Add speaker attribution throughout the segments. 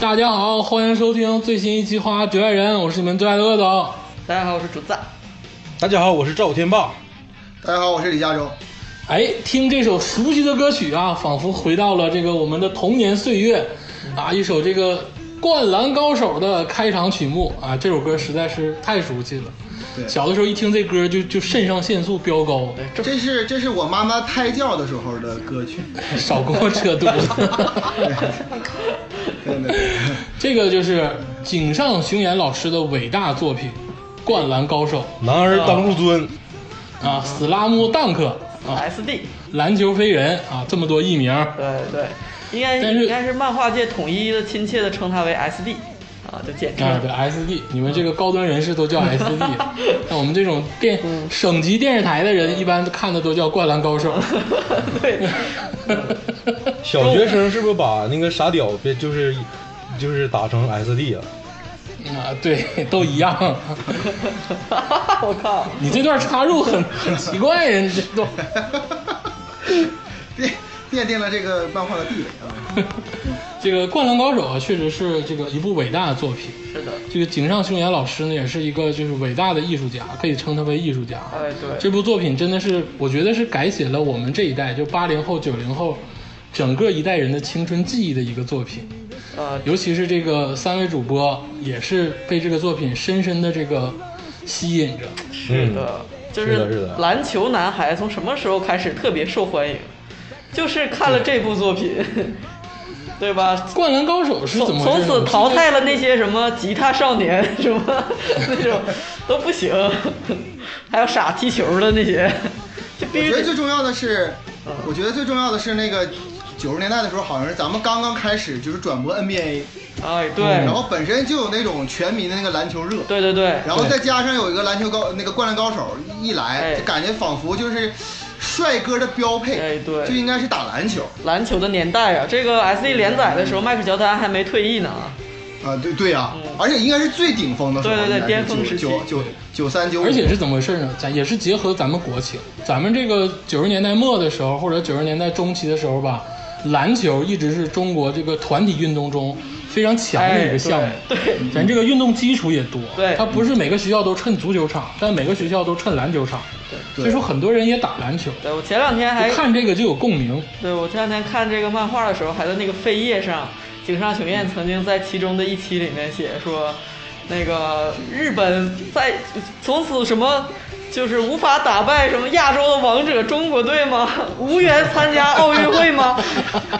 Speaker 1: 大家好，欢迎收听最新一期《花花局外人》，我是你们最爱的恶总。
Speaker 2: 大家好，我是 竹子。
Speaker 3: 大家好，我是赵天霸。
Speaker 4: 大家好，我是李佳洲。
Speaker 1: 哎，听这首熟悉的歌曲啊，仿佛回到了这个我们的童年岁月啊，一首这个《灌篮高手》的开场曲目啊，这首歌实在是太熟悉了。
Speaker 4: 对
Speaker 1: 小的时候一听这歌就就肾上腺素飙高，哎
Speaker 4: 这是这是我妈妈胎教的时候的 歌曲，
Speaker 1: 少跟我扯犊子。
Speaker 4: 对对对，
Speaker 1: 这个就是井上雄彦老师的伟大作品《灌篮高手
Speaker 3: 男儿当入樽，》
Speaker 1: 啊，斯拉姆蛋克
Speaker 2: 哦
Speaker 1: 啊，
Speaker 2: SD，
Speaker 1: 篮球飞人啊，这么多艺名。
Speaker 2: 对对，应该
Speaker 1: 但是
Speaker 2: 应该是漫画界统一的亲切的称它为 SD，啊，就简称。
Speaker 1: 啊，对 SD，你们这个高端人士都叫 SD，那我们这种电省级电视台的人，一般看的都叫《灌篮高手》
Speaker 2: 对，
Speaker 3: 小学生是不是把那个傻屌别就是就是打成 SD 啊？
Speaker 1: 啊，对，都一样。
Speaker 2: 我靠，
Speaker 1: 你这段插入很很奇怪呀，你这都。
Speaker 4: 奠奠定了这个漫画的地位啊。
Speaker 1: 这个《灌篮高手》啊，确实是这个一部伟大的作品。
Speaker 2: 是的，
Speaker 1: 这个井上雄彦老师呢，也是一个就是伟大的艺术家，可以称他为艺术家。啊
Speaker 2: 哎对，
Speaker 1: 这部作品真的是，我觉得是改写了我们这一代，就八零后、九零后，整个一代人的青春记忆的一个作品。
Speaker 2: 呃，
Speaker 1: 尤其是这个三位主播，也是被这个作品深深的这个吸引着。
Speaker 2: 是的，嗯就是
Speaker 3: 的是的
Speaker 2: 篮球男孩从什么时候开始特别受欢迎？就是看了这部作品， 对吧？
Speaker 1: 《灌篮高手》是怎
Speaker 2: 从
Speaker 1: 么回
Speaker 2: 从
Speaker 1: 事呢？
Speaker 2: 此淘汰了那些什么吉他少年什么那 种都不行，还有傻踢球的那些，就
Speaker 4: 我
Speaker 2: 必须
Speaker 4: 觉得
Speaker 2: 得
Speaker 4: 最重要的是，
Speaker 2: 嗯
Speaker 4: 我觉得最重要的是那个九十年代的时候，好像是咱们刚刚开始就是转播 NBA，
Speaker 2: 哎对，
Speaker 4: 嗯然后本身就有那种全民的那个篮球热，
Speaker 2: 对对对，
Speaker 4: 然后再加上有一个篮球高那个灌篮高手一来，
Speaker 2: 哎
Speaker 4: 就感觉仿佛就是帅哥的标配，
Speaker 2: 哎对
Speaker 4: 就应该是打篮球
Speaker 2: 篮球的年代啊，这个 S D 连载的时候，迈克乔丹还没退役呢啊，
Speaker 4: 啊，对对啊
Speaker 2: 嗯，
Speaker 4: 而且应该是最顶峰的时候，
Speaker 2: 对对对
Speaker 4: 应该是
Speaker 2: 巅峰时期
Speaker 4: 九九九三九五，
Speaker 1: 而且是怎么回事呢？咱也是结合咱们国情，咱们这个九十年代末的时候，或者九十年代中期的时候吧，篮球一直是中国这个团体运动中非常强的一个项目。
Speaker 2: 哎对对
Speaker 1: 咱这个运动基础也多，
Speaker 2: 对
Speaker 1: 它不是每个学校都趁足球场，但每个学校都趁篮球场，
Speaker 4: 对
Speaker 1: 所以说很多人也打篮球，
Speaker 2: 对我前两天还
Speaker 1: 就看这个就有共鸣。
Speaker 2: 对我前两天看这个漫画的时候，还在那个扉页上，井上雄彦曾经在其中的一期里面写说，那个日本在从此什么。就是无法打败什么亚洲的王者中国队吗？ 无缘参加奥运会吗？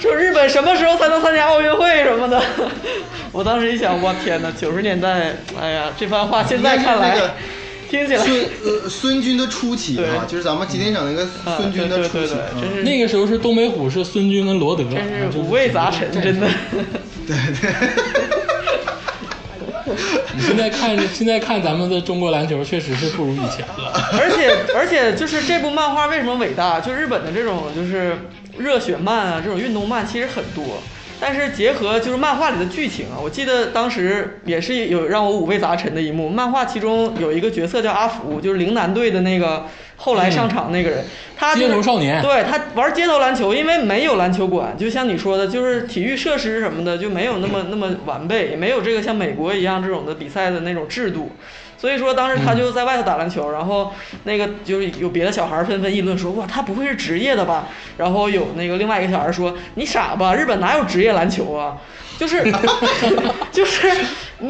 Speaker 2: 说日本什么时候才能参加奥运会什么的？ 我当时一想，我天哪，九十年代，哎呀，这番话现在看来，
Speaker 4: 应该是
Speaker 2: 听起来
Speaker 4: 孙呃孙军的初期啊，
Speaker 2: 对
Speaker 4: 就是咱们吉林省那个
Speaker 2: 啊
Speaker 4: 孙军的初
Speaker 2: 对对
Speaker 4: 期
Speaker 2: 对，
Speaker 4: 啊
Speaker 2: 对，真是
Speaker 1: 那个时候是东北虎，是孙军跟罗德，
Speaker 2: 嗯真
Speaker 1: 啊
Speaker 2: 是
Speaker 1: 就
Speaker 2: 五味杂陈，真的。
Speaker 4: 嗯对 对。
Speaker 1: 你现在看现在看咱们的中国篮球，确实是不如以前了。
Speaker 2: 而且而且就是这部漫画为什么伟大？就日本的这种就是热血漫啊，这种运动漫其实很多，但是结合就是漫画里的剧情啊，我记得当时也是有让我五味杂陈的一幕。漫画其中有一个角色叫阿福，就是陵南队的那个后来上场那个人，他就是
Speaker 1: 街头少年
Speaker 2: 对他玩街头篮球，因为没有篮球馆，就像你说的，就是体育设施什么的就没有那么那么完备，也没有这个像美国一样这种的比赛的那种制度。所以说当时他就在外头打篮球，然后那个就是有别的小孩纷纷议论说，哇，他不会是职业的吧？然后有那个另外一个小孩说，你傻吧，日本哪有职业篮球啊？就是 就是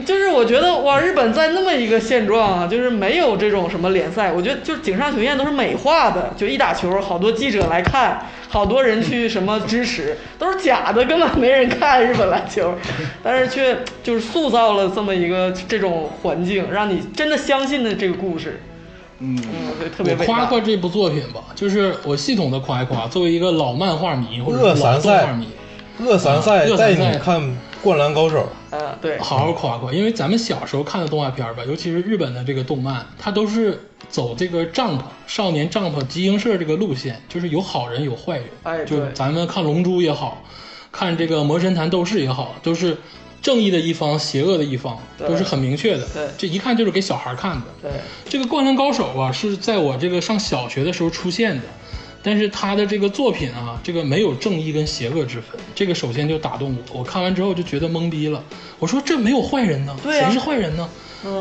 Speaker 2: 就是，我觉得哇，日本在那么一个现状啊，就是没有这种什么联赛，我觉得就是井上雄彦都是美化的，就一打球，好多记者来看，好多人去什么支持，都是假的，根本没人看日本篮球，但是却就是塑造了这么一个这种环境，让你真的相信的这个故事，
Speaker 4: 嗯，
Speaker 2: 嗯，我觉得特别
Speaker 1: 我
Speaker 2: 伟
Speaker 1: 夸
Speaker 2: 大。
Speaker 1: 夸这部作品吧，就是我系统的夸一夸。作为一个老漫画迷或者
Speaker 3: 恶
Speaker 1: 是
Speaker 3: 三
Speaker 1: 老动
Speaker 3: 赛
Speaker 1: 画迷，
Speaker 3: 恶三赛
Speaker 1: 恶
Speaker 3: 带
Speaker 1: 三赛
Speaker 3: 你看《灌篮高手
Speaker 2: 嗯，对，
Speaker 1: 好好夸夸，因为咱们小时候看的动画片儿吧，尤其是日本的这个动漫，它都是走这个 Jump 少年 Jump 集英社这个路线，就是有好人有坏人。
Speaker 2: 哎
Speaker 1: 就
Speaker 2: 对
Speaker 1: 咱们看《龙珠》也好，看这个《魔神坛斗士》也好，都是正义的一方、邪恶的一方，
Speaker 2: 对
Speaker 1: 都是很明确的。
Speaker 2: 对
Speaker 1: 这一看就是给小孩看的。
Speaker 2: 对，
Speaker 1: 这个《灌篮高手》啊，是在我这个上小学的时候出现的。但是他的这个作品啊，这个没有正义跟邪恶之分，这个首先就打动我。我看完之后就觉得懵逼了，我说这没有坏人呢，
Speaker 2: 对啊
Speaker 1: 谁
Speaker 2: 嗯
Speaker 1: 是坏人呢？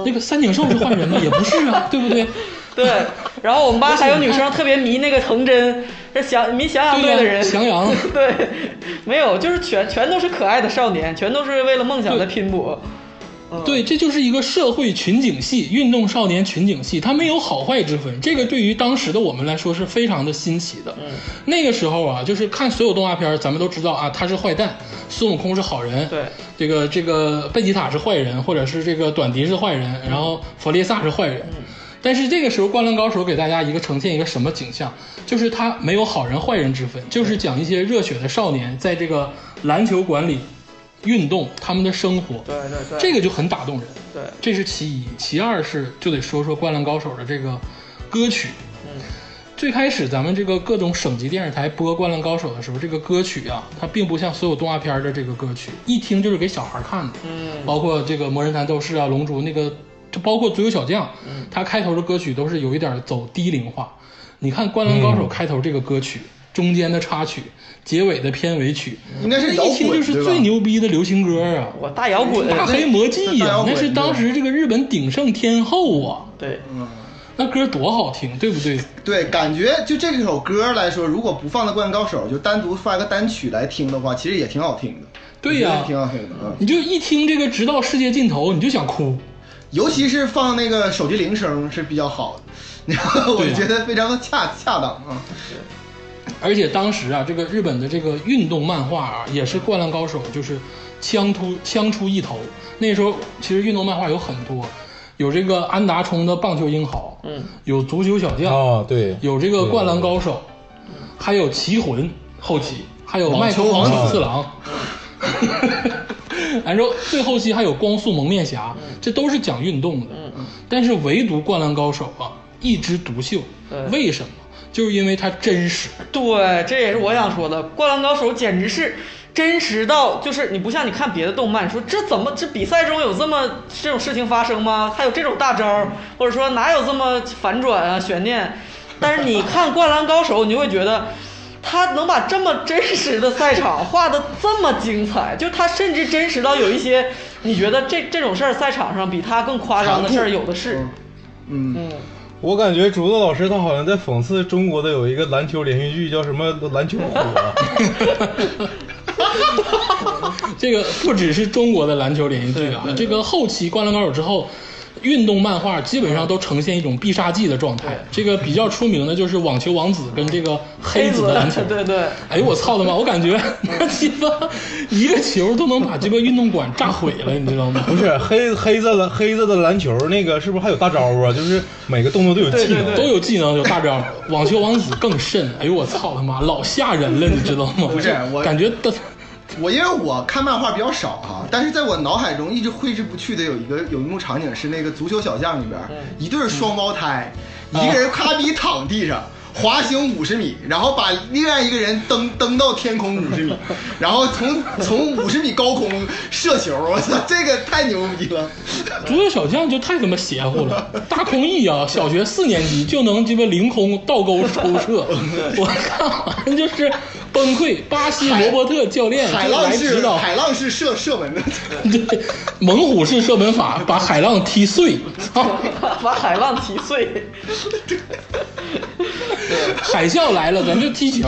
Speaker 1: 那个三井寿是坏人吗？也不是啊，对不对？
Speaker 2: 对，然后我们班还有女生特别迷那个藤真，是翔迷翔阳队的
Speaker 1: 对
Speaker 2: 人
Speaker 1: 呀，，翔阳。
Speaker 2: 对，没有，就是全全都是可爱的少年，全都是为了梦想在拼搏。嗯，
Speaker 1: 对，这就是一个社会群景戏，运动少年群景戏，它没有好坏之分。这个对于当时的我们来说是非常的新奇的。
Speaker 2: 嗯
Speaker 1: 那个时候啊，就是看所有动画片儿，咱们都知道啊，他是坏蛋，孙悟空是好人，
Speaker 2: 对，
Speaker 1: 这个这个贝吉塔是坏人，或者是这个短笛是坏人，然后弗利萨是坏人。但是这个时候，《灌篮高手》给大家一个呈现一个什么景象？就是他没有好人坏人之分，就是讲一些热血的少年在这个篮球馆里运动，他们的生活。
Speaker 2: 对对对，
Speaker 1: 这个就很打动人，
Speaker 2: 对，
Speaker 1: 这是其一。其二是就得说说《灌篮高手》的这个歌曲。
Speaker 2: 嗯，
Speaker 1: 最开始咱们这个各种省级电视台播《灌篮高手》的时候，这个歌曲啊，它并不像所有动画片的这个歌曲，一听就是给小孩看的。
Speaker 2: 嗯，
Speaker 1: 包括这个《魔人弹斗士》啊，《龙珠》那个，就包括《足球小将》，
Speaker 4: 嗯
Speaker 1: 它开头的歌曲都是有一点走低龄化。你看《灌篮高手》开头这个歌曲，中间的插曲，结尾的片尾曲，
Speaker 4: 应该是摇
Speaker 1: 一听
Speaker 4: 滚
Speaker 1: 就是
Speaker 4: 对吧
Speaker 1: 最牛逼的流行歌啊！
Speaker 2: 我大摇滚，
Speaker 1: 大黑魔记呀、
Speaker 4: 那大摇滚
Speaker 1: 那是当时这个日本鼎盛天后啊，
Speaker 2: 对，
Speaker 1: 那歌多好听，对不对？
Speaker 4: 嗯对，感觉就这首歌来说，如果不放在《灌篮高手》，就单独发个单曲来听的话，其实也挺好听的。
Speaker 1: 对呀
Speaker 4: 我觉得挺好听的
Speaker 2: 哦
Speaker 4: 啊、
Speaker 1: 你就一听这个《直到世界尽头》，你就想哭。
Speaker 4: 尤其是放那个手机铃声是比较好的， 然后我
Speaker 2: 啊
Speaker 1: 对呀
Speaker 4: 觉得非常的恰恰当啊。
Speaker 1: 而且当时啊，这个日本的这个运动漫画啊，也是《灌篮高手》就是枪突枪出一头。那时候其实运动漫画有很多，有这个安达充的《棒球英豪》，
Speaker 2: 嗯，
Speaker 1: 有《足球小将》，
Speaker 3: 啊，对，
Speaker 1: 有这个《灌篮高手》，还有《棋魂》后期，还有《麦克
Speaker 4: 网
Speaker 1: 王
Speaker 4: 球
Speaker 1: 子次郎》， 然后最后期还有《光速蒙面侠》，这都是讲运动的。但是唯独《灌篮高手》啊，一枝独秀
Speaker 2: 对。
Speaker 1: 为什么？就是因为它真实。
Speaker 2: 对，这也是我想说的，《灌篮高手》简直是真实到，就是你不像你看别的动漫，说这怎么这比赛中有这么这种事情发生吗？还有这种大招儿，或者说哪有这么反转啊、悬念？但是你看《灌篮高手》，你就会觉得。他能把这么真实的赛场画的这么精彩，就他甚至真实到有一些你觉得这这种事儿赛场上比他更夸张的事儿有的是。
Speaker 4: 嗯，
Speaker 2: 嗯，
Speaker 3: 我感觉竹子老师他好像在讽刺中国的有一个篮球连续剧，叫什么《篮球啊火》
Speaker 1: 这个不只是中国的篮球连续剧啊，这个后期《灌篮高手》之后，运动漫画基本上都呈现一种必杀技的状态这
Speaker 2: 对。
Speaker 1: 个比较出名的就是网球王子跟这个黑子的篮球。
Speaker 2: 对对，
Speaker 1: 哎呦我操他妈！我感觉 那鸡巴一个球都能把这个运动馆炸毁了，你知道吗？
Speaker 3: 不是黑黑子篮黑子的篮球那个是不是还有大招啊？就是每个动作都有技能
Speaker 2: 对
Speaker 1: 都有技能，有大招。网球王子更甚，哎呦我操他妈，老吓人了，你知道吗？
Speaker 4: 不是我
Speaker 1: 感觉的，
Speaker 4: 我因为我看漫画比较少哈、但是在我脑海中一直挥之不去的有一个有一幕场景是那个足球小将里边儿一对儿双胞胎，一个人咔比躺地上。滑行五十米，然后把另外一个人蹬蹬到天空五十米，然后从从五十米高空射球，我操，这个太牛逼了！
Speaker 1: 足球小将就太他妈邪乎 了。大空翼啊，小学四年级就能鸡巴凌空倒钩 抽射，我看完就是崩溃。巴西罗伯特教练
Speaker 4: 海
Speaker 1: 就
Speaker 4: 浪
Speaker 1: 来指
Speaker 4: 式
Speaker 1: 导，
Speaker 4: 海浪式射射门的，
Speaker 1: 对，猛虎式射门法把海浪踢碎，操！
Speaker 2: 把海浪踢碎。
Speaker 1: 海啸来了，咱就踢球。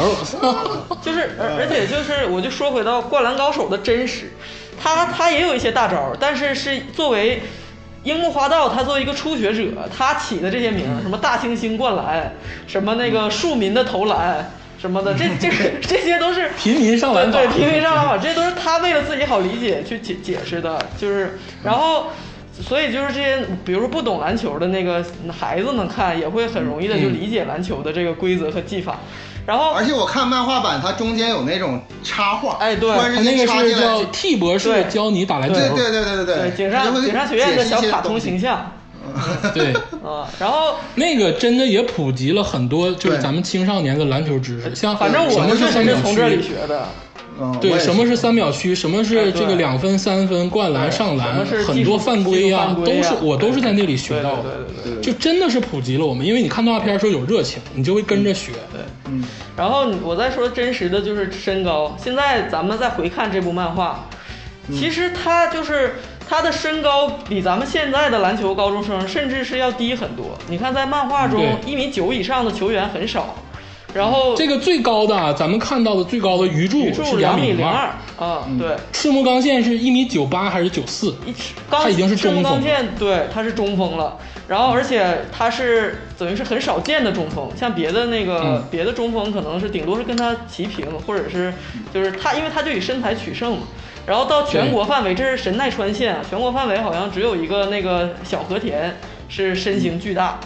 Speaker 2: 就是，而而且就是，我就说回到《灌篮高手》的真实，他他也有一些大招，但是是作为樱木花道，他作为一个初学者，他起的这些名儿，什么大猩猩灌篮，什么那个庶民的投篮。什么的，这这这些都是
Speaker 1: 平民上篮法
Speaker 2: 对对平民上 篮法，这都是他为了自己好理解去解解释的，就是，然后，所以就是这些，比如说不懂篮球的那个孩子们看，也会很容易
Speaker 1: 嗯
Speaker 2: 的就理解篮球的这个规则和技法，然后
Speaker 4: 而且我看漫画版，它中间有那种插画，
Speaker 2: 哎对
Speaker 4: 突然
Speaker 1: 他
Speaker 4: 之
Speaker 1: 那个
Speaker 4: 间插
Speaker 1: 是
Speaker 4: 进来
Speaker 1: 叫，T 博士
Speaker 2: 对
Speaker 1: 教你打篮球，
Speaker 4: 对对对对对
Speaker 2: 对，井上
Speaker 4: 它就会
Speaker 2: 井上学院的
Speaker 4: 解释一
Speaker 2: 小
Speaker 4: 些
Speaker 2: 卡
Speaker 4: 东
Speaker 2: 通
Speaker 4: 西
Speaker 2: 形象，
Speaker 1: 对
Speaker 2: 啊，然后
Speaker 1: 那个真的也普及了很多，就是
Speaker 4: 对
Speaker 1: 咱们青少年的篮球知识，像
Speaker 2: 反正
Speaker 1: 什
Speaker 2: 我
Speaker 1: 么
Speaker 2: 们
Speaker 1: 是
Speaker 2: 确
Speaker 1: 三
Speaker 2: 实
Speaker 1: 秒
Speaker 2: 是从
Speaker 1: 区
Speaker 2: 这里学的，
Speaker 4: 嗯，我
Speaker 1: 对，
Speaker 4: 也
Speaker 1: 什么是三秒区，什么是这个两分、三分、灌篮、
Speaker 2: 哎对
Speaker 1: 上篮，
Speaker 2: 什么是
Speaker 1: 很
Speaker 2: 技术
Speaker 1: 多犯规
Speaker 2: 技
Speaker 1: 呀，
Speaker 2: 术犯
Speaker 1: 都
Speaker 2: 规呀
Speaker 1: 是我都是在那里学
Speaker 2: 对对
Speaker 1: 到
Speaker 2: 对
Speaker 1: 的，
Speaker 2: 对对。
Speaker 1: 就真的是普及了我们。因为你看动画片的时候有热情，你就会跟着学。
Speaker 2: 对
Speaker 4: 嗯，
Speaker 2: 然后你我再说真实的就是身高，现在咱们再回看这部漫画，
Speaker 1: 嗯
Speaker 2: 其实他就是他的身高比咱们现在的篮球高中生甚至是要低很多。你看在漫画中
Speaker 1: 嗯，
Speaker 2: 一米九以上的球员很少，然后
Speaker 1: 这个最高的啊，咱们看到的最高的鱼柱
Speaker 2: 宇
Speaker 1: 是
Speaker 2: 柱两
Speaker 1: 米嗯
Speaker 2: 米
Speaker 1: 零
Speaker 2: 零二，啊，对。
Speaker 1: 赤木刚宪是一米九八还是九四？
Speaker 2: 一刚
Speaker 1: 他已经是中锋了
Speaker 2: 刚健对，他是中锋了。然后，而且他是等于是很少见的中锋，像别的那个、
Speaker 1: 嗯
Speaker 2: 别的中锋可能是顶多是跟他齐平，或者是就是他，因为他就以身材取胜嘛。然后到全国范围，这是神奈川县啊，全国范围好像只有一个那个小和田是身形巨大，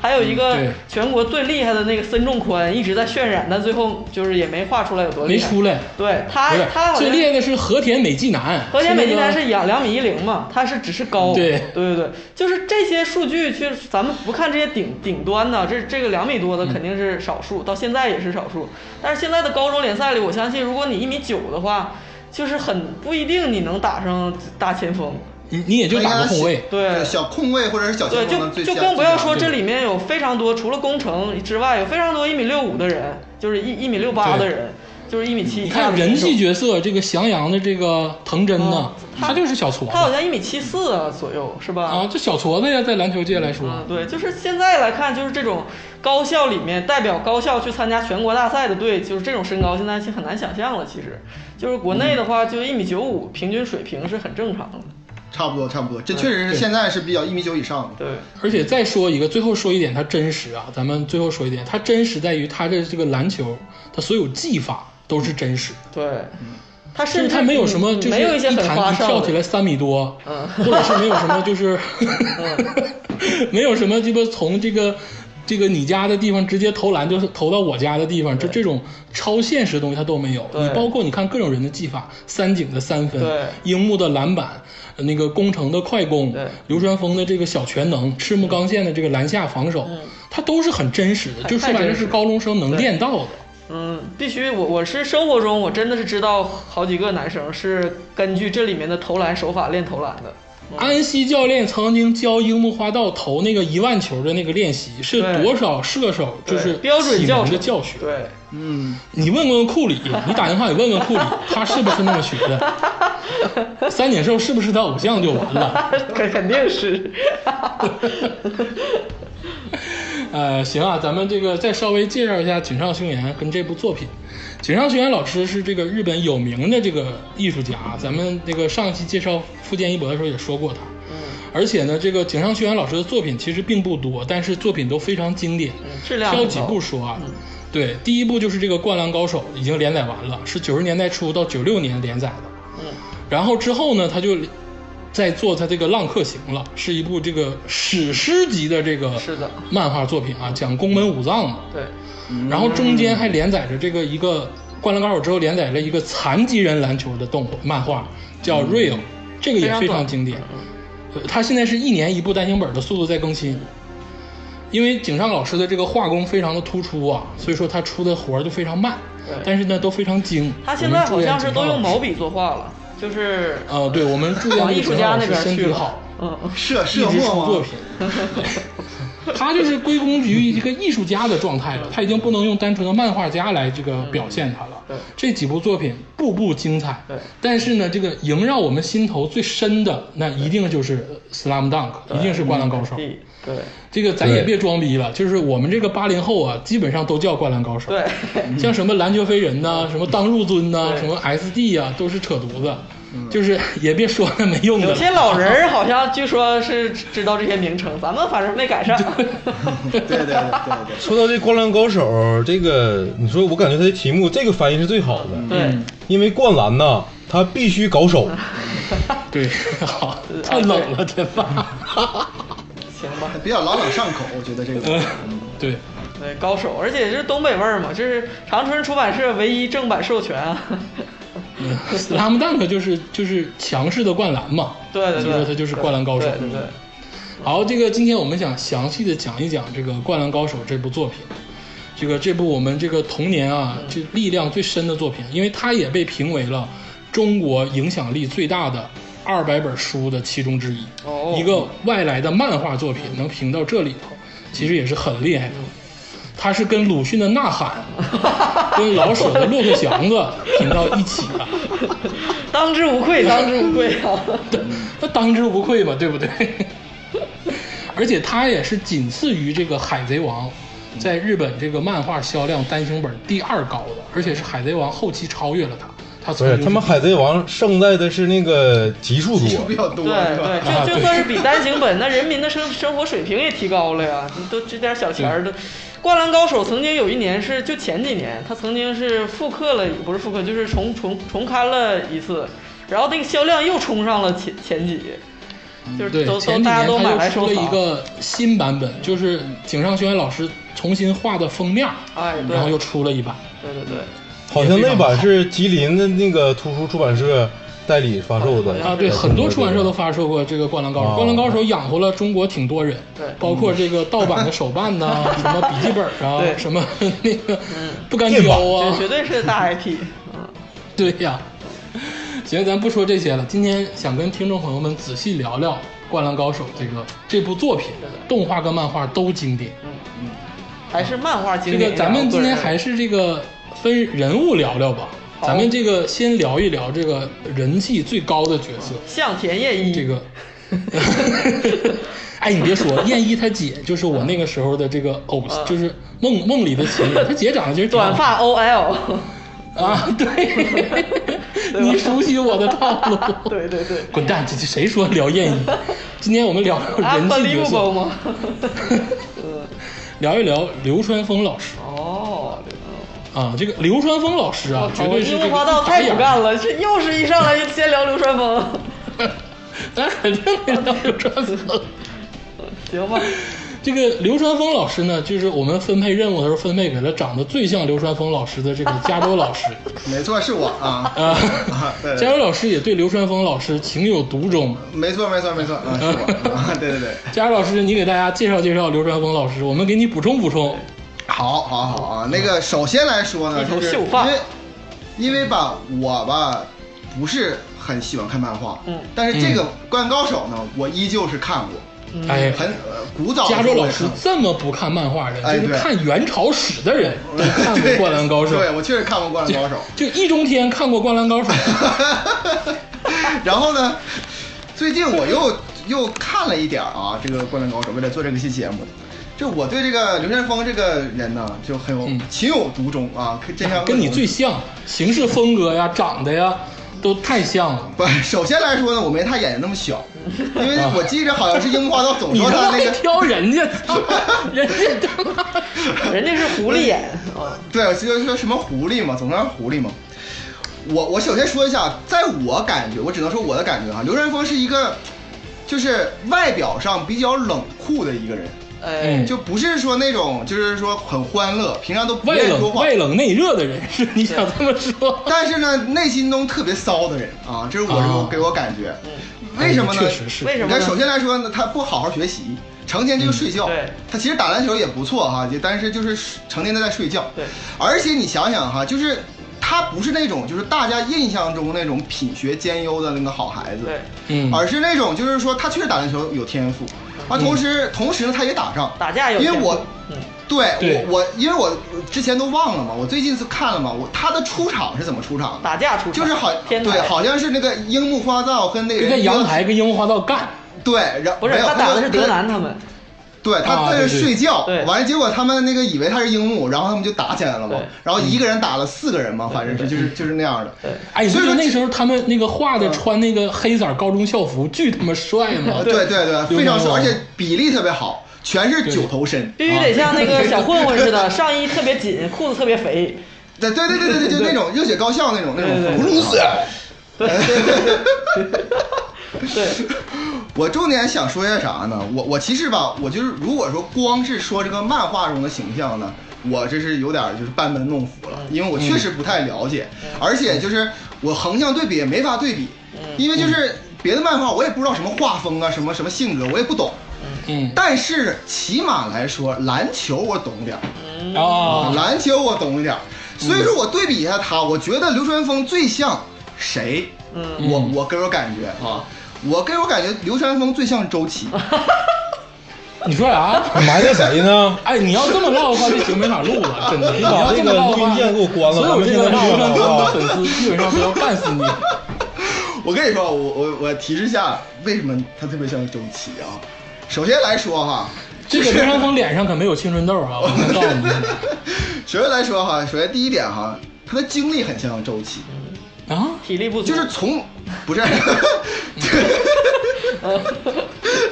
Speaker 2: 还有一个
Speaker 1: 嗯对
Speaker 2: 全国最厉害的那个森重宽一直在渲染，但最后就是也没画出来有多
Speaker 1: 没
Speaker 2: 厉害。
Speaker 1: 出来。
Speaker 2: 对他
Speaker 1: 不是，
Speaker 2: 他好像
Speaker 1: 最厉害的是和田美纪男。
Speaker 2: 和田美纪男
Speaker 1: 那个
Speaker 2: 是两两米一零嘛，他是只是高。
Speaker 1: 对
Speaker 2: 对对对就是这些数据，其实咱们不看这些顶顶端的，这这个两米多的肯定
Speaker 1: 嗯
Speaker 2: 是少数，到现在也是少数。但是现在的高中联赛里，我相信如果你一米九的话，就是很不一定你能打上大前锋。
Speaker 1: 你你也就打个后卫。
Speaker 2: 对
Speaker 4: 小控卫或者是小
Speaker 2: 对，
Speaker 4: 前锋
Speaker 2: 就
Speaker 4: 的最
Speaker 2: 就
Speaker 4: 佳
Speaker 2: 更不要说
Speaker 4: 最佳
Speaker 2: 这里面有非常多，除了工程之外，有非常多一米六五的人，就是一一米六八
Speaker 1: 对
Speaker 2: 的人，就是一米七
Speaker 1: 你
Speaker 2: 以下
Speaker 1: 看
Speaker 2: 的
Speaker 1: 人
Speaker 2: 选手
Speaker 1: 气角色，这个翔阳的这个藤真呢
Speaker 2: 啊，他
Speaker 1: 他就是小矬
Speaker 2: 他好
Speaker 1: 子
Speaker 2: 像一米七四左右，是吧？
Speaker 1: 啊，这小矬子呀，在篮球界来说
Speaker 2: 嗯，，对，就是现在来看，就是这种高校里面代表高校去参加全国大赛的队，就是这种身高，现在是很难想象了。其实，就是国内的话，就一米九五平均水平是很正常的。
Speaker 4: 差不多差不多，这确实是
Speaker 1: 对
Speaker 4: 现在是比较一米九以上的。
Speaker 2: 对，
Speaker 1: 而且再说一个，最后说一点，它真实啊，咱们最后说一点，它真实在于它的这个篮球，它所有技法都是真实，
Speaker 2: 对，他
Speaker 1: 嗯就
Speaker 2: 甚
Speaker 1: 是
Speaker 2: 至嗯
Speaker 1: 它没有什么，就是
Speaker 2: 没有一些很花
Speaker 1: 弹一
Speaker 2: 哨的
Speaker 1: 跳起来三米多，
Speaker 2: 嗯
Speaker 1: 或者是没有什么，就是 没有什么鸡巴从这个这个你家的地方直接投篮，就是投到我家的地方，就这种超现实的东西它都没有。
Speaker 2: 对
Speaker 1: 你包括你看各种人的技法，三井的三分
Speaker 2: 对，
Speaker 1: 樱木的篮板，呃那个工程的快攻
Speaker 2: 对，
Speaker 1: 流川枫的这个小全能，赤木刚宪的这个篮下防守，它都是很真实的，
Speaker 2: 嗯太
Speaker 1: 就说白
Speaker 2: 太
Speaker 1: 了
Speaker 2: 真实
Speaker 1: 是高中生能
Speaker 2: 对
Speaker 1: 练到的。
Speaker 2: 嗯，必须我我是生活中我真的是知道好几个男生是根据这里面的投篮手法练投篮的。
Speaker 1: 安西教练曾经教樱木花道投那个一万球的那个练习，是
Speaker 2: 对
Speaker 1: 多少射手就
Speaker 2: 对
Speaker 1: 是
Speaker 2: 标准
Speaker 1: 启
Speaker 2: 教
Speaker 1: 蒙的
Speaker 2: 程
Speaker 1: 教学。
Speaker 2: 对，
Speaker 4: 嗯，
Speaker 1: 你问问库里，你打电话也问问库 里，他是不是那么学的？三井寿是不是他偶像就完了？
Speaker 2: 肯肯定 是。
Speaker 1: 呃，行啊，咱们这个再稍微介绍一下井上雄彦跟这部作品。井上雄彦老师是这个日本有名的这个艺术家，咱们这个上期介绍富坚义博的时候也说过他。
Speaker 2: 嗯
Speaker 1: 而且呢，这个井上雄彦老师的作品其实并不多，但是作品都非常经典。
Speaker 2: 嗯质量
Speaker 1: 挑
Speaker 2: 很
Speaker 1: 几
Speaker 2: 高嗯
Speaker 1: 部说啊。对，第一部就是这个《灌篮高手》，已经连载完了，是九十年代初到九六年连载的。
Speaker 2: 嗯，
Speaker 1: 然后之后呢，他就在做他这个《浪客行》了，是一部这个史诗级的这个
Speaker 2: 是的嗯
Speaker 1: 漫画作品啊，讲宫本武藏的。
Speaker 2: 对，
Speaker 1: 然后中间还连载着这个一个《灌篮高手》之后连载了一个残疾人篮球的动画漫画，叫《Real》，这
Speaker 2: 嗯
Speaker 1: 个也非常经典。呃它现在是一年一部单行本的速度在更新，因为井上老师的这个画工非常的突出啊，所以说他出的活儿就非常慢
Speaker 2: 对，
Speaker 1: 但是呢都非常精。
Speaker 2: 他现在好像是都用毛
Speaker 1: 笔。
Speaker 2: 笔作画了，就是
Speaker 1: 呃，对，我们祝愿
Speaker 2: 往艺
Speaker 1: 这个
Speaker 2: 术
Speaker 1: 井上老
Speaker 2: 家那
Speaker 1: 师
Speaker 2: 边
Speaker 1: 身
Speaker 2: 去
Speaker 1: 体
Speaker 2: 了。
Speaker 1: 好。
Speaker 2: 嗯，嗯
Speaker 4: 社
Speaker 1: 一
Speaker 4: 社
Speaker 1: 直出
Speaker 4: 末
Speaker 1: 作
Speaker 4: 吗？
Speaker 1: 品。 他就是归功于一个艺术家的状态了，他已经不能用单纯的漫画家来这个表现他了。
Speaker 2: 嗯对
Speaker 1: 这几部作品步步精彩。
Speaker 2: 对
Speaker 1: 但是呢，这个萦绕我们心头最深的，那一定就是《Slam Dunk》，一定是《灌篮高手》。
Speaker 2: 嗯对对
Speaker 1: 这个咱也
Speaker 3: 对
Speaker 1: 别装逼了，就是我们这个八零后啊，基本上都叫《灌篮高手》。
Speaker 2: 对，
Speaker 1: 像什么篮球飞人呐、什么当入樽呐、
Speaker 2: 对嗯
Speaker 1: 什么 SD 呀、都是扯犊子。就是也别说那没用的了。
Speaker 2: 有些老人儿好像据说是知道这些名称，咱们反正没赶上。
Speaker 4: 对对对对对。
Speaker 3: 说到这《灌篮高手》，这个你说我感觉它的题目这个翻译是最好的，
Speaker 2: 对，
Speaker 1: 嗯
Speaker 3: 因为灌篮呐，它必须搞手。
Speaker 1: 对， 好，太冷 了，天霸。
Speaker 2: 行吧，
Speaker 4: 比较朗朗上口，我觉得这个。
Speaker 1: 嗯对，
Speaker 2: 对高手，而且是东北味儿嘛，这是长春出版社唯一正版授权啊。
Speaker 1: 拉姆 dunk 就是就是强势的灌篮嘛，
Speaker 2: 对对
Speaker 1: 所以说
Speaker 2: 对，
Speaker 1: 他就是灌篮高手。
Speaker 2: 对对对，
Speaker 1: 好，这个今天我们想详细的讲一讲这个《灌篮高手》这部作品，这个这部我们这个童年啊，这力量最深的作品，因为它也被评为了中国影响力最大的二百本书的其中之一。
Speaker 2: 哦
Speaker 1: 一个外来的漫画作品能评到这里头，其实也是很厉害的。它是跟鲁迅的《呐喊》跟老舍的《骆驼祥子》拼到一起了。
Speaker 2: 当之无愧，当之无愧啊！
Speaker 1: 对，那当之无愧嘛，对不对？ 而且它也是仅次于这个《海贼王》
Speaker 2: 嗯
Speaker 1: 在日本这个漫画销量单行本第二高的，而且是《海贼王》后期超越了它。它
Speaker 3: 不
Speaker 1: 从
Speaker 3: 是他们《海贼王》胜在的是那个集数
Speaker 4: 集数比
Speaker 3: 多，
Speaker 4: 较多，
Speaker 2: 对
Speaker 4: 是吧？
Speaker 1: 啊
Speaker 2: 对，就就
Speaker 1: 对
Speaker 2: 算是比单行本，那人民的生生活水平也提高了呀。你都这点小钱儿都，《灌篮高手》曾经有一年是就前几年，他曾经是复刻了，不是复刻，就是重重重刊了一次，然后那个销量又冲上了前前几，就
Speaker 1: 嗯
Speaker 2: 是
Speaker 1: 对
Speaker 2: 都
Speaker 1: 前
Speaker 2: 都
Speaker 1: 几
Speaker 2: 大
Speaker 1: 年
Speaker 2: 家都
Speaker 1: 它
Speaker 2: 买
Speaker 1: 又
Speaker 2: 来
Speaker 1: 出
Speaker 2: 收
Speaker 1: 了一
Speaker 2: 藏。
Speaker 1: 个新版本，就是井上雄彦老师重新画的封面，
Speaker 2: 哎，
Speaker 1: 嗯
Speaker 2: 对，
Speaker 1: 然后又出了一版。
Speaker 2: 对对对。
Speaker 3: 好像那版是吉林的那个图书出版社代理发售的
Speaker 1: 啊，对，
Speaker 3: 在中国
Speaker 1: 很多出版社
Speaker 3: 这
Speaker 1: 都
Speaker 3: 边
Speaker 1: 发售过这个《灌篮高手》，
Speaker 3: 哦
Speaker 1: 灌篮高手》养活了中国挺多人，
Speaker 2: 对
Speaker 1: 包括这个盗版的手办呐、什么笔记本啊，
Speaker 2: 对
Speaker 1: 什么那个不干
Speaker 3: 电
Speaker 1: 胶
Speaker 3: 板
Speaker 1: 啊
Speaker 2: 这，绝对是 大 IP。嗯，
Speaker 1: 对呀。行，咱不说这些了，今天想跟听众朋友们仔细聊聊《灌篮高手》这个这部作品，动画跟漫画都经典。
Speaker 2: 还是漫画
Speaker 1: 这
Speaker 2: 经典
Speaker 1: 个
Speaker 2: 呀。
Speaker 1: 咱们今天
Speaker 2: 我个人
Speaker 1: 还是这个分人物聊聊吧，
Speaker 2: 好
Speaker 1: 咱们这个先聊一聊这个人气最高的角色，
Speaker 2: 向田叶一
Speaker 1: 这个， 哎，你别说，燕一她姐就是我那个时候的这个偶，就是梦梦里的情人，她姐长得其实挺好
Speaker 2: 嗯短发 OL，
Speaker 1: 啊， 对，你熟悉我的套路，
Speaker 2: 对对啊对，
Speaker 1: 滚蛋！这这谁说聊燕一？ 今天我们聊聊 人气角
Speaker 2: Unbelievable
Speaker 1: 色，
Speaker 2: 吗？
Speaker 1: 聊一聊流川枫老师
Speaker 2: 哦，
Speaker 1: 啊，这个流川枫老师啊，绝对是
Speaker 2: 樱
Speaker 1: 这个
Speaker 2: 木花道太骨 干了，这又是一上来就先聊流川枫，
Speaker 1: 咱肯定得聊流川枫。
Speaker 2: 行吧？
Speaker 1: 这个流川枫老师呢，就是我们分配任务的时候分配给了长得最像流川枫老师的这个加州 老师
Speaker 4: 没错，是我啊。
Speaker 1: 啊。
Speaker 4: 啊对
Speaker 1: 加州老师也对流川枫老师情有独钟。
Speaker 4: 没错，没错，没错，啊，是我，啊，对对对，
Speaker 1: 加州老师，你给大家介绍介绍流川枫老师，我们给你补充补充。
Speaker 4: 好，好，好啊。那个，首先来说呢，
Speaker 2: 一头
Speaker 4: 就是
Speaker 2: 秀
Speaker 4: 因
Speaker 2: 发
Speaker 4: 为，因为吧，我吧不是很喜欢看漫画，
Speaker 2: 嗯
Speaker 4: 但是这个《灌篮高手》呢，我依旧是看过，
Speaker 1: 哎，
Speaker 4: 很呃古早的
Speaker 1: 加
Speaker 4: 时
Speaker 1: 州
Speaker 4: 候我
Speaker 1: 老
Speaker 4: 也
Speaker 1: 师
Speaker 4: 看过。
Speaker 1: 这么不看漫画的，
Speaker 4: 哎
Speaker 1: 人，就是
Speaker 4: 对
Speaker 1: 看元朝史的 人都看过《灌篮高手
Speaker 4: 对》，我确实看过《灌篮高手》。
Speaker 1: 就易中天看过《灌篮高手》
Speaker 4: 然后呢，最近我又又看了一点儿啊，这个《灌篮高手》，为了做这个期节目，就我对这个刘禅峰这个人呢，就很有、
Speaker 1: 嗯
Speaker 4: 情有独钟啊，可真像
Speaker 1: 跟你
Speaker 4: 恶魔
Speaker 1: 最像，行事风格呀、长得呀，都太像了。
Speaker 4: 不，首先来说呢，我没他眼睛那么小，因为我记着好像是樱木花道总
Speaker 1: 你
Speaker 4: 说
Speaker 1: 他妈
Speaker 4: 他那
Speaker 1: 还
Speaker 4: 个，
Speaker 1: 挑人家，操 人家他妈
Speaker 2: 人家是狐 狸眼啊，
Speaker 4: 对，就是说什么狐狸嘛，总说狐狸嘛。我我首先说一下，在我感觉，我只能说我的感觉哈，刘仁峰是一个，就是外表上比较冷酷的一个人，
Speaker 2: 哎，
Speaker 1: 嗯
Speaker 4: 就不是说那种就是说很欢乐，平常都不
Speaker 1: 外
Speaker 4: 愿意说
Speaker 1: 冷
Speaker 4: 话
Speaker 1: 外，冷内热的人，是你想这么说？
Speaker 4: 但是呢，内心中特别骚的人啊，这是我、
Speaker 1: 啊
Speaker 4: 给我感觉。
Speaker 2: 嗯
Speaker 4: 为什么
Speaker 2: 哎
Speaker 4: 呢？
Speaker 1: 确实是
Speaker 2: 为什
Speaker 4: 你
Speaker 2: 么
Speaker 4: 看，
Speaker 2: 呢？
Speaker 4: 首先来说呢，他不好好学习，成天就睡觉。
Speaker 2: 嗯对
Speaker 4: 他其实打篮球也不错哈，也但是就是成天都在睡觉。
Speaker 2: 对，
Speaker 4: 而且你想想哈，就是他不是那种就是大家印象中那种品学兼优的那个好孩子，
Speaker 2: 对，
Speaker 1: 嗯，
Speaker 4: 而是那种就是说他确实打篮球有天赋，啊，同时、同时呢他也打仗，
Speaker 2: 嗯打架有
Speaker 4: 因为
Speaker 2: 天赋
Speaker 4: 我。
Speaker 2: 嗯
Speaker 4: 对
Speaker 1: 对
Speaker 4: 我，我因为我之前都忘了嘛，我最近是看了嘛，我他的出场是怎么出场的？
Speaker 2: 打架出场
Speaker 4: 就是好，
Speaker 2: 天才
Speaker 4: 对，好像是那个樱木花道跟那个
Speaker 1: 就在
Speaker 4: 人
Speaker 1: 阳台跟樱木花道干，
Speaker 4: 对，然
Speaker 2: 不是
Speaker 4: 没有
Speaker 2: 他打的
Speaker 4: 就是
Speaker 2: 德南
Speaker 4: 哦
Speaker 2: 他们，
Speaker 4: 对
Speaker 1: 啊
Speaker 4: 他在
Speaker 1: 对
Speaker 4: 这
Speaker 1: 对
Speaker 4: 睡觉，
Speaker 2: 对
Speaker 4: 完了结果他们那个以为他是樱木，然后他们就打起来了嘛
Speaker 2: 对，
Speaker 4: 然后
Speaker 1: 嗯
Speaker 4: 一个人打了四个人嘛，反正是就是就是那样的。
Speaker 2: 对
Speaker 1: 哎，你
Speaker 4: 所以
Speaker 1: 说
Speaker 4: 说
Speaker 1: 那时候他们那个画
Speaker 3: 嗯
Speaker 1: 的穿那个黑色高中校服，巨他妈帅嘛！
Speaker 3: 啊
Speaker 4: 呃对对对，非
Speaker 1: 刘
Speaker 4: 常瘦，
Speaker 1: 梦
Speaker 4: 而且比例特别好，全是九头身。
Speaker 2: 必须得像那个小混混似 的，上衣特别紧，裤子特别肥，
Speaker 4: 对对对对对 对，就那种热血高校那种那
Speaker 2: 对对
Speaker 4: 种
Speaker 2: 对
Speaker 4: 风格。
Speaker 2: 对，
Speaker 4: 我重点想说些啥呢？我我其实吧，我就是如果说光是说这个漫画中的形象呢，我这是有点就是班门弄斧
Speaker 2: 嗯
Speaker 4: 了，因为我确实不太了解，而且就是我横向对比也没法对比，
Speaker 2: 嗯
Speaker 4: 因为就是别的漫画我也不知道什么画风啊，什么什么性格我也不懂，
Speaker 1: 嗯
Speaker 4: 但是起码来说篮球我懂点儿。
Speaker 2: 嗯
Speaker 1: 啊，
Speaker 4: 篮球我懂一点儿，所以说我对比一下他，我觉得流川枫最像谁？
Speaker 2: 嗯
Speaker 4: 我我给我感觉啊，我给我感觉流川枫最像周琦。
Speaker 1: 你说啥？
Speaker 3: 埋汰 谁呢？
Speaker 1: 哎，你要这么唠的话，这节目没法录 了，真的。你
Speaker 3: 把
Speaker 1: 要这么唠的
Speaker 3: 这个录
Speaker 1: 话，
Speaker 3: 音键给我关了
Speaker 1: 所有这个
Speaker 3: 咱们
Speaker 1: 留
Speaker 3: 现在
Speaker 1: 声
Speaker 3: 唠
Speaker 1: 的
Speaker 3: 啊
Speaker 1: 粉丝基本上都要干死你。
Speaker 4: 我跟你说，我我我提示一下，为什么他特别像周琦啊？首先来说哈，
Speaker 1: 这个刘长峰脸上可没有青春痘啊，我先告诉你
Speaker 4: 首先来说哈，首先第一点哈，他的经历很像周琦，
Speaker 1: 啊。
Speaker 2: 体力不足，
Speaker 4: 就是从 不是，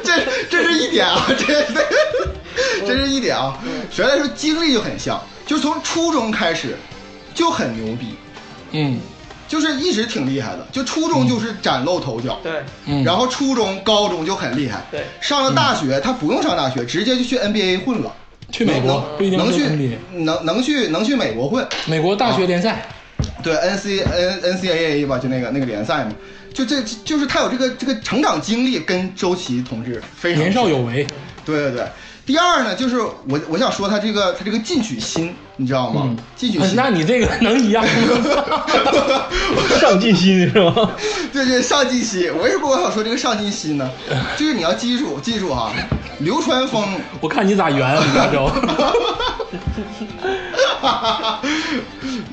Speaker 4: 这这是一点啊，这这是一点啊。
Speaker 2: 嗯
Speaker 4: 首先来说，经历就很像，就是从初中开始就很牛逼，
Speaker 1: 嗯
Speaker 4: 就是一直挺厉害的，就初中就是崭露头角。
Speaker 2: 对
Speaker 1: 嗯，
Speaker 4: 然后初中、高中就很厉害，
Speaker 2: 对
Speaker 4: 上了大学他不用上大学，直接就去 NBA 混了，
Speaker 1: 去美国
Speaker 4: 能
Speaker 1: 不一定
Speaker 4: 能
Speaker 1: 是
Speaker 4: 去
Speaker 1: NBA，
Speaker 4: 能能去能去美国混，
Speaker 1: 美国大学联
Speaker 4: 啊
Speaker 1: 赛。
Speaker 4: 对 N C N N C A A 吧，就那个那个联赛嘛，就这就是他有这个这个成长经历，跟周琦同志非常
Speaker 1: 年少有为，
Speaker 4: 对对对。第二呢，就是我我想说他这个他这个进取心，你知道吗？
Speaker 1: 嗯，
Speaker 4: 进取
Speaker 1: 哎
Speaker 4: 心，
Speaker 1: 那你这个能一样吗？
Speaker 3: 上进心是吧？
Speaker 4: 对对，上进心。为什么我想说这个上进心呢？就是你要记住记住啊，流川枫
Speaker 1: 我看你咋圆，李大钊。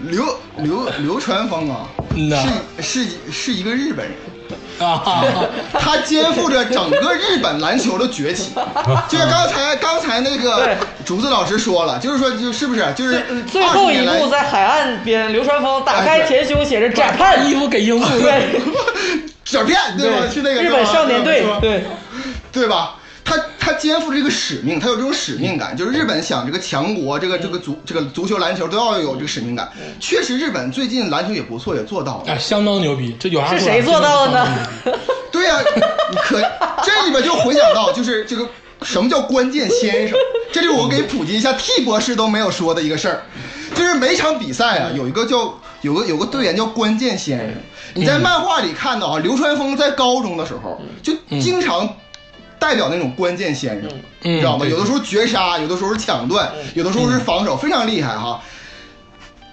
Speaker 4: 流流流川枫啊，
Speaker 1: 嗯呐
Speaker 4: 是是是一个日本人，
Speaker 1: 啊，
Speaker 4: 他肩负着整个日本篮球的崛起。就是刚才刚才那个
Speaker 2: 对
Speaker 4: 竹子老师说了，就是说就是不是就是
Speaker 2: 最
Speaker 4: 20
Speaker 2: 后一
Speaker 4: 年来
Speaker 2: 幕 在海岸边，流川枫打
Speaker 4: 哎
Speaker 2: 开
Speaker 4: 对
Speaker 2: 前胸，写着“展
Speaker 1: 把
Speaker 2: 开
Speaker 1: 衣服 给樱木。
Speaker 2: 对
Speaker 4: 小便对吧？去那个
Speaker 2: 日本少年队
Speaker 4: 对吧，
Speaker 2: 对，
Speaker 4: 对吧？他他肩负着这个使命，他有这种使命感，就是日本想这个强国，这个这个足这个足球篮球都要有这个使命感。确实，日本最近篮球也不错，也做到了。
Speaker 1: 哎，相当牛逼！这有啥
Speaker 2: 是
Speaker 1: 说啥
Speaker 2: 谁做到的
Speaker 1: 真是相当
Speaker 2: 呢
Speaker 1: 牛逼？
Speaker 4: 对呀、你可这里面就回想到，就是这个什么叫关键先生，这就是我给普及一下 T 博士都没有说的一个事儿，就是每场比赛啊，有一个叫有个有个队员叫关键先生，你
Speaker 1: 嗯
Speaker 4: 在漫画里看到啊，流川枫在高中的时候就经常。代表那种关键先生，
Speaker 1: 嗯
Speaker 4: 你知道吗？
Speaker 1: 对嗯
Speaker 4: 有的时候绝杀，有的时候是抢断，有的时候是防守，非常厉害哈。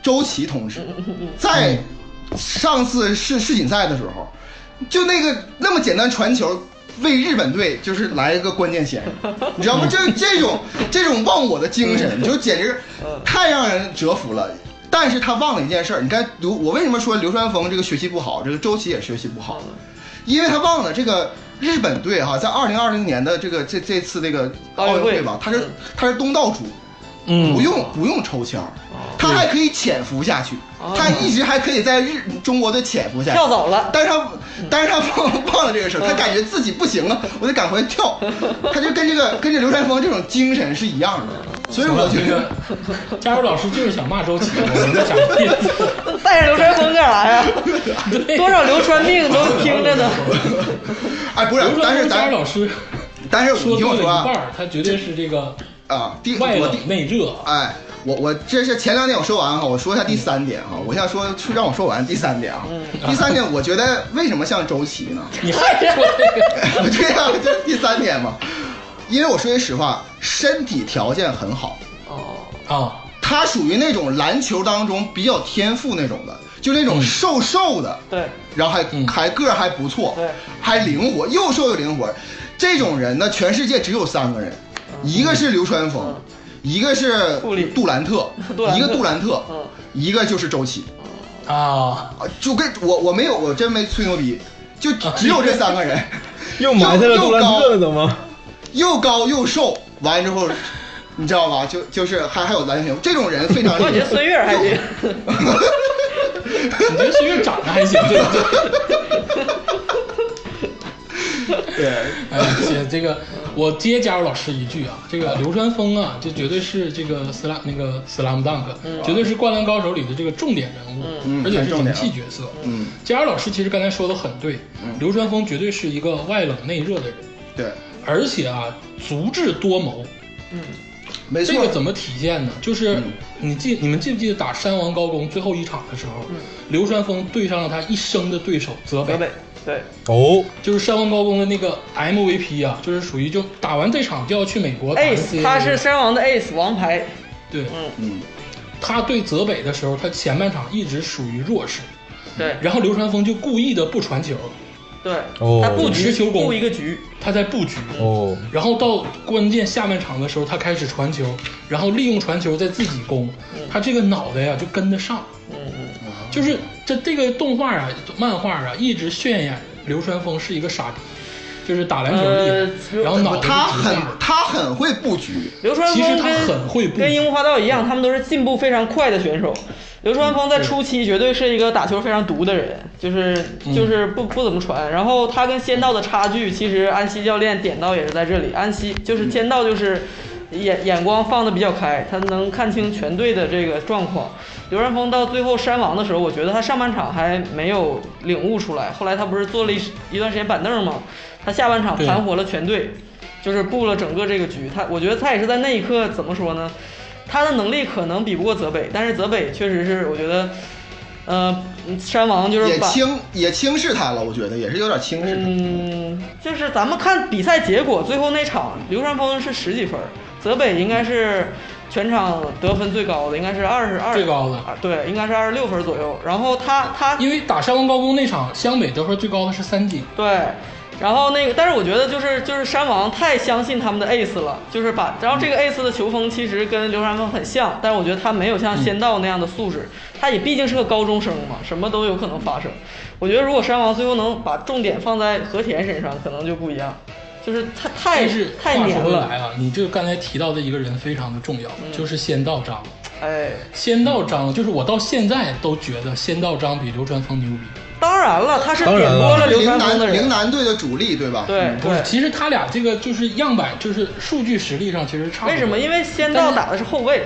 Speaker 4: 周琦
Speaker 1: 嗯
Speaker 4: 同志在上次世世锦赛的时候，就那个那么简单传球，为日本队就是来一个关键先 生，你知道吗？这这种这种忘我的精
Speaker 2: 嗯
Speaker 4: 神，就简直太让人折服了。但是他忘了一件事儿，你看刘，我为什么说流川枫这个学习不好，这个周琦也学习不
Speaker 2: 嗯
Speaker 4: 好，因为他忘了这个日本队哈、在二零二零年的这个这这次这个奥运会吧
Speaker 2: 奥运会，
Speaker 4: 他是他是东道主，
Speaker 1: 嗯，
Speaker 4: 不用不用抽签儿，他还可以潜伏下去，他一直还可以在日中国队潜伏下去。
Speaker 2: 跳走了。
Speaker 4: 但是他，但是他 忘忘了这个事儿，他感觉自己不行了，我得赶回跳，他就跟这个跟这流川枫这种精神是一样的，所以我觉得，
Speaker 1: 嗯加入老师就是想骂周琦，我们在想别的。
Speaker 2: 带着流川枫干啥呀？多少流川病都听 着呢。
Speaker 4: 哎，不是
Speaker 1: 刘，
Speaker 4: 但
Speaker 1: 川
Speaker 4: 是
Speaker 1: 加
Speaker 4: 咱
Speaker 1: 入老师
Speaker 4: 但是
Speaker 1: 说
Speaker 4: 你听我
Speaker 1: 对了
Speaker 4: 说
Speaker 1: 一半
Speaker 4: 啊，
Speaker 1: 儿，他绝对是这个
Speaker 4: 啊，第
Speaker 1: 外
Speaker 4: 我第
Speaker 1: 冷内热。
Speaker 4: 哎，我我这是前两点我说完哈，我说一下第三点哈，我想说去让我说完第三点啊，第三点我觉得为什么像周琦呢？
Speaker 1: 你还
Speaker 4: 啊
Speaker 1: 说这个？
Speaker 4: 对呀、这是第三点嘛，因为我说句实话，身体条件很好，
Speaker 2: 哦，
Speaker 1: 啊，
Speaker 4: 他属于那种篮球当中比较天赋那种的，就那种瘦瘦的，
Speaker 2: 对，
Speaker 4: 然后还、
Speaker 1: 嗯
Speaker 4: 还个儿还不错
Speaker 2: 对，
Speaker 4: 还灵活，又瘦又灵活。这种人呢，全世界只有三个人，一个是流川枫，一个是
Speaker 2: 库里
Speaker 4: 杜兰特，
Speaker 2: 杜兰特
Speaker 4: 一个杜兰特，
Speaker 2: 嗯
Speaker 4: 一个就是周琦。
Speaker 1: 啊，
Speaker 4: 啊，就跟我我没有，我真没吹牛逼，就只有这三个人，
Speaker 3: 又埋汰了杜兰特了，怎么？
Speaker 4: 又高又瘦，完之后。你知道吧？就就是还还有篮球这种人非常厉害。
Speaker 2: 我觉得孙悦还 行。
Speaker 1: 你这是越长得还行，对对。
Speaker 4: 对，
Speaker 1: 哎，姐，这个我接加入老师一句啊，这个流川枫啊，这绝对是这个斯拉那个斯拉姆 dunk，绝对是《灌篮高手》里的这个重点人物，
Speaker 4: 嗯
Speaker 1: 而且是
Speaker 4: 很重
Speaker 1: 顶
Speaker 4: 点啊
Speaker 1: 替角色。
Speaker 4: 嗯，
Speaker 1: 加入老师其实刚才说的很对，流川枫绝对是一个外冷内热的人，
Speaker 4: 对，
Speaker 1: 而且啊，足智多谋。
Speaker 2: 嗯
Speaker 4: 没错。嗯
Speaker 1: 这个怎么体现呢？就是你记你们记不记得打山王高工最后一场的时候，流川枫对上了他一生的对手泽
Speaker 2: 河北，对，
Speaker 3: 哦，
Speaker 1: 就是山王高工的那个 MVP 啊，就是属于就打完这场就要去美国打
Speaker 2: ace，
Speaker 1: NCAA。
Speaker 2: 哎他是山王的 ace 王牌，
Speaker 1: 对，
Speaker 4: 嗯，
Speaker 1: 他对泽北的时候，他前半场一直属于弱势，
Speaker 2: 对，
Speaker 1: 然后流川枫就故意的不传球，
Speaker 2: 对，
Speaker 3: 哦
Speaker 2: 他布
Speaker 1: 不持
Speaker 2: 局
Speaker 1: 球攻
Speaker 2: 布一个局，
Speaker 1: 他在布局。
Speaker 3: 哦，
Speaker 1: 然后到关键下半场的时候，他开始传球，然后利用传球再自己攻，他这个脑袋呀就跟得上。
Speaker 2: 嗯嗯，
Speaker 1: 就是这这个动画啊、漫画啊，一直渲染流川枫是一个傻逼，就是打篮球厉害，
Speaker 2: 呃
Speaker 1: 然后脑袋
Speaker 4: 他
Speaker 1: 就直线
Speaker 4: 很他很会布局，
Speaker 2: 流川
Speaker 1: 其实
Speaker 2: 枫
Speaker 1: 他很会
Speaker 2: 跟
Speaker 1: 布
Speaker 2: 跟
Speaker 1: 局
Speaker 2: 樱木花道一样，他们都是进步非常快的选手。
Speaker 1: 嗯
Speaker 2: 流川枫在初期绝对是一个打球非常毒的人，就是
Speaker 1: 嗯
Speaker 2: 就是不不怎么传。然后他跟仙道的差距，其实安西教练点到也是在这里。安西
Speaker 1: 嗯
Speaker 2: 就是仙道就是眼眼光放的比较开，他能看清全队的这个状况。流川枫到最后山王的时候，我觉得他上半场还没有领悟出来，后来他不是坐了一一段时间板凳吗？他下半场
Speaker 1: 对
Speaker 2: 盘活了全队。就是布了整个这个局。他，我觉得他也是在那一刻怎么说呢？他的能力可能比不过泽北，但是泽北确实是我觉得，呃，山王就是
Speaker 4: 也
Speaker 2: 把。
Speaker 4: 轻也轻视他了，我觉得也是有点轻视他。
Speaker 2: 嗯，就是咱们看比赛结果，最后那场流川枫是十几分儿，泽北应该是全场得分最高的，应该是二十二
Speaker 1: 最高的
Speaker 2: 啊，对，应该是二十六分左右。然后他他
Speaker 1: 因为打山王高工那场，湘北得分最高的是三井，
Speaker 2: 对，然后那个，但是我觉得就是就是山王太相信他们的 ace 了，就是把，然后这个
Speaker 1: 嗯
Speaker 2: ace 的球风其实跟流川枫很像，但是我觉得他没有像仙道那样的
Speaker 1: 嗯
Speaker 2: 素质，他也毕竟是个高中生嘛，什么都有可能发生。我觉得如果山王最后能把重点放在和田身上，可能就不一样，就是他太
Speaker 1: 但是
Speaker 2: 太
Speaker 1: 哎话
Speaker 2: 黏
Speaker 1: 说回
Speaker 2: 了嗯
Speaker 1: 来，啊，你这个刚才提到的一个人非常的重要，就是仙道章。
Speaker 2: 哎，
Speaker 1: 仙道章就是我到现在都觉得仙道章比流川枫牛逼。
Speaker 2: 当然了，他是
Speaker 3: 当
Speaker 2: 点
Speaker 3: 然了
Speaker 2: 拨了流
Speaker 4: 陵
Speaker 2: 川枫的
Speaker 4: 南陵
Speaker 2: 人，
Speaker 4: 南队的主力对吧？
Speaker 2: 对
Speaker 1: 不是，
Speaker 2: 对。
Speaker 1: 其实他俩这个就是样板，就是数据实力上其实差不多。
Speaker 2: 为什么？因
Speaker 1: 为
Speaker 2: 为仙道
Speaker 1: 但是
Speaker 2: 打的是后卫，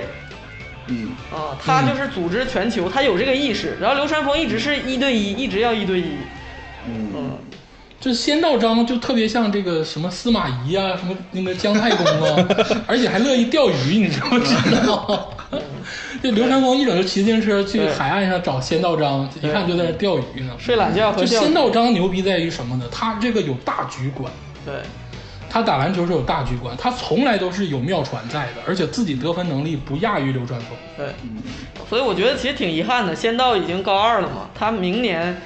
Speaker 4: 嗯，
Speaker 2: 啊，他就是组织全球，他有这个意识。然后流川枫一直是一对一，一直要一对一。嗯，
Speaker 1: 这仙道章就特别像这个什么司马懿啊，什么那个姜太公 啊，而且还乐意钓鱼，你知道不知道？ 就流川枫一整就骑自行车去
Speaker 2: 嗯对
Speaker 1: 海岸上找仙道章，一看就在那钓鱼呢。
Speaker 2: 睡懒觉和
Speaker 1: 就
Speaker 2: 钓鱼
Speaker 1: 仙道章牛逼在于什么呢？他这个有大局观，
Speaker 2: 对，
Speaker 1: 他打篮球是有大局观，他从来都是有妙传在的，而且自己得分能力不亚于流川枫。
Speaker 2: 对，所以我觉得其实挺遗憾的，仙道已经高二了嘛，他明年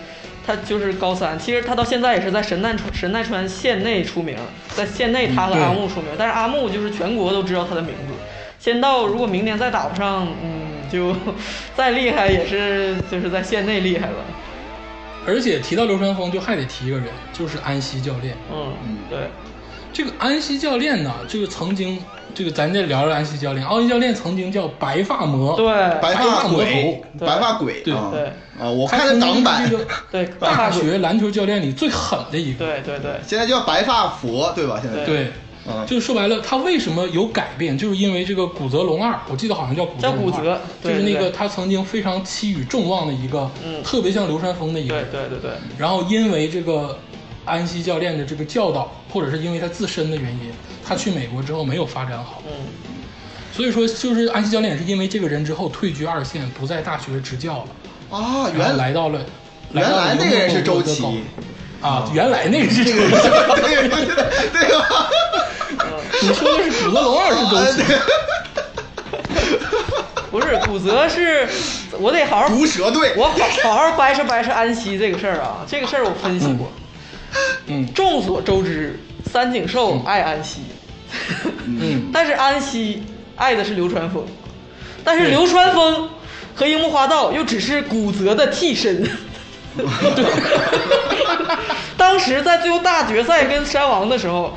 Speaker 2: 他就是高三。其实他到现在也是在神奈川神奈川县内出名，在县内他和
Speaker 1: 嗯对
Speaker 2: 阿木出名，但是阿木就是全国都知道他的名字。仙道如果明年再打不上，嗯，就 再厉害也是就是在县内厉害了。
Speaker 1: 而且提到流川枫，就还得提一个人，就是安西教练。
Speaker 2: 嗯，对，
Speaker 1: 这个安西教练呢，这个曾经，这个咱再聊聊安西教练。安西教练曾经叫白发魔，
Speaker 2: 对，
Speaker 4: 白
Speaker 1: 白
Speaker 4: 发
Speaker 1: 发
Speaker 4: 鬼
Speaker 1: 魔，
Speaker 2: 头
Speaker 4: 白发鬼
Speaker 1: 对
Speaker 4: 啊
Speaker 2: 对
Speaker 4: 啊！我
Speaker 1: 他
Speaker 4: 看的
Speaker 1: 曾经
Speaker 4: 港版
Speaker 1: 是这，个
Speaker 2: 对，
Speaker 1: 大
Speaker 2: 大鬼
Speaker 1: 学篮球教练里最狠的一个。
Speaker 2: 对对对，
Speaker 4: 现在叫白发佛对吧？现
Speaker 2: 对
Speaker 4: 在
Speaker 1: 对，
Speaker 4: 嗯
Speaker 1: 就说白了，他为什么有改变，就是因为这个古泽龙二，我记得好像叫古泽龙二
Speaker 2: 叫古泽对
Speaker 1: 就是那
Speaker 2: 对
Speaker 1: 个
Speaker 2: 对
Speaker 1: 他曾经非常期予众望的一个，
Speaker 2: 嗯
Speaker 1: 特别像流川枫的一个
Speaker 2: 对
Speaker 1: 人。
Speaker 2: 对对对，
Speaker 1: 然后因为这个安西教练的这个教导，或者是因为他自身的原因，他去美国之后没有发展好，
Speaker 2: 嗯，
Speaker 1: 所以说就是安西教练也是因为这个人之后退居二线，不在大学执教了，
Speaker 4: 啊，
Speaker 1: 然后
Speaker 4: 原
Speaker 1: 来到了。
Speaker 4: 原来那个人是周琦，
Speaker 1: 啊，原来那个是周琦，
Speaker 4: 对对对对吧？
Speaker 1: 你说的是古泽龙二 是
Speaker 4: 啊
Speaker 1: 周琦，
Speaker 4: 呃
Speaker 2: 不是古泽是，我得好好，
Speaker 4: 毒蛇队，
Speaker 2: 我好好好掰扯掰扯安西这个事儿啊，这个事儿我分析过，
Speaker 1: 嗯
Speaker 2: 众所周知，三井寿爱安西，
Speaker 1: 嗯，
Speaker 2: 但是安西爱的是流川枫，但是流川枫和樱木花道又只是古泽的替身。 当时在最后大决赛跟山王的时候，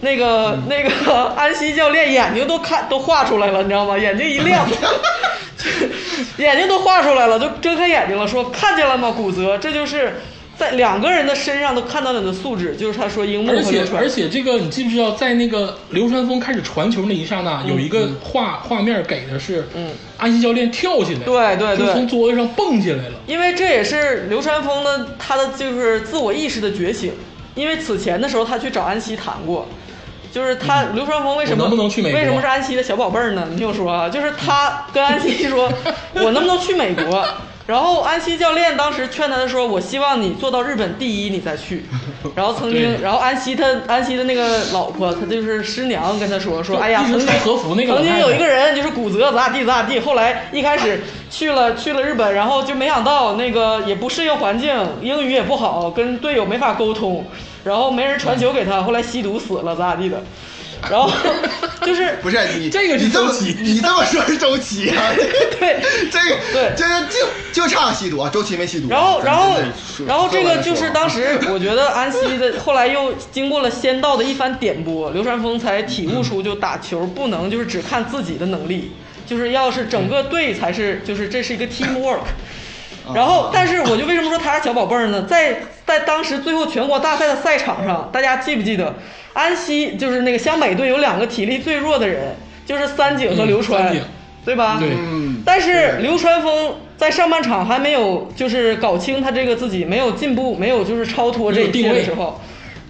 Speaker 2: 那个、
Speaker 1: 嗯
Speaker 2: 那个 安西教练眼睛都看都画出来了，你知道吗？眼睛一 亮，眼睛都画出来了，就睁开眼睛了，说看见了吗？古泽，这就是在两个人的身上都看到了你的素质，就是他说樱木
Speaker 1: 而
Speaker 2: 和流
Speaker 1: 且
Speaker 2: 川
Speaker 1: 而且这个你记不知道，在那个流川枫开始传球那一刹那，有一个画画面给的是，
Speaker 2: 嗯，
Speaker 1: 安西教练跳起来，
Speaker 2: 对对对
Speaker 1: 就从桌子上蹦起 来了。
Speaker 2: 因为这也是流川枫的他的就是自我意识的觉醒，因为此前的时候他去找安西谈过，就是他、流川枫为什么
Speaker 1: 嗯我能不能去美国
Speaker 2: 为什么是 安西的小宝贝儿呢？你听我说啊，就是他跟安西说，我能不能去美国？然后安西教练当时劝他的说：“我希望你做到日本第一，你 再去。”然后曾经，
Speaker 1: 对
Speaker 2: 然后安西他安西的那个老婆，她就是师娘跟他说：“说
Speaker 1: 就
Speaker 2: 哎呀，
Speaker 1: 一直
Speaker 2: 曾经
Speaker 1: 穿和服那个老
Speaker 2: 曾经有
Speaker 1: 太太
Speaker 2: 一个人就是骨折咋地咋地，后来一开始去了去了日本，然后就没想到那个也不适应环境，英语也不好，跟队友没法沟通，然后没人传球给他，后来吸毒死了咋咋地的，然后 就是
Speaker 4: 不是你
Speaker 1: 这个是
Speaker 4: 你这么
Speaker 1: 周琦
Speaker 4: 你这么说是周琦 啊？
Speaker 2: 对。
Speaker 4: 这个
Speaker 2: 对
Speaker 4: 这个就就差吸毒啊，周琦没吸毒啊。
Speaker 2: 然后，然后
Speaker 4: 咱们真，的
Speaker 2: 然后
Speaker 4: 说
Speaker 2: 这个就是当
Speaker 4: 说啊
Speaker 2: 时我觉得安西的，后来又经过了仙道的一番点拨，流川枫才体悟出，就打球不能就是只看自己的能力，就是要是整个队才是，就是这是一个 team work。然
Speaker 4: 啊
Speaker 2: 后，但是我就为什么说他是小宝贝儿呢？在在当时最后全国大赛的赛场上，大家记不记得安西就是那个湘北队有两个体力最弱的人，完就是三井和流
Speaker 1: 三
Speaker 2: 川
Speaker 1: 井，
Speaker 2: 对吧？
Speaker 1: 对
Speaker 4: 嗯
Speaker 2: 但是
Speaker 4: 对
Speaker 2: 流川枫在上半场还没有就是搞清他这个自己没有进步，没有就是超脱这一切的时候，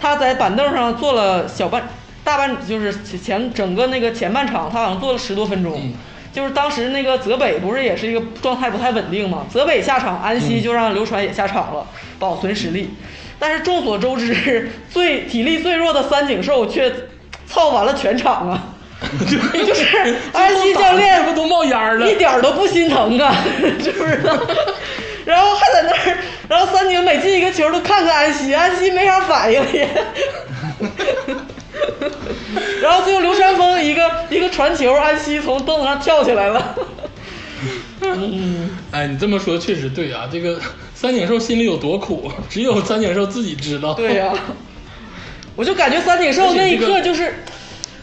Speaker 2: 他在板凳上坐了小半大半，就是前整个那个前半场，他好像坐了十多分钟。
Speaker 1: 嗯
Speaker 2: 就是当时那个泽北不是也是一个状态不太稳定嘛，泽北下场，安西就让流川也下场了，保存实
Speaker 1: 嗯
Speaker 2: 力。但是众所周知， 最体力最弱的三井寿却操完了全场啊，就是安西教练
Speaker 1: 不都冒烟儿了？
Speaker 2: 一点儿都不心疼啊， 知不知道？然后还在那儿，然后三井每进一个球都看看安西，安西没啥反应也。 然后最后流川枫一个一个传球，安西从凳子上跳起来了。 嗯
Speaker 1: 哎，你这么说确实对啊，这个三井寿心里有多苦，只有三井寿自己知道。
Speaker 2: 对呀、我就感觉三井寿那一刻就是，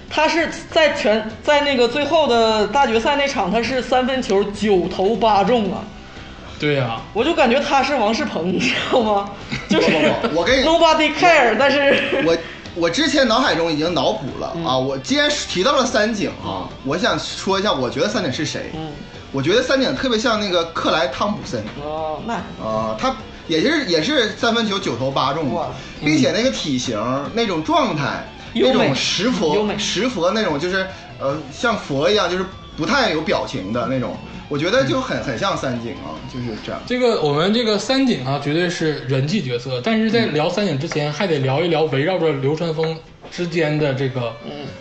Speaker 2: 他是在全在那个最后的大决赛那场，他是三分球九投八中啊。
Speaker 1: 对呀、
Speaker 2: 我就感觉他是王世鹏，你 知道 吗？就是
Speaker 4: 不不我跟你
Speaker 2: nobody care，但是
Speaker 4: 我我之前脑海中已经脑补了
Speaker 2: 嗯
Speaker 4: 啊，我既然提到了三井啊，我想说一下，我觉得三井是谁？
Speaker 2: 嗯
Speaker 4: 我觉得三井特别像那个克莱汤普森
Speaker 2: 哦，那
Speaker 4: 啊，他也是也是三分球九投八中
Speaker 2: 哇
Speaker 4: 嘛，并且那个体型、那种状态、
Speaker 2: 优
Speaker 4: 那
Speaker 2: 美
Speaker 4: 种石
Speaker 2: 优
Speaker 4: 佛
Speaker 2: 美
Speaker 4: 石佛那种就是呃像佛一样，就是不太有表情的那种，我觉得就
Speaker 2: 嗯
Speaker 4: 很很像三井啊，就是这样。
Speaker 1: 这个我们这个三井啊，绝对是人气角色，但是在聊三井之前，还得聊一聊围绕着流川枫之间的这个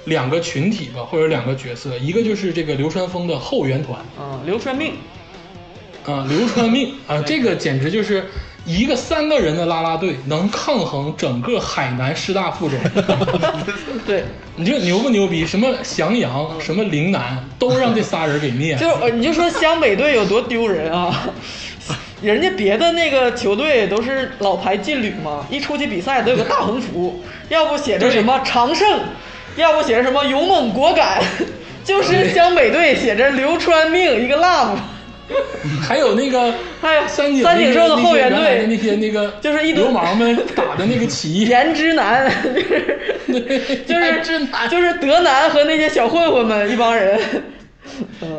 Speaker 1: 两个群体吧，或者两个角色，一个就是这个流川枫的后援团
Speaker 2: 嗯，流川命，
Speaker 1: 啊，流川命啊，这个简直就是。一个三个人的啦啦队能抗衡整个海南师大附中，
Speaker 2: 对，
Speaker 1: 你这牛不牛逼？什么襄阳，什么陵南，都让这仨人给灭了。
Speaker 2: 就是呃你就说湘北队有多丢人啊！ 人家别的那个球队都是老牌劲旅嘛，一出去比赛都有个大横幅，要不写着什么常胜，要不写着什么勇猛果敢，就是湘北队写着流川命一个 love，
Speaker 1: 还有那个，
Speaker 2: 还有
Speaker 1: 三井
Speaker 2: 三井寿的后援
Speaker 1: 原来的
Speaker 2: 队
Speaker 1: 那些那个，
Speaker 2: 就是一堆
Speaker 1: 流氓们打的那个旗，
Speaker 2: 颜之 男，就是就是
Speaker 1: 颜之男
Speaker 2: 就是德南和那些小混混们一帮人，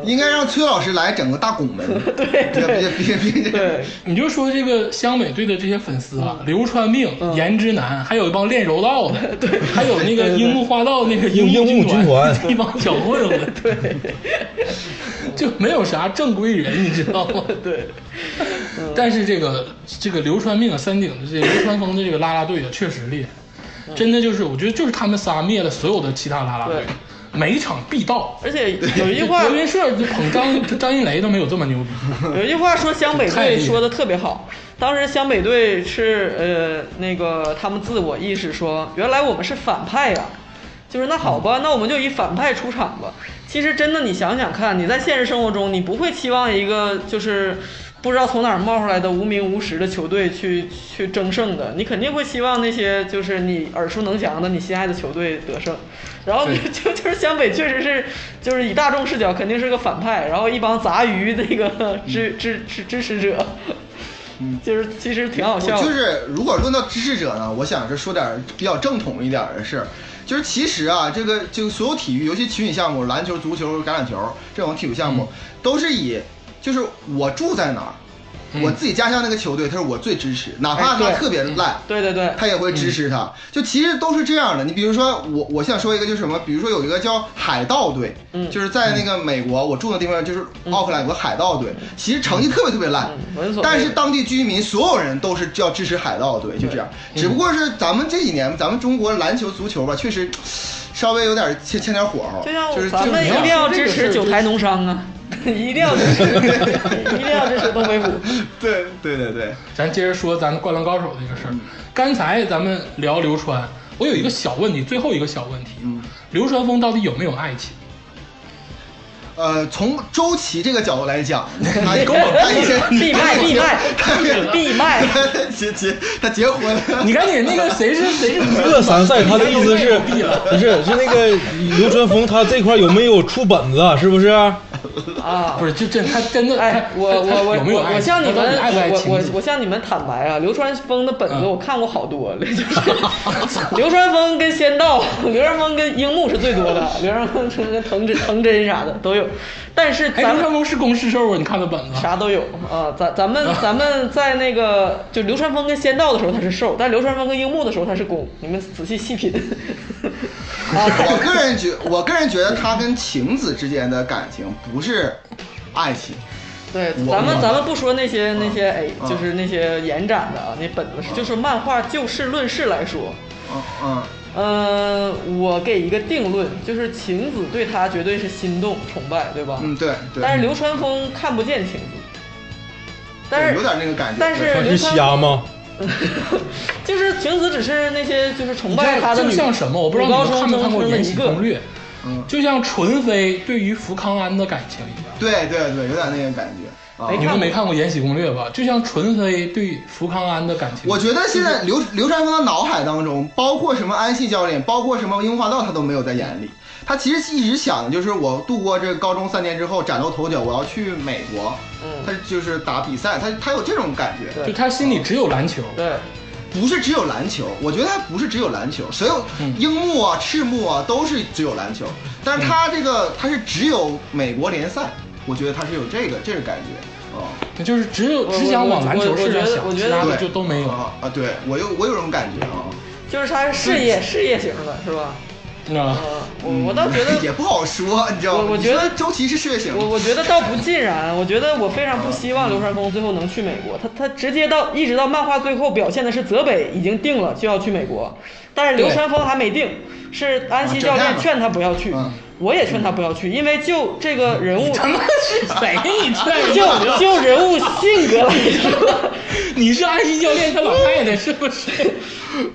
Speaker 4: 应该让崔老师来整个大拱 门，对别别别别，
Speaker 2: 对，
Speaker 1: 你就说这个湘北队的这些粉丝啊，
Speaker 2: 嗯
Speaker 1: 流川命、颜之男，还有一帮练柔道 的，对，还有那个樱木花道那个
Speaker 3: 樱
Speaker 1: 木
Speaker 3: 木军团
Speaker 1: 一帮小混混， 对，就没有啥正规人，你知道吗？
Speaker 2: 对，嗯
Speaker 1: 但是这个这个流川命啊、三井的这个流川枫的这个啦啦队啊，确实厉害，真的就是我觉得就是他们仨灭了所有的其他啦啦队
Speaker 2: 嗯对，
Speaker 1: 每一场必到。
Speaker 2: 而且有一句话
Speaker 1: 德云社就捧张张云雷都没有这么牛逼，
Speaker 2: 有一句话说湘北
Speaker 1: 太厉
Speaker 2: 队
Speaker 1: 害
Speaker 2: 说的特别好，当时湘北队是呃那个他们自我意识说，原来我们是反派呀、就是那好吧，那我们就以反派出场吧。其实真的，你想想看，你在现实生活中，你不会期望一个就是不知道从哪儿冒出来的无名无实的球队去去争胜的，你肯定会希望那些就是你耳熟能详的、你心爱的球队得胜。然后 就就是湘北确实是，就是以大众视角肯定是个反派，然后一帮杂鱼那个 支支支支持者， 就是其实挺好笑
Speaker 4: 我
Speaker 2: 的。
Speaker 4: 就是如果论到支持者呢，我想是说点儿比较正统一点儿的事儿，就是其实啊，这个就所有体育，尤其群体项目，篮
Speaker 2: 嗯
Speaker 4: 球、足球、橄榄球这种体育项目，都是以就是我住在哪儿，我自己家乡那个球队，他是我最支持，哪怕他
Speaker 2: 嗯哎对
Speaker 4: 特别烂，
Speaker 2: 对对对，
Speaker 4: 他也会支持他。
Speaker 2: 嗯
Speaker 4: 就其实都是这样的。你比如说我，我想说一个就是什么，比如说有一个叫海盗队，
Speaker 2: 嗯
Speaker 4: 就是在那个美国，我住的地方就是奥克兰有个海盗队，其实成绩特别特别烂，
Speaker 2: 嗯闻所
Speaker 4: 但是
Speaker 2: 未
Speaker 4: 当地居民所有人都是要支持海盗队，就这样。
Speaker 2: 嗯
Speaker 4: 只不过是咱们这几年，咱们中国篮球、足球吧，确实 稍微有点欠欠点火候，
Speaker 2: 就像
Speaker 4: 是
Speaker 2: 咱
Speaker 4: 就
Speaker 2: 们
Speaker 4: 是
Speaker 2: 一
Speaker 1: 你要
Speaker 2: 定
Speaker 1: 说
Speaker 2: 要
Speaker 1: 这
Speaker 2: 支
Speaker 1: 个事
Speaker 2: 持
Speaker 1: 儿
Speaker 2: 九
Speaker 1: 就
Speaker 2: 台农商啊，一定要支持，一定要支持东北虎。
Speaker 4: 对对对对，
Speaker 1: 咱接着说咱们《灌篮高手》这个
Speaker 2: 嗯
Speaker 1: 事儿。刚才咱们聊流川，我有一个小问题，最后一个小问题，
Speaker 4: 嗯。
Speaker 1: 流川枫到底有没有爱情？
Speaker 4: 呃，从周琦这个角度 来讲，他跟我
Speaker 2: 闭麦闭麦闭 麦，
Speaker 4: 结结他结婚了，
Speaker 1: 你赶紧那个谁是谁是
Speaker 3: 各参赛，他的意 思是，
Speaker 1: 你看
Speaker 3: 不是是那个流川枫，他这块有没有出本子？是不是？啊
Speaker 2: 啊
Speaker 1: 不，是就真他真的
Speaker 2: 哎，我
Speaker 1: 他
Speaker 2: 我
Speaker 1: 他
Speaker 2: 我
Speaker 1: 有没有
Speaker 2: 我我向你们，
Speaker 1: 爱不爱
Speaker 2: 我
Speaker 1: 情
Speaker 2: 我我向你们坦白啊，流川枫的本子
Speaker 1: 嗯
Speaker 2: 我看过好多， 就是流川枫跟仙道，流川枫跟樱木是最多的，流川枫跟藤真藤真啥的都有，但是
Speaker 1: 哎，
Speaker 2: 咱
Speaker 1: 流
Speaker 2: 们
Speaker 1: 川枫是公是受啊？你看他本子，
Speaker 2: 啥都有啊。咱咱们咱们在那个就流川枫跟仙道的时候他是受，但流川枫跟樱木的时候他是攻，你们仔细细品。 啊，
Speaker 4: 我个人觉，我个人觉得他跟晴子之间的感情不是爱情，
Speaker 2: 对，
Speaker 4: 我
Speaker 2: 咱们
Speaker 4: 我
Speaker 2: 咱们不说那些那些哎，
Speaker 4: 嗯
Speaker 2: 就是那些延展的啊，那本子是，就说漫画就事论事来说，
Speaker 4: 嗯嗯
Speaker 2: 嗯、我给一个定论，就是晴子对他绝对是心动崇拜，对吧？
Speaker 4: 嗯，对对，
Speaker 2: 但是流川枫看不见晴子，但
Speaker 4: 对
Speaker 2: 是
Speaker 4: 有点那个感觉，
Speaker 2: 但是
Speaker 3: 他是瞎吗？
Speaker 2: 就是晴子只是那些就是崇
Speaker 1: 你
Speaker 2: 拜他
Speaker 1: 看
Speaker 2: 的
Speaker 1: 就
Speaker 2: 女
Speaker 1: 像什么？我不知道
Speaker 2: 女
Speaker 1: 你们
Speaker 2: 高
Speaker 1: 看
Speaker 2: 中
Speaker 1: 没看
Speaker 2: 生
Speaker 1: 过《
Speaker 2: 中的
Speaker 1: 延
Speaker 2: 一
Speaker 1: 禧
Speaker 2: 个
Speaker 1: 攻略》，
Speaker 4: 嗯
Speaker 1: 就像纯妃对于福康安的感情一样。
Speaker 4: 对对对，有点那个感觉啊。
Speaker 2: 没
Speaker 1: 你
Speaker 2: 看
Speaker 1: 们
Speaker 2: 过
Speaker 1: 没看过《延禧攻略》吧？就像纯妃对福康安的感情，
Speaker 4: 我觉得现在刘刘禅峰的脑海当中，包括什么安西教练，包括什么樱木花道，他都没有在眼里。他其实一直想的就是，我度过这个高中三年之后，崭露头角，我要去美国。
Speaker 2: 嗯
Speaker 4: 他就是打比赛，他他有这种感觉，
Speaker 1: 就
Speaker 2: 对
Speaker 1: 他心里只有篮球。
Speaker 2: 对
Speaker 4: 不是只有篮球。我觉得他不是只有篮球，所有
Speaker 1: 嗯
Speaker 4: 樱木啊、赤木啊都是只有篮球，但
Speaker 2: 嗯
Speaker 4: 是他这个他是只有美国联赛，我觉得他是有这个这个感觉啊。
Speaker 1: 他就是只有
Speaker 2: 我
Speaker 1: 只想往篮球事上
Speaker 2: 我我我
Speaker 1: 想，其
Speaker 2: 觉得
Speaker 1: 他
Speaker 2: 我觉
Speaker 1: 的
Speaker 4: 对，
Speaker 1: 就都没有。
Speaker 4: 啊啊！对我有我有这种感觉啊。
Speaker 2: 就是他是事业事业型的是吧？
Speaker 1: 你知道
Speaker 2: 嗯
Speaker 1: 吧？、
Speaker 2: 我我倒觉得
Speaker 4: 也不好说，你知道吗？
Speaker 2: 我我
Speaker 4: 你
Speaker 2: 觉得
Speaker 4: 说周琦是事业型，
Speaker 2: 我我觉得倒不尽然，我觉得我非常不希望流川枫最后能去美国。他他直接到一直到漫画最后表现的是泽北已经定了就要去美国，但是流川枫还没定，是
Speaker 1: 啊
Speaker 2: 安西教练劝他不要去
Speaker 4: 嗯，
Speaker 2: 我也劝他不要去，因为就这个人物，
Speaker 1: 他妈 是谁？你这
Speaker 2: 就就人物性格来说，
Speaker 1: 你是安西教练他老太太是不是？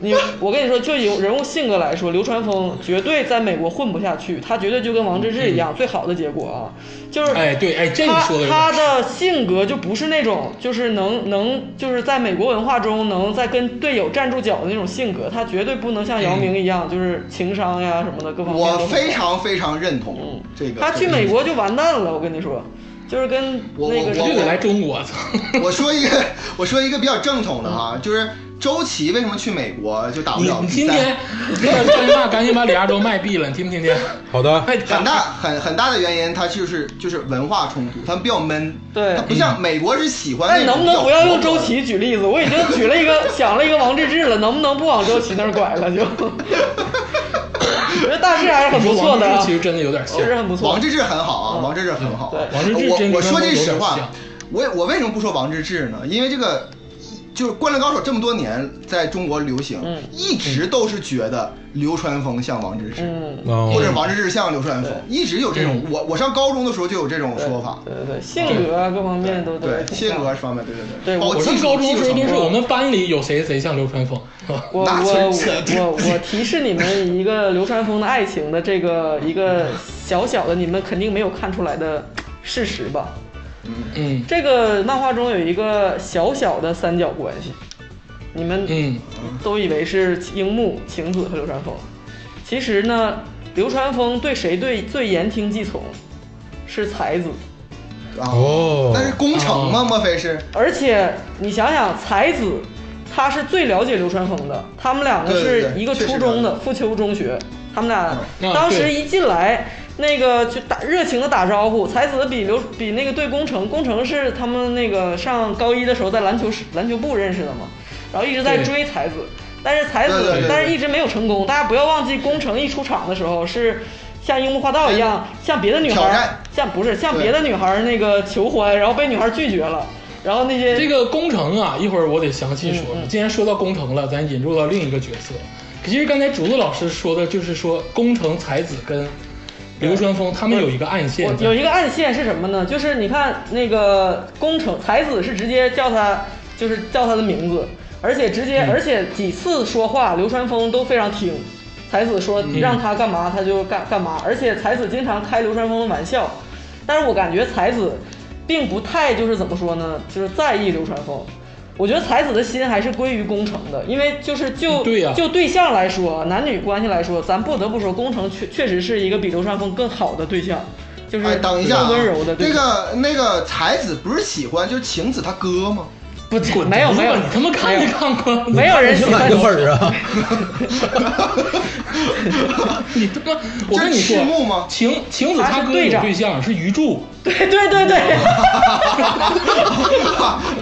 Speaker 2: 你我跟你说，就有人物性格来说，流川枫绝对在美国混不下去，他绝对就跟王治郅一样，最好的结果啊，就是
Speaker 1: 嗯哎，对，哎，这你
Speaker 2: 他
Speaker 1: 说的有
Speaker 2: 他
Speaker 1: 道理
Speaker 2: 的性格就不是那种，就是能能就是在美国文化中能在跟队友站住脚的那种性格，他绝对不能像姚明一样，就是情商呀什么的各方面都很高。
Speaker 4: 我非常非常认同
Speaker 2: 嗯
Speaker 4: 这个。
Speaker 2: 他去
Speaker 4: 这个
Speaker 2: 美国就完蛋了，我跟你说，就是跟
Speaker 4: 我
Speaker 2: 那个
Speaker 1: 你这
Speaker 2: 谁
Speaker 1: 得来中国，操！
Speaker 4: 我说一个，我说一个比较正统的
Speaker 2: 嗯
Speaker 4: 哈，就是周琦为什么去美国就打不
Speaker 1: 你
Speaker 4: 了
Speaker 1: 你
Speaker 4: 比
Speaker 1: 今
Speaker 4: 赛
Speaker 1: 天？你 这段脏话赶紧把李亚洲卖毙了，你听不听见？
Speaker 3: 好的，
Speaker 1: 快
Speaker 4: 很大很很大的原因，他就是就是文化冲突，他们比较闷，
Speaker 2: 对
Speaker 4: 他不像美国是喜欢
Speaker 2: 但
Speaker 4: 那
Speaker 2: 能不
Speaker 4: 种比较活泼的。
Speaker 2: 能不要用周琦举例子？我已经举了一个， 想了一个王治郅了，能不能不往周琦那儿拐了？ 就，我觉得大致还是很不错的
Speaker 1: 王
Speaker 2: 啊，
Speaker 1: 治郅其实真的有点像
Speaker 2: 确。实很不错嗯
Speaker 4: 王。治郅很好啊，王治郅很好啊。
Speaker 2: 对
Speaker 1: 王治郅
Speaker 4: 我
Speaker 1: 真的
Speaker 4: 我说句实
Speaker 1: 有点像
Speaker 4: 话，我我为什么不说王治郅呢？因为这个就是《灌篮高手》这么多年在中国流行，
Speaker 2: 嗯
Speaker 4: 一直都是觉得流川枫像王治郅。
Speaker 2: 嗯。
Speaker 3: 哦
Speaker 4: 或者王治郅像流川枫，一直有这种，我我上高中的时候就有这种
Speaker 2: 对
Speaker 4: 说法，
Speaker 2: 对对对，性格啊各方面都都
Speaker 4: 对
Speaker 2: 挺
Speaker 4: 性
Speaker 2: 像
Speaker 4: 格方面，对对
Speaker 2: 对
Speaker 4: 包括
Speaker 1: 我上
Speaker 4: 技术
Speaker 1: 高中的时候都
Speaker 4: 技术
Speaker 1: 是
Speaker 4: 层面
Speaker 1: 我们班里有谁谁像流川枫，是吧
Speaker 2: 我我
Speaker 4: 那
Speaker 2: 我
Speaker 4: 是这
Speaker 2: 我我提示你们一个流川枫的爱情的这个一个小小的你们肯定没有看出来的事实吧。
Speaker 1: 嗯
Speaker 2: 这个漫画中有一个小小的三角关系，你们
Speaker 1: 嗯，
Speaker 2: 都以为是樱木、晴子和流川枫，其实呢，流川枫对谁对最言听计从，是才子。
Speaker 4: 啊，
Speaker 3: 哦
Speaker 4: 但是工程吗？莫非是？
Speaker 2: 而且你想想，才子他是最了解流川枫的，他们两个
Speaker 4: 对对
Speaker 2: 是
Speaker 4: 对
Speaker 2: 一个初中的，复丘中学，他们俩
Speaker 1: 嗯
Speaker 2: 当时一进来，那个就打热情的打招呼。才子比刘比那个对工程，工程是他们那个上高一的时候在篮球室篮球部认识的嘛，然后一直在
Speaker 1: 对
Speaker 2: 追才子，但是才
Speaker 4: 对
Speaker 2: 子
Speaker 4: 对对对
Speaker 2: 但是一直没有成功。大家不要忘记，工程一出场的时候是像樱木花道一样，像别的女孩
Speaker 4: 挑
Speaker 2: 儿
Speaker 4: 战，
Speaker 2: 像不是像
Speaker 4: 对
Speaker 2: 别的女孩儿那个求婚，然后被女孩儿拒绝了，然后那些
Speaker 1: 这个工程啊，一会儿我得详细说。
Speaker 2: 嗯
Speaker 1: 既然说到工程了，咱引入到另一个角色。其实刚才竹子老师说的就是说，工程才子跟流川枫他们有一个暗线
Speaker 2: 我
Speaker 1: 在，
Speaker 2: 有一个暗线是什么呢？就是你看那个工程才子是直接叫他，就是叫他的名字，而且直
Speaker 1: 嗯
Speaker 2: 接、而且几次说话，流川枫都非常听。才子说
Speaker 1: 嗯
Speaker 2: 让他干嘛他就干干嘛，而且才子经常开流川枫的玩笑，但是我感觉才子并不太就是怎么说呢，就是在意流川枫。我觉得才子的心还是归于工程的，因为就是就
Speaker 1: 嗯对呀
Speaker 2: 就对象来说，男女关系来说，咱不得不说，工程确确实是一个比流川枫更好的对象，就是
Speaker 4: 哎，等一下、啊，
Speaker 2: 更温柔的对
Speaker 4: 那
Speaker 2: 象。
Speaker 4: 个那个才子不是喜欢就是晴子他哥吗？
Speaker 2: 不
Speaker 1: 滚
Speaker 2: 没有
Speaker 1: 犊子
Speaker 2: 没有
Speaker 1: 吧，你他妈看没看过？
Speaker 2: 没有人喜
Speaker 3: 哪
Speaker 2: 欢
Speaker 1: 哎
Speaker 3: 个本儿啊？
Speaker 1: 你他妈！我跟你
Speaker 4: 这是赤木
Speaker 1: 说
Speaker 4: 吗，
Speaker 1: 晴晴子
Speaker 2: 他
Speaker 1: 他
Speaker 2: 是
Speaker 1: 哥
Speaker 2: 队
Speaker 1: 有
Speaker 2: 长
Speaker 1: 对象是鱼柱，
Speaker 2: 对对对对，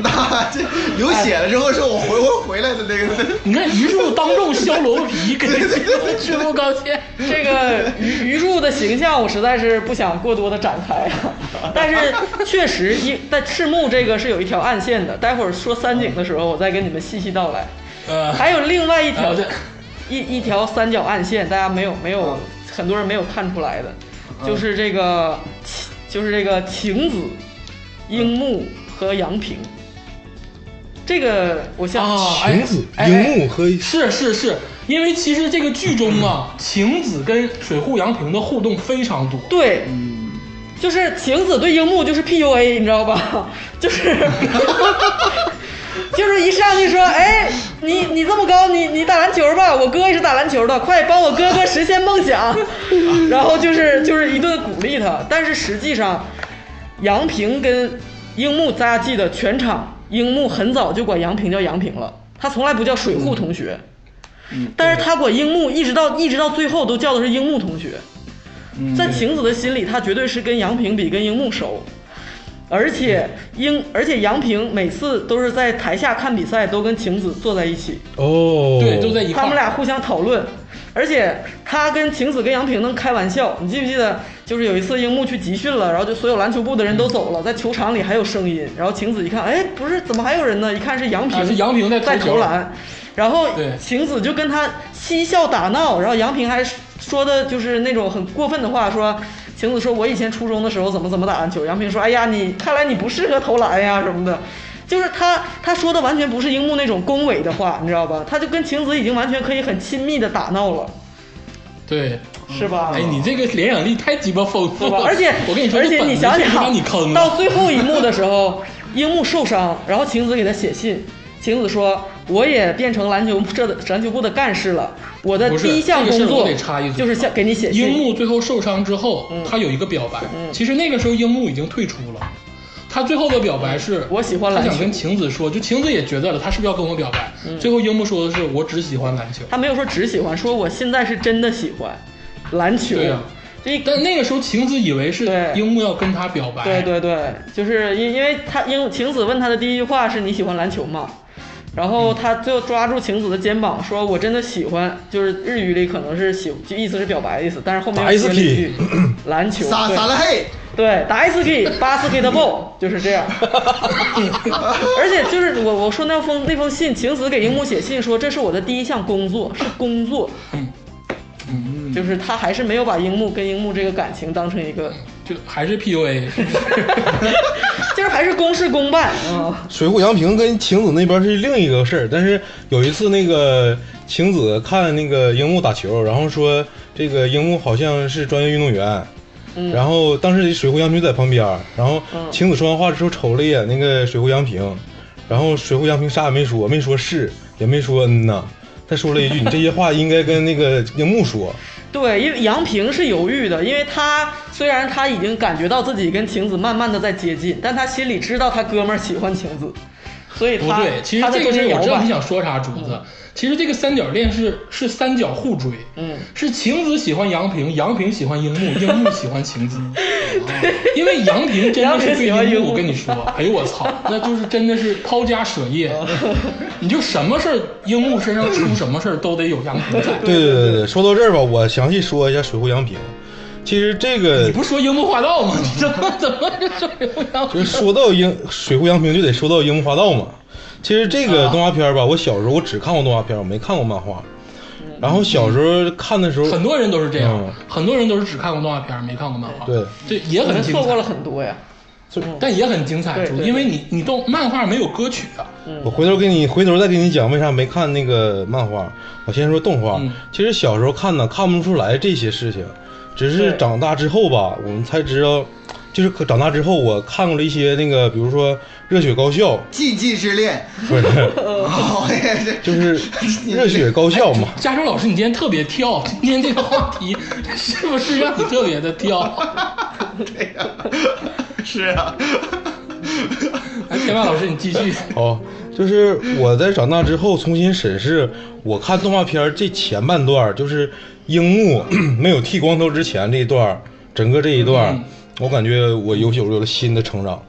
Speaker 4: 那这流血了之后是我回我回来的那个。
Speaker 1: 你看鱼柱当众削萝卜皮，给 赤木道歉。
Speaker 2: 这个鱼鱼柱的形象，我实在是不想过多的展开啊。但是确实一，但赤木这个是有一条暗线的，待会儿说三井的时候，我再跟你们细细道来。
Speaker 1: 呃，
Speaker 2: 还有另外一
Speaker 1: 啊
Speaker 2: 条
Speaker 1: 对，啊
Speaker 2: 一一条三角暗线，大家没有没有、
Speaker 4: 嗯
Speaker 2: 很多人没有看出来的，就是这个晴就是这个晴子、樱木和杨平。这个我想、
Speaker 1: 啊，哎
Speaker 3: 晴子、
Speaker 1: 哎
Speaker 3: 樱
Speaker 1: 哎
Speaker 3: 木和
Speaker 1: 是是是，因为其实这个剧中啊，晴子跟水户洋平的互动非常多。
Speaker 2: 对，就是晴子对樱木就是 PUA，你知道吧？ 就是，就是一上去说，哎，你你这么高，你你打篮球吧，我哥也是打篮球的，快帮我哥哥实现梦想。然后就是就是一顿鼓励他，但是实际上，杨平跟樱木，大家记得全场樱木很早就管杨平叫杨平了，他从来不叫水户同学。但是他管樱木一直到一直到最后都叫的是樱木同学，
Speaker 1: 嗯哦
Speaker 2: 在晴子的心里，他绝对是跟杨平比，跟樱木熟。而且
Speaker 1: 嗯
Speaker 2: 樱，而且杨平每次都是在台下看比赛，都跟晴子坐在一起，
Speaker 3: 哦，
Speaker 1: 对，都在一块儿。
Speaker 2: 他们俩互相讨论。而且他跟晴子跟杨平能开玩笑，你记不记得？就是有一次樱木去集训了，然后就所有篮球部的人都走了，在球场里还有声音。然后晴子一看，哎，不是，怎么还有人呢？一看是杨平，
Speaker 1: 啊是杨平在投球
Speaker 2: 在投篮。然后
Speaker 1: 对
Speaker 2: 晴子就跟他嬉笑打闹，然后杨平还说的就是那种很过分的话，说晴子说我以前初中的时候怎么怎么打篮球，杨平说哎呀你看来你不适合投篮呀什么的，就是他他说的完全不是樱木那种恭维的话，你知道吧？他就跟晴子已经完全可以很亲密的打闹了，
Speaker 1: 对，
Speaker 2: 是吧？
Speaker 1: 哎，你这个联想力太鸡巴丰 富
Speaker 2: 对吧
Speaker 1: 了。？
Speaker 2: 而且
Speaker 1: 我跟你说，
Speaker 2: 而
Speaker 1: 这
Speaker 2: 且
Speaker 1: 本
Speaker 2: 你
Speaker 1: 子
Speaker 2: 想
Speaker 1: 就是
Speaker 2: 想，
Speaker 1: 把你坑
Speaker 2: 到
Speaker 1: 了。
Speaker 2: 最后一幕的时候，樱木受伤，然后晴子给他写信，晴子说：“我也变成篮球这篮球部的干事了，我的
Speaker 1: 不是
Speaker 2: 第一项
Speaker 1: 这个事儿
Speaker 2: 工作
Speaker 1: 我得插一嘴
Speaker 2: 就是像给你写
Speaker 1: 樱
Speaker 2: 信。”
Speaker 1: 木最后受伤之后，
Speaker 2: 嗯
Speaker 1: 他有一个表白。其实那个时候樱木已经退出了，他最后的表白是：
Speaker 2: 我喜欢
Speaker 1: 他
Speaker 2: 篮球嗯
Speaker 1: 想跟晴子说，就晴子也觉得了，他是不是要跟我表白？最后樱木说的是：我只喜欢篮球。
Speaker 2: 他没有说只喜欢，说我现在是真的喜欢篮球。
Speaker 1: 对呀
Speaker 2: 这一
Speaker 1: 但那个时候晴子以为是
Speaker 2: 对
Speaker 1: 樱木要跟他表白。
Speaker 2: 对对对，就是因因为他因晴子问他的第一句话是你喜欢篮球吗？然后他就抓住晴子的肩膀说：“我真的喜欢。”就是日语里可能是喜，就意思是表白的意思，但是后面
Speaker 3: 打
Speaker 2: 又接了一
Speaker 3: SK
Speaker 2: 句 篮球，
Speaker 4: 撒
Speaker 2: 对
Speaker 4: 撒了嘿，
Speaker 2: 对，打 S K 八 S K 的 ball 就是这样。 而且就是我我说那封那封信，晴子给樱木写信说这是我的第一项工作，是工作。
Speaker 1: 嗯
Speaker 2: 嗯， 就是他还是没有把樱木跟樱木这个感情当成一个，
Speaker 1: 就还是 PUA，是不是
Speaker 2: 就是还是公事公办啊。
Speaker 3: 水户洋平跟晴子那边是另一个事儿，但是有一次那个晴子看那个樱木打球，然后说这个樱木好像是专业运动员，然后当时水户洋平在旁边，然后晴子说完话之后瞅了一眼那个水户洋平，然后水户洋平啥也没说，没说是，也没说嗯呐，他说了一句你这些话应该跟那个樱木说，
Speaker 2: 对，因为杨平是犹豫的，因为他虽然他已经感觉到自己跟晴子慢慢的在接近，但他心里知道他哥们儿喜欢晴子，所以
Speaker 1: 不
Speaker 2: 他
Speaker 1: 对，其实
Speaker 2: 他在
Speaker 1: 这个
Speaker 2: 中
Speaker 1: 事
Speaker 2: 间
Speaker 1: 儿
Speaker 2: 摇
Speaker 1: 我知道
Speaker 2: 摆
Speaker 1: 你。想说啥，竹子。其实这个三角恋是是三角互追，
Speaker 2: 嗯，
Speaker 1: 是晴子喜欢杨平，杨平喜欢樱木，樱木喜欢晴 子。因为杨平真的是对
Speaker 2: 杨平喜欢樱
Speaker 1: 樱
Speaker 2: 木哦
Speaker 1: 木，我跟你说，哎呦我 操，那就是真的是抛家舍业，你就什么事儿，樱木身上出什么事儿都得有杨平 在。
Speaker 3: 对嗯对对对，说到这儿吧，我详细说一下水户洋平。其实这
Speaker 1: 你
Speaker 3: 个
Speaker 1: 不是说樱木花道吗？你怎么怎么就说樱木花道
Speaker 3: 就是说到樱水户洋平，就得说到樱木花道嘛。其实这个动画片儿吧，我小时候我只看过动画片儿，我没看过漫画。然后小时候看的时候，
Speaker 1: 很多人都是这样，
Speaker 3: 嗯
Speaker 1: 很多人都是只看过动画片儿没看过漫画。
Speaker 3: 对，
Speaker 1: 这也
Speaker 2: 我
Speaker 1: 很
Speaker 2: 们
Speaker 1: 精
Speaker 2: 错过
Speaker 1: 彩
Speaker 2: 了，很 多呀。
Speaker 1: 但也很精彩
Speaker 2: 嗯对，对
Speaker 1: 因为你你动漫画没有歌曲啊。
Speaker 3: 我回头给你回头再给你讲为啥没看那个漫画。我先说动画，
Speaker 1: 嗯
Speaker 3: 其实小时候看呢看不出来这些事情，只是
Speaker 2: 对
Speaker 3: 长大之后吧，我们才知道，就是可长大之后我看过了一些那个，比如说《热血高校》，
Speaker 4: 禁忌之恋，
Speaker 3: 不是，
Speaker 4: 哦， 哎这
Speaker 3: 就是热血高校嘛。
Speaker 1: 嘉诚老师，你今天特别跳，今天这个话题是不是让你特别的 跳？
Speaker 4: 对呀，是啊，
Speaker 1: 哎，天霸老师，你继续。
Speaker 3: 哦，就是我在长大之后重新审视我看动画片儿这前半段儿，就是樱木 没有剃光头之前这一段儿，整个这一段儿，
Speaker 1: 嗯
Speaker 3: 我感觉我有有有了新的成长。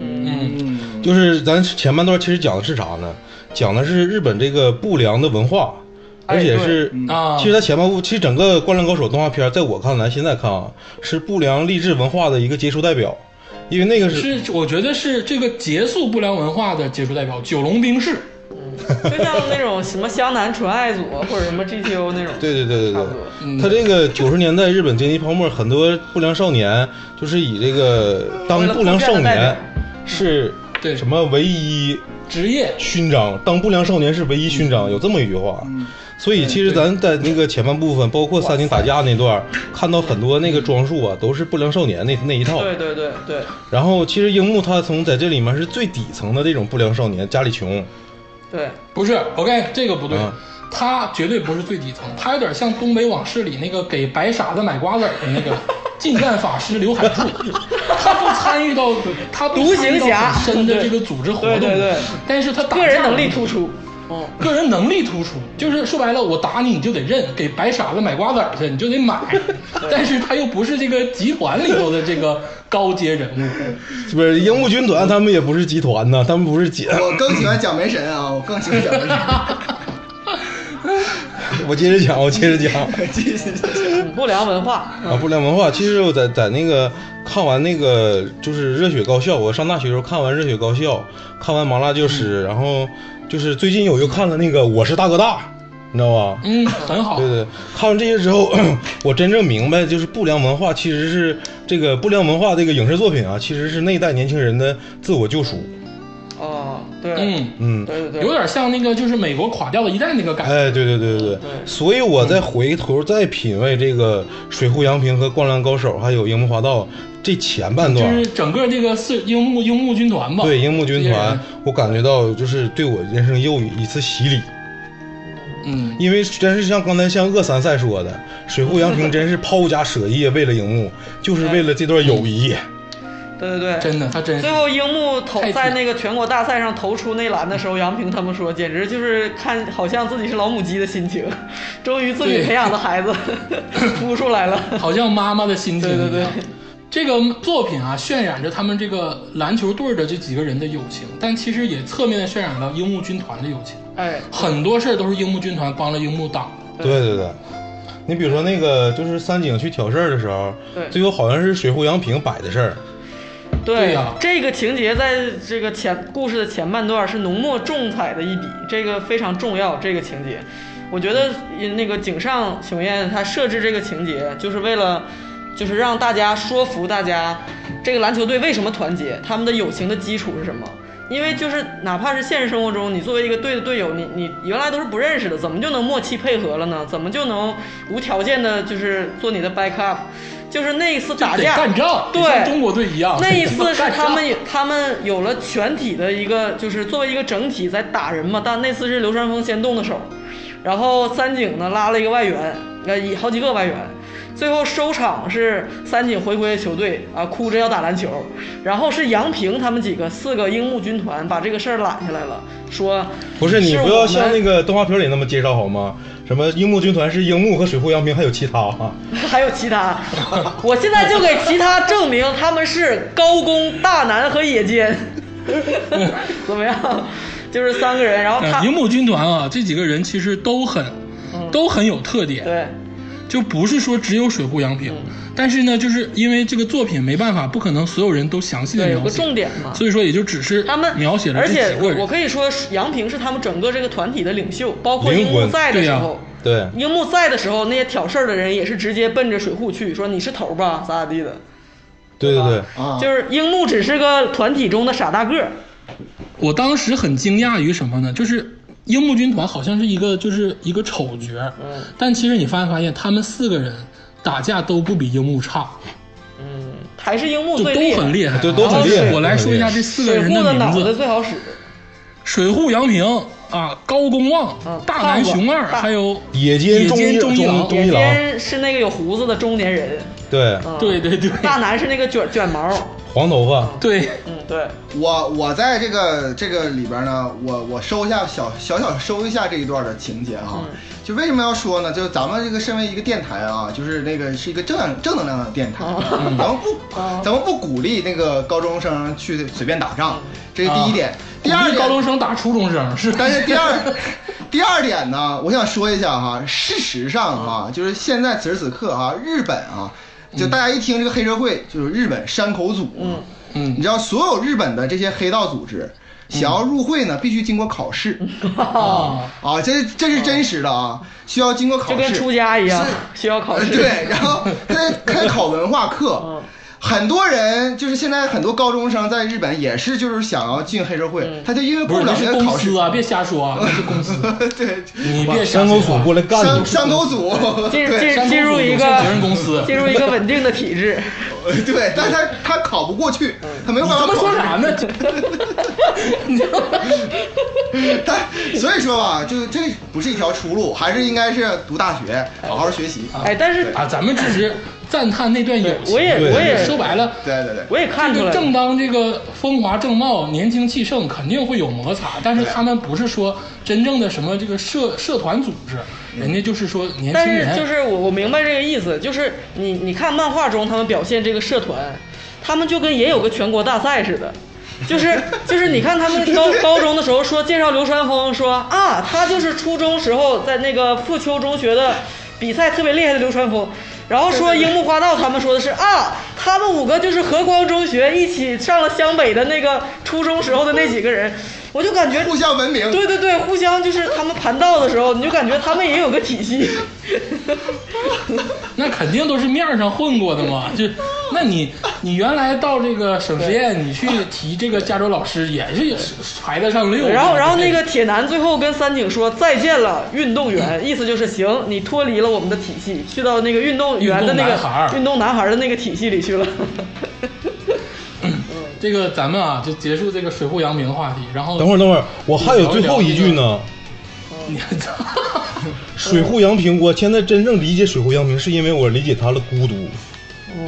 Speaker 1: 嗯
Speaker 4: 嗯，
Speaker 3: 就是咱前半段其实讲的是啥呢？讲的是日本这个不良的文化，
Speaker 2: 哎
Speaker 3: 而且是。
Speaker 1: 啊，
Speaker 3: 其实它前半部，其实整个《灌篮高手》动画片，在我看来，现在看啊，是不良励志文化的一个杰出代表，因为那个是
Speaker 1: 是我觉得是这个结束不良文化的杰出代表，九龙冰室。
Speaker 2: 就像那种什么湘南纯爱组或者什么 GTO 那种，
Speaker 3: 对对
Speaker 2: 差
Speaker 3: 对对对
Speaker 2: 不多，
Speaker 1: 嗯
Speaker 3: 他这个九十年代日本经济泡沫，很多不良少年就是以这个当不良少
Speaker 2: 为了代表
Speaker 3: 年是
Speaker 1: 对
Speaker 3: 什么唯一
Speaker 1: 职业
Speaker 3: 勋章，当不良少年是唯一勋
Speaker 2: 嗯
Speaker 3: 章，有这么一句话。所以其实咱在那个前半部分，包括三井打架那段儿，看到很多那个装束啊，都是不良少年那那一
Speaker 1: 哦
Speaker 3: 套。
Speaker 2: 对对对对
Speaker 3: 然后其实樱木他从在这里面是最底层的这种不良少年，家里穷。
Speaker 2: 对，
Speaker 1: 不是，OK，这个不对
Speaker 3: 嗯，
Speaker 1: 他绝对不是最底层，他有点像《东北往事》里那个给白傻子买瓜子儿的那 个近战法师刘海柱，他不参与到 他不
Speaker 2: 独
Speaker 1: 参与
Speaker 2: 行
Speaker 1: 到
Speaker 2: 侠
Speaker 1: 很深的这个组织活动，
Speaker 2: 对对对
Speaker 1: 但是他打
Speaker 2: 个人
Speaker 1: 架
Speaker 2: 能力
Speaker 1: 的时候
Speaker 2: 突出， 嗯，
Speaker 1: 个人能力突出，就是说白了，我打你你就得认，给白傻子买瓜子儿去你就得买，但是他又不是这个集团里头的这个高阶人物，
Speaker 3: 不是樱木军团，他们也不是集团呐，他们不是集。
Speaker 4: 我更喜欢蒋门神啊，我更喜欢蒋门神，
Speaker 3: 我接着讲，我接着 讲。
Speaker 4: 继续继续。
Speaker 2: 嗯不良文化，
Speaker 3: 啊，不良文化。其实我在在那个看完那个就是《热血高校》，我上大学的时候看完《热血高校》，看完《麻辣教师》然后就是最近有又看了那个《我是大哥大》，你知道吧？
Speaker 1: 嗯，很好
Speaker 3: 对，对，看完这些之后， 我真正明白，就是不良文化其实是这个不良文化这个影视作品啊，其实是那一代年轻人的自我救赎。
Speaker 2: 哦，对，
Speaker 1: 嗯。
Speaker 3: 嗯，
Speaker 2: 对对对，
Speaker 1: 有点像那个就是美国垮掉的一代那个感觉。
Speaker 3: 哎，对对对对对，所以我再回头再品味这个《水户洋平》和《灌篮高手》还有《樱木花道》这前半
Speaker 1: 就
Speaker 3: 段，
Speaker 1: 是整个这个四樱木樱木军团吧，
Speaker 3: 对樱木军团
Speaker 1: 这些，
Speaker 3: 我感觉到就是对我人生又一次洗礼，
Speaker 1: 嗯，
Speaker 3: 因为真是像刚才像鄂三赛说的，水户洋平真是抛家舍业为了樱木，就是为了这段友谊。
Speaker 1: 嗯
Speaker 2: 对对对。啊
Speaker 1: 真的，他真是
Speaker 2: 最后樱木投
Speaker 1: 太
Speaker 2: 在
Speaker 1: 土
Speaker 2: 那个全国大赛上投出那篮的时候，杨平他们说，简直就是看好像自己是老母鸡的心情，终于自己
Speaker 1: 对
Speaker 2: 培养的孩子 孵出来了。
Speaker 1: 好像妈妈的心情一样。
Speaker 2: 对对对
Speaker 1: 这个作品啊，渲染着他们这个篮球队的这几个人的友情，但其实也侧面的渲染了樱木军团的友情。
Speaker 2: 哎，
Speaker 1: 很多事儿都是樱木军团帮了樱木挡的。
Speaker 3: 对对对，你比如说那个就是三井去挑事儿的时候
Speaker 2: 对，
Speaker 3: 最后好像是水户洋平摆的事儿，
Speaker 2: 对
Speaker 1: 对呀
Speaker 2: 这个情节在这个前故事的前半段是浓墨重彩的一笔，这个非常重要。这个情节，我觉得那个井上雄彦他设置这个情节，就是为了就是让大家说服大家，这个篮球队为什么团结，他们的友情的基础是什么。因为就是哪怕是现实生活中，你作为一个队的队友，你你原来都是不认识的，怎么就能默契配合了呢？怎么就能无条件的，就是做你的 backup？就是那一次打
Speaker 1: 得
Speaker 2: 架
Speaker 1: 干仗，
Speaker 2: 对
Speaker 1: 得像中国队一样。
Speaker 2: 那一次是
Speaker 1: 干仗
Speaker 2: 他们有他们有了全体的一个，就是作为一个整体在打人嘛。但那次是流川枫先动的手，然后三井呢拉了一个外援，呃，以好几个外援，最后收场是三井回归球队啊，哭着要打篮球，然后是杨平他们几个四个樱木军团把这个事儿揽下来了，说
Speaker 3: 不是你不要像那
Speaker 2: 个。
Speaker 3: 个动画片里那么介绍好吗？什么樱木军团是樱木和水户洋平，还有其他啊。
Speaker 2: 还有其他，我现在就给其他证明他们是高工、大南和野间， 怎么样？就是三个人，然后他嗯
Speaker 1: 呃，樱木军团啊，这几个人其实都很，都很有特点。
Speaker 2: 对
Speaker 1: 就不是说只有水户洋平，
Speaker 2: 嗯
Speaker 1: 但是呢，就是因为这个作品没办法，不可能所有人都详细的
Speaker 2: 对，有
Speaker 1: 描
Speaker 2: 个
Speaker 1: 写，
Speaker 2: 重点嘛。
Speaker 1: 所以说也就只是
Speaker 2: 他们
Speaker 1: 描写了
Speaker 2: 而
Speaker 1: 这
Speaker 2: 且
Speaker 1: 几个
Speaker 2: 我
Speaker 1: 人。
Speaker 2: 可以说，杨平是他们整个这个团体的领袖，包括樱
Speaker 3: 灵
Speaker 2: 木
Speaker 3: 魂
Speaker 2: 在的
Speaker 1: 对
Speaker 2: 时
Speaker 1: 呀
Speaker 2: 候。
Speaker 3: 对，
Speaker 2: 樱木在的时候，那些挑事儿的人也是直接奔着水户去，说你是头儿吧，咋咋地的。
Speaker 3: 对对对
Speaker 2: 吧，
Speaker 4: 啊
Speaker 2: 就是樱木只是个团体中的傻大个儿，
Speaker 1: 我当时很惊讶于什么呢？就是樱木军团好像是一个就是一个丑角，
Speaker 2: 嗯
Speaker 1: 但其实你发没发现，他们四个人打架都不比樱木差，
Speaker 2: 嗯，还是樱木
Speaker 1: 就
Speaker 2: 最
Speaker 1: 都
Speaker 2: 厉害。
Speaker 1: 很厉害，哦
Speaker 3: 对都
Speaker 2: 很厉害
Speaker 1: 然后我来说一下
Speaker 3: 都很厉害
Speaker 1: 这四个
Speaker 2: 水
Speaker 1: 人
Speaker 2: 户
Speaker 1: 名
Speaker 2: 脑子
Speaker 1: 字：
Speaker 2: 最好使，
Speaker 1: 水户洋平啊，高公望
Speaker 2: 嗯，
Speaker 1: 大南雄二，
Speaker 2: 大
Speaker 1: 还有
Speaker 3: 野间忠一
Speaker 1: 野间忠一郎
Speaker 3: 忠忠一郎，
Speaker 2: 先是那个有胡子的中年人，
Speaker 3: 对，
Speaker 2: 嗯、
Speaker 1: 对对对
Speaker 2: 大南是那个卷卷毛，
Speaker 3: 黄头发，
Speaker 1: 对，
Speaker 2: 嗯，对，
Speaker 4: 我我在这个这个里边呢，我我收一下小小小收一下这一段的情节哈、
Speaker 2: 嗯
Speaker 4: 就为什么要说呢？就是咱们这个身为一个电台啊，就是那个是一个正正能量的电台，啊咱们不、
Speaker 2: 嗯
Speaker 4: 咱们不鼓励那个高中生去随便打仗，这是第一点。第二
Speaker 1: 哦鼓励
Speaker 4: 点，
Speaker 1: 高中生打初中生是
Speaker 4: 但是第二第二点呢，我想说一下哈，事实上
Speaker 1: 嗯
Speaker 4: 哈，就是现在此时此刻哈，日本啊，就大家一听这个黑社会，就是日本山口组，嗯
Speaker 1: 嗯
Speaker 4: 你知道所有日本的这些黑道组织。想要入会呢，必须经过考试
Speaker 1: 啊。
Speaker 4: 啊，这是这是真实的
Speaker 1: 哦
Speaker 4: 啊，需要经过考
Speaker 2: 就
Speaker 4: 试，
Speaker 2: 跟出家一样
Speaker 4: 哦是，
Speaker 2: 需要考
Speaker 4: 呃
Speaker 2: 试。
Speaker 4: 对，然后他在他在考文化课
Speaker 2: 嗯，
Speaker 4: 很多人就是现在很多高中生在日本也是就是想要进黑社会，他就因为
Speaker 1: 嗯不
Speaker 4: 过
Speaker 1: 是，
Speaker 4: 不了
Speaker 1: 那
Speaker 4: 那
Speaker 1: 是
Speaker 4: 个
Speaker 1: 公
Speaker 4: 考试
Speaker 1: 司，啊！别瞎说啊，那是公司。
Speaker 4: 对，
Speaker 1: 你别瞎
Speaker 3: 山口组
Speaker 1: 说啊
Speaker 3: 过来干
Speaker 4: 山
Speaker 3: 你，
Speaker 4: 山口组，
Speaker 2: 进
Speaker 4: 对
Speaker 2: 进
Speaker 1: 山口组
Speaker 2: 进入一
Speaker 1: 有限责任公司
Speaker 2: 个进入一个稳定的体制，
Speaker 4: 对，但他他考不过去，他没有
Speaker 1: 你
Speaker 4: 办
Speaker 1: 他
Speaker 4: 法
Speaker 1: 妈
Speaker 4: 考
Speaker 1: 说
Speaker 4: 试。
Speaker 1: 啥呢？
Speaker 4: 他所以说吧，就这不是一条出路，还是应该是读大学，好好学习。
Speaker 2: 哎，但是
Speaker 1: 啊，咱们只是赞叹那段友情。
Speaker 2: 我也
Speaker 3: 对
Speaker 2: 我
Speaker 1: 对
Speaker 2: 也
Speaker 1: 说白了，
Speaker 4: 对对对，
Speaker 2: 我也看
Speaker 1: 这
Speaker 2: 出
Speaker 1: 个
Speaker 2: 来
Speaker 1: 正
Speaker 2: 了，
Speaker 1: 当这个风华正茂、年轻气盛，肯定会有摩擦。但是他们不是说真正的什么这个社社团组织，
Speaker 4: 嗯
Speaker 1: 人家就是说年
Speaker 2: 但
Speaker 1: 轻
Speaker 2: 是就
Speaker 1: 人。
Speaker 2: 是我我明白这个意思，就是你你看漫画中他们表现这个社团，他们就跟也有个全国大赛似的。就是就是，你看他们高高中的时候说介绍流川枫，说啊，他就是初中时候在那个富丘中学的比赛特别厉害的流川枫，然后说樱木花道他们说的是啊，他们五个就是和光中学一起上了湘北的那个初中时候的那几个人，我就感觉
Speaker 4: 互相文明。
Speaker 2: 对对对，互相就是他们盘道的时候，你就感觉他们也有个 体系。
Speaker 1: 那肯定都是面儿上混过的嘛。 就，那你你原来到这个省实验，你去提这个加州老师，也是也是排得上六。啊
Speaker 2: 然后，然后那个铁男最后跟三井说再见了，运动员，意思就是行，你脱离了我们的体系，去到那个运动员的
Speaker 1: 运
Speaker 2: 那
Speaker 1: 动男孩
Speaker 2: 个
Speaker 1: 儿
Speaker 2: 运动男孩的那个体系里去了。
Speaker 1: 这个咱们啊，就结束这个水户洋平话题，然后
Speaker 3: 等会儿等会儿，我还有最后一句呢。嗯
Speaker 1: 你
Speaker 3: 水户洋平，我现在真正理解水户洋平，是因为我理解他的孤独。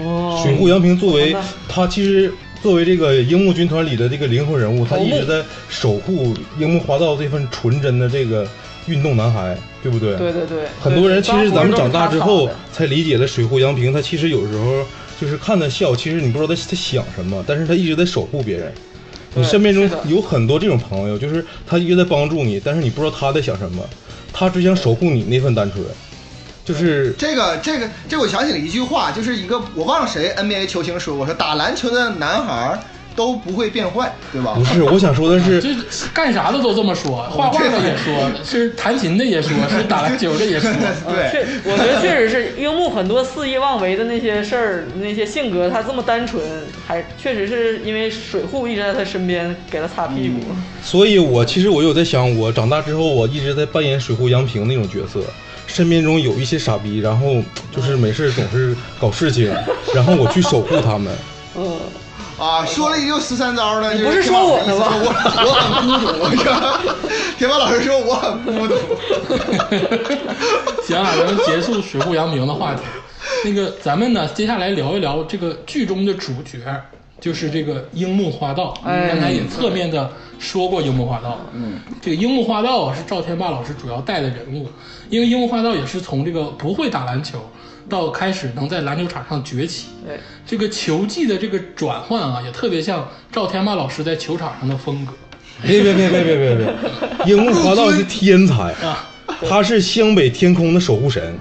Speaker 2: 哦
Speaker 3: 水户洋平作为
Speaker 2: 好的
Speaker 3: 他其实作为这个樱木军团里的这个灵魂人物，他
Speaker 2: 头目
Speaker 3: 一直在守护樱木花道这份纯真的这个运动男孩，对不对？
Speaker 2: 对对对，
Speaker 3: 很多人其实咱们长大之后
Speaker 2: 对
Speaker 3: 才理解了水户洋平，他其实有时候就是看他笑，其实你不知道他他想什么，但是他一直在守护别人。
Speaker 2: 对
Speaker 3: 你身边中
Speaker 2: 是的
Speaker 3: 有很多这种朋友，就是他一直在帮助你，但是你不知道他在想什么，他只想守护你那份单纯，就是
Speaker 4: 这个这个这，我想起了一句话，就是一个我忘了谁 NBA 球星说过，说打篮球的男孩儿都不会变坏，对吧
Speaker 3: 不？是我想说的是，
Speaker 1: 就是干啥的都这么说，画画的也 说，是弹琴的也说，是打篮球的也说。
Speaker 2: 嗯确
Speaker 4: 对，，
Speaker 2: 我觉得确实是樱木很多肆意妄为的那些事儿，那些性格，他这么单纯，还确实是因为水户一直在他身边给他擦屁股。
Speaker 3: 所以我其实我有在想，我长大之后，我一直在扮演水户洋平那种角色，身边中有一些傻逼，然后就是没事总是搞事情，然后我去守护他们。
Speaker 2: 嗯，
Speaker 4: 啊，说了一溜十三招呢，
Speaker 2: 你
Speaker 4: 就
Speaker 2: 不是
Speaker 4: 天霸
Speaker 2: 说
Speaker 4: 老
Speaker 2: 我
Speaker 4: 师
Speaker 2: 呢
Speaker 4: 意思
Speaker 2: 吗
Speaker 4: 我我很孤独，我说 天霸老师说我很孤独。
Speaker 1: 行啊，咱们结束水户扬名的话题。那个，咱们呢，接下来聊一聊这个剧中的主角，就是这个樱木花道。
Speaker 2: 哎
Speaker 1: 刚才也侧面的说过樱木花道。嗯，这个樱木花道是赵天霸老师主要带的人物，因为樱木花道也是从这个不会打篮球到开始能在篮球场上崛起。
Speaker 2: 对，
Speaker 1: 这个球技的这个转换啊，也特别像赵天霸老师在球场上的风格。
Speaker 3: 别别别别别别别，樱木花道是天才，
Speaker 1: 啊
Speaker 3: 他是湘北天空的守护神。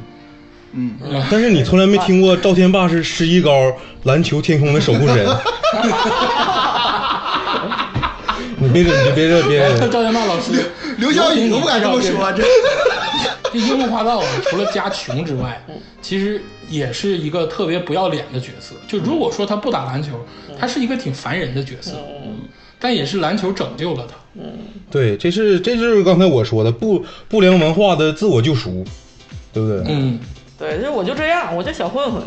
Speaker 4: 嗯，
Speaker 3: 但是你从来没听过赵天霸是十一高篮球天空的守护神。 你别惹，你别惹，别惹。
Speaker 1: 赵天霸老师，
Speaker 4: 哎刘晓宇都不敢这么说，这
Speaker 1: 这樱木花道啊，除了家穷之外，
Speaker 4: 嗯
Speaker 1: 其实也是一个特别不要脸的角色。就如果说他不打篮球，
Speaker 4: 嗯
Speaker 1: 他是一个挺烦人的角色，但也是篮球拯救了他。
Speaker 2: 嗯
Speaker 3: 对，这是这就是刚才我说的不不良文化的自我救赎，对不对？
Speaker 1: 嗯，
Speaker 2: 对，就我就这样，我就小混混。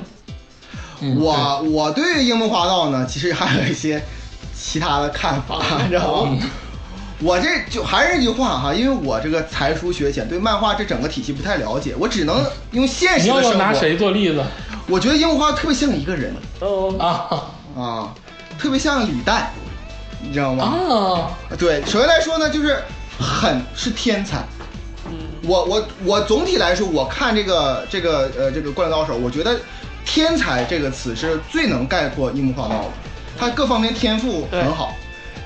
Speaker 1: 嗯
Speaker 4: 我我对樱木花道呢，其实还有一些其他的看法，你知道吗？
Speaker 1: 嗯
Speaker 4: 我这就还是那句话哈，因为我这个才疏学浅，对漫画这整个体系不太了解，我只能用现
Speaker 1: 你
Speaker 4: 实
Speaker 1: 要
Speaker 4: 的
Speaker 1: 我
Speaker 4: 生
Speaker 1: 拿
Speaker 4: 活。
Speaker 1: 谁做例子
Speaker 4: 我觉得樱木花道特别像一个人嗯
Speaker 2: 哦，
Speaker 1: 啊
Speaker 4: 啊，特别像李诞，你知道吗？
Speaker 1: 啊？
Speaker 4: 对，首先来说呢，就是很是天才。
Speaker 2: 嗯
Speaker 4: 我我我总体来说，我看这个这个呃这个《灌篮高手》，我觉得“天才”这个词是最能概括樱木花道的，他各方面天赋很好。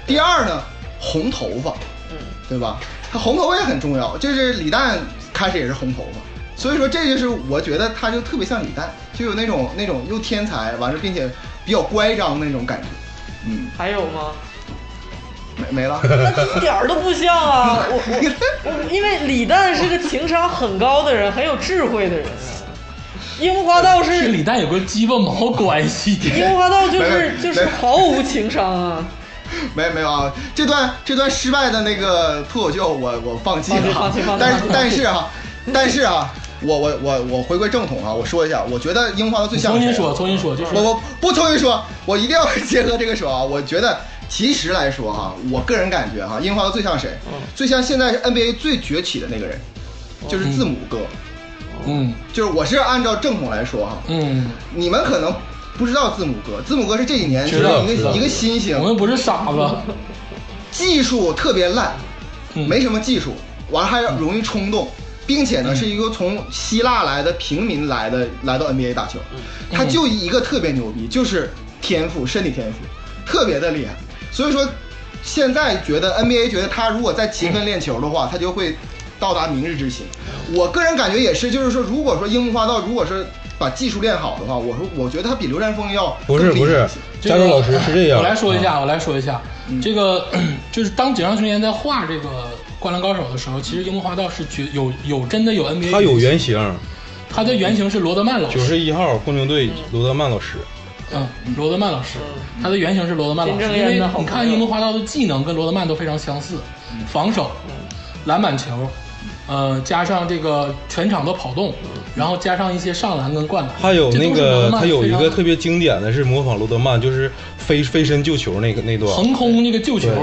Speaker 4: 第二呢，红头发，
Speaker 2: 嗯，
Speaker 4: 对吧？他红头发也很重要，就是李诞开始也是红头发，所以说这就是我觉得他就特别像李诞，就有那种那种又天才完了，并且比较乖张的那种感觉。嗯，
Speaker 2: 还有吗？
Speaker 4: 没没了。
Speaker 2: 一点儿都不像啊！我我我，因为李诞是个情商很高的人，很有智慧的人啊。樱木花道
Speaker 1: 这
Speaker 2: 是
Speaker 1: 李诞有个鸡巴毛关 系？
Speaker 2: 樱木花道，就
Speaker 4: 没
Speaker 2: 是
Speaker 4: 有
Speaker 2: 就是
Speaker 4: 没有
Speaker 2: 毫无情商啊！
Speaker 4: 没有没有啊，这段这段失败的那个脱口秀我我放弃了，
Speaker 2: 放弃放弃放弃
Speaker 4: 但是
Speaker 2: 放弃
Speaker 4: 但是啊，但是啊，我我我我回归正统啊，我说一下，我觉得樱花的最像
Speaker 1: 重新
Speaker 4: 谁啊
Speaker 1: 说，重新说，就是
Speaker 4: 我我不重新说，我一定要结合这个说啊，我觉得其实来说哈、我个人感觉哈、啊樱花最像谁？
Speaker 1: 嗯
Speaker 4: 最像现在 NBA 最崛起的那个人，就是字母哥，
Speaker 1: 嗯
Speaker 4: 就是我是按照正统来说哈、
Speaker 1: 嗯，
Speaker 4: 你们可能不知道字母哥，字母哥是这几年
Speaker 1: 知道
Speaker 4: 一
Speaker 1: 知道
Speaker 4: 个一个新星
Speaker 1: 我，们不是傻子。
Speaker 4: 技术特别烂，
Speaker 1: 嗯
Speaker 4: 没什么技术，完了还容易冲动，并且
Speaker 3: 嗯
Speaker 4: 呢是一个从希腊来的平民来的，来到 NBA 打球，
Speaker 3: 嗯
Speaker 4: 他就一个特别牛逼，就是天赋，身体天赋，特别的厉害。所以说，现在觉得 NBA 觉得他如果再勤奋练球的话，他就会到达明日之星。我个人感觉也是，就是说，如果说樱木花道如果是把技术练好的话，我说我觉得他比流川枫要
Speaker 3: 不是
Speaker 4: 更厉
Speaker 3: 不
Speaker 4: 害
Speaker 3: 是
Speaker 4: 一些，
Speaker 1: 这
Speaker 3: 加
Speaker 1: 个
Speaker 3: 州老师是这样。
Speaker 1: 我来说一
Speaker 3: 啊，
Speaker 1: 下，我来说一下，
Speaker 2: 嗯
Speaker 1: 这个就是当井上雄彦在画这个《灌篮高手》的时候，其实樱木花道是绝有有真的有 NBA，
Speaker 3: 嗯他有原型，
Speaker 1: 他的原型是罗德曼老
Speaker 3: 九
Speaker 1: 师，
Speaker 3: 十一号控球队罗德曼老师。
Speaker 1: 嗯，罗德曼老师，他的原型是罗德曼老
Speaker 2: 嗯金
Speaker 1: 师，
Speaker 2: 正
Speaker 1: 因
Speaker 2: 恩
Speaker 1: 为
Speaker 2: 的好
Speaker 1: 你
Speaker 2: 朋
Speaker 1: 看
Speaker 2: 友嗯
Speaker 1: 樱木花道的技能跟罗德曼都非常相似，防守、篮板球，呃，加上这个全场的跑动，
Speaker 2: 嗯
Speaker 1: 然后加上一些上篮跟灌篮，
Speaker 3: 还有
Speaker 1: 这都
Speaker 3: 那
Speaker 1: 是罗德
Speaker 3: 个，
Speaker 1: 曼
Speaker 3: 他有
Speaker 1: 非
Speaker 3: 一
Speaker 1: 常
Speaker 3: 个特别经典的是模仿罗德曼，就是飞飞身救球那个那段。
Speaker 1: 横空那个救球
Speaker 3: 对。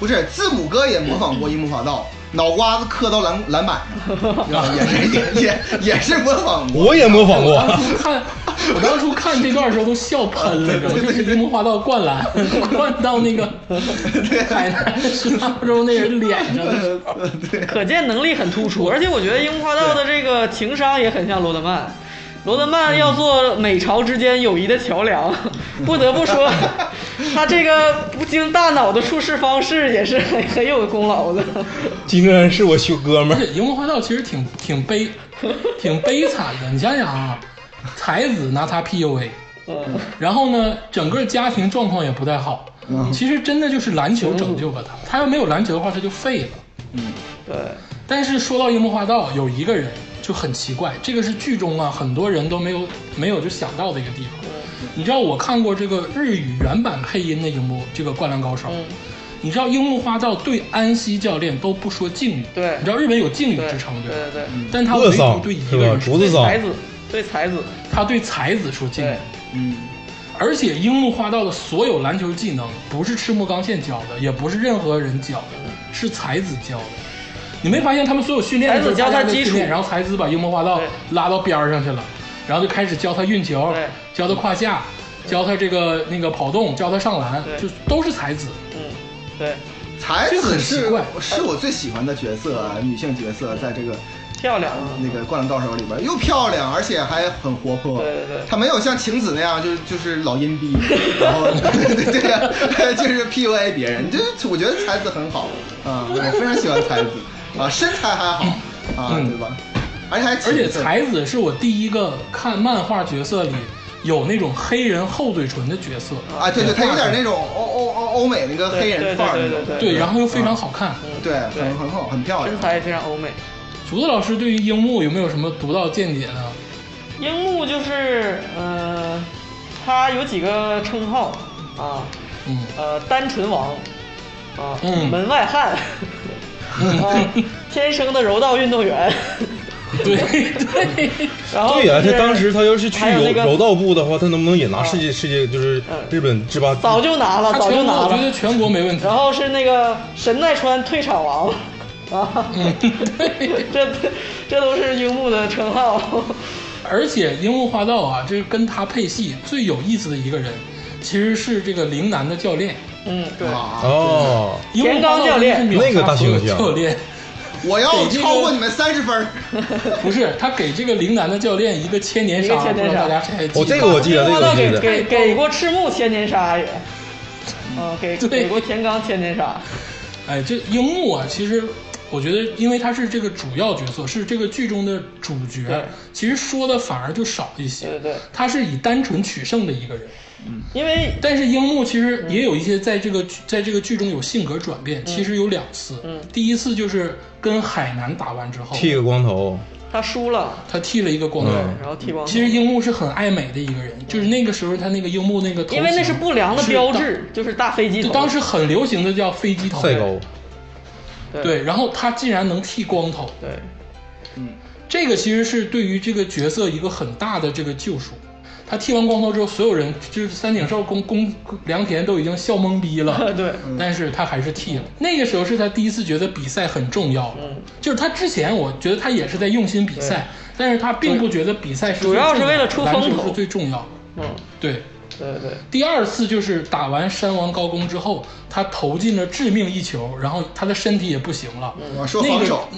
Speaker 4: 不是，字母哥也模仿过樱木花道，脑瓜子磕到篮篮板上，然 后也是也也也是模仿过。
Speaker 3: 我也模仿
Speaker 1: 我
Speaker 3: 过，
Speaker 1: 当初看， 我当初看这段的时候都笑喷了，我就是樱木花道灌篮，灌到那个海南十八州那人脸上的时候，
Speaker 2: 可见能力很突出，而且我觉得樱木花道的这个情商也很像罗德曼。罗德
Speaker 4: 嗯
Speaker 2: 曼要做美朝之间友谊的桥 梁，不得不说，他这个不经大脑的处事方式也是很很有功劳 的。
Speaker 3: 金正恩是我兄哥们
Speaker 1: 而
Speaker 3: 儿。
Speaker 1: 且樱木花道其实挺挺悲，挺悲惨的。你想想啊，才子拿他 PUA，
Speaker 2: 嗯，
Speaker 1: 然后呢，整个家庭状况也不太好。其实真的就是篮球拯救了他，他要没有篮球的话，他就废了。
Speaker 2: 对，
Speaker 1: 但是说到樱木花道，有一个人就很奇怪，这个是剧中啊很多人都没有没有就想到的一个地方。你知道我看过这个日语原版配音的樱木这个《灌篮高手》
Speaker 2: 嗯
Speaker 1: 你知道樱木花道对安西教练都不说敬语，
Speaker 2: 对
Speaker 1: 你知道日本有敬语
Speaker 2: 对，
Speaker 1: 之称
Speaker 2: 对
Speaker 1: 吧？
Speaker 2: 对对，
Speaker 4: 嗯
Speaker 1: 但他唯
Speaker 3: 乐
Speaker 1: 独
Speaker 3: 桑
Speaker 1: 对一
Speaker 3: 是
Speaker 1: 个
Speaker 3: 吧
Speaker 1: 人？说，
Speaker 3: 竹子桑
Speaker 2: 才子，对才子，
Speaker 1: 他对才子说敬语
Speaker 2: 对，
Speaker 4: 嗯，
Speaker 1: 而且樱木花道的所有篮球技能不是赤木刚宪教的，也不是任何人教的，是才子教的。你没发现他们所有训练的时候
Speaker 2: 才子教他
Speaker 1: 大家都
Speaker 2: 基础
Speaker 1: 训练然后才子把樱木花道
Speaker 2: 对
Speaker 1: 拉到边儿上去了，然后就开始教他运球
Speaker 2: 对，
Speaker 1: 教他胯下，教他这个那个跑动，教他上篮，
Speaker 2: 对
Speaker 1: 就都是才子。
Speaker 2: 嗯，对，
Speaker 4: 才
Speaker 1: 这
Speaker 4: 子
Speaker 1: 很奇
Speaker 4: 是
Speaker 1: 怪
Speaker 4: 是我最喜欢的角色啊，女性角色在这个呃
Speaker 2: 漂亮，
Speaker 4: 那个《灌篮高手》里边，又漂亮，而且还很活泼。
Speaker 2: 对对对
Speaker 4: 她没有像晴子那样，就是就是老 阴逼，然后 对对对啊，就是 PUA 别人。就是我觉得才子很好啊，我非常喜欢才子啊，身材还好啊，
Speaker 1: 嗯
Speaker 4: 对吧？而且还
Speaker 1: 而且
Speaker 4: 勤奋
Speaker 1: 才子是我第一个看漫画角色里有那种黑人厚嘴唇的角色，
Speaker 4: 啊，对对，他有点那种欧欧欧欧美那个黑人范儿那种，
Speaker 2: 对
Speaker 1: 对，然后又非常好看。
Speaker 4: 对，
Speaker 2: 嗯对
Speaker 4: 很很好，很漂亮啊
Speaker 2: 身。材也非常欧美。
Speaker 1: 竹子老师对于樱木有没有什么独到见解呢？
Speaker 2: 樱木就是，呃，他有几个称号啊，
Speaker 1: 嗯，
Speaker 2: 呃，单纯王，啊，
Speaker 1: 嗯
Speaker 2: 门外 汉，啊，天生的柔道运动员，
Speaker 1: 对对，
Speaker 2: 然后
Speaker 3: 对呀、
Speaker 2: 就
Speaker 3: 他
Speaker 2: 是
Speaker 3: 当时他要是去
Speaker 2: 还有
Speaker 3: 柔、
Speaker 2: 那个
Speaker 3: 柔道部的话，他能不能也拿世界、世界就是
Speaker 2: 嗯
Speaker 3: 日本制霸？
Speaker 2: 早就拿了，
Speaker 1: 他
Speaker 2: 早就
Speaker 1: 全国
Speaker 2: 拿
Speaker 1: 我觉得
Speaker 2: 了。
Speaker 1: 全国没问题
Speaker 2: 然。后是那个神奈川退场王，啊，
Speaker 1: 嗯，对，
Speaker 2: 这这都是樱木的称号。
Speaker 1: 而且樱木花道啊，这跟他配戏最有意思的一个人，其实是这个陵南的教练。
Speaker 2: 嗯，对，
Speaker 4: 啊，
Speaker 3: 哦，
Speaker 1: 樱木花道真的是秒
Speaker 3: 田刚教练那个
Speaker 1: 杀
Speaker 3: 大
Speaker 1: 所有
Speaker 3: 猩猩
Speaker 1: 教练，
Speaker 4: 我要
Speaker 1: 给这个
Speaker 4: 超过你们三十 分儿。
Speaker 1: 不是他给这个陵南的教练一个千年杀，
Speaker 2: 一个千
Speaker 1: 不
Speaker 2: 年
Speaker 1: 知
Speaker 2: 杀
Speaker 1: 道大家谁还记得？
Speaker 3: 哦这个我记得
Speaker 2: 樱木倒
Speaker 3: 这个
Speaker 2: 给
Speaker 3: 我记得
Speaker 2: 给给过赤木千年杀也，嗯，给
Speaker 1: 对
Speaker 2: 给过田刚千年杀，
Speaker 1: 哎，这樱木啊，其实我觉得，因为他是这个主要角色，是这个剧中的主
Speaker 2: 对
Speaker 1: 角，其实说的反而就少一些。
Speaker 2: 对对
Speaker 1: 他是以单纯取胜的一个人，
Speaker 2: 因为
Speaker 1: 但是樱木其实也有一些在这个、在这个剧中有性格转变，其实有两次。
Speaker 2: 嗯
Speaker 1: 第一次就是跟海南打完之后，
Speaker 3: 剃个光头，
Speaker 2: 他输了，
Speaker 1: 他剃了一个光头。
Speaker 3: 嗯
Speaker 2: 然后剃光头
Speaker 1: 其，实樱木是很爱美的一个人，就是那个时候他那个樱木那个头型，
Speaker 2: 嗯因为那是不良的标
Speaker 1: 是
Speaker 2: 志，就是大飞
Speaker 1: 当，
Speaker 2: 机头。
Speaker 1: 就当时很流行的叫飞机头。
Speaker 3: 赛高，
Speaker 2: 对
Speaker 1: 对，然后他竟然能剃光头，
Speaker 2: 对，，
Speaker 4: 嗯
Speaker 1: 这个其实是对于这个角色一个很大的这个救赎。他剃完光头之后，所有人就是三井寿、宫宫良田都已经笑懵逼了
Speaker 2: 对，
Speaker 1: 但是他还是剃了。那个时候是他第一次觉得比赛很重要了，
Speaker 2: 嗯
Speaker 1: 就是他之前我觉得他也是在用心比赛，但是他并不觉得比赛是
Speaker 2: 主要
Speaker 1: 最
Speaker 2: 是
Speaker 1: 重
Speaker 2: 为了
Speaker 1: 的
Speaker 2: 出
Speaker 1: 篮
Speaker 2: 风
Speaker 1: 球
Speaker 2: 头
Speaker 1: 是最重要的。
Speaker 2: 嗯，
Speaker 1: 对，
Speaker 2: 对对，
Speaker 1: 第二次就是打完山王高弓之后，他投进了致命一球，然后他的身体也不行了，
Speaker 4: 我说防守，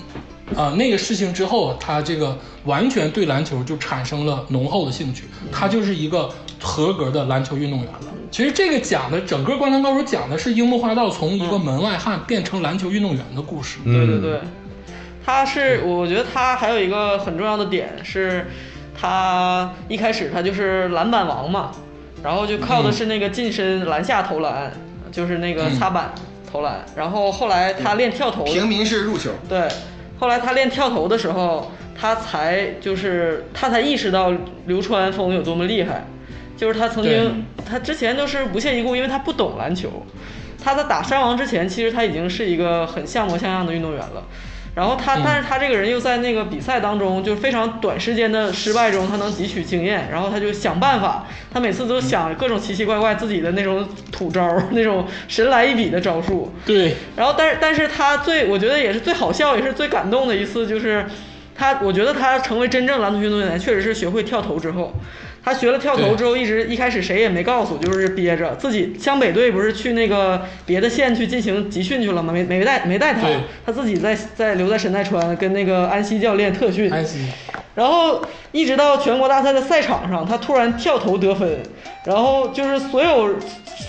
Speaker 1: 啊、那个事情之后，他这个完全对篮球就产生了浓厚的兴趣，他就是一个合格的篮球运动员了。其实这个讲的整个《灌篮高手》讲的是樱木花道从一个
Speaker 2: 嗯
Speaker 1: 门外汉变成篮球运动员的故事。
Speaker 3: 嗯
Speaker 2: 对对对，他是我觉得他还有一个很重要的点是，他一开始他就是篮板王嘛，然后就靠的是那个近身篮下投篮，就是
Speaker 1: 嗯
Speaker 2: 那个擦板投篮，然后后来他练跳投，
Speaker 4: 平民式入球。
Speaker 2: 对，后来他练跳投的时候，他才就是他才意识到流川枫有多么厉害，就是他曾
Speaker 1: 对
Speaker 2: 经他之前就是不屑一顾，因为他不懂篮球。他在打山王之前，其实他已经是一个很像模像样的运动员了。然后他，但是他这个人又在那个比赛当中，就非常短时间的失败中，他能汲取经验，然后他就想办法，他每次都想各种奇奇怪怪自己的那种土招儿，那种神来一笔的招数。
Speaker 1: 对，
Speaker 2: 然后但是但是他最我觉得也是最好笑也是最感动的一次就是。他，我觉得他成为真正篮球运动员，确实是学会跳投之后。他学了跳投之后，一直一开始谁也没告诉，就是憋着自己。湘北队不是去那个别的县去进行集训去了吗？没没带没带他
Speaker 1: 对，
Speaker 2: 他自己在在留在神奈川跟那个安西教练特训。
Speaker 1: 安西，
Speaker 2: 然后一直到全国大赛的赛场上，他突然跳投得分，然后就是所有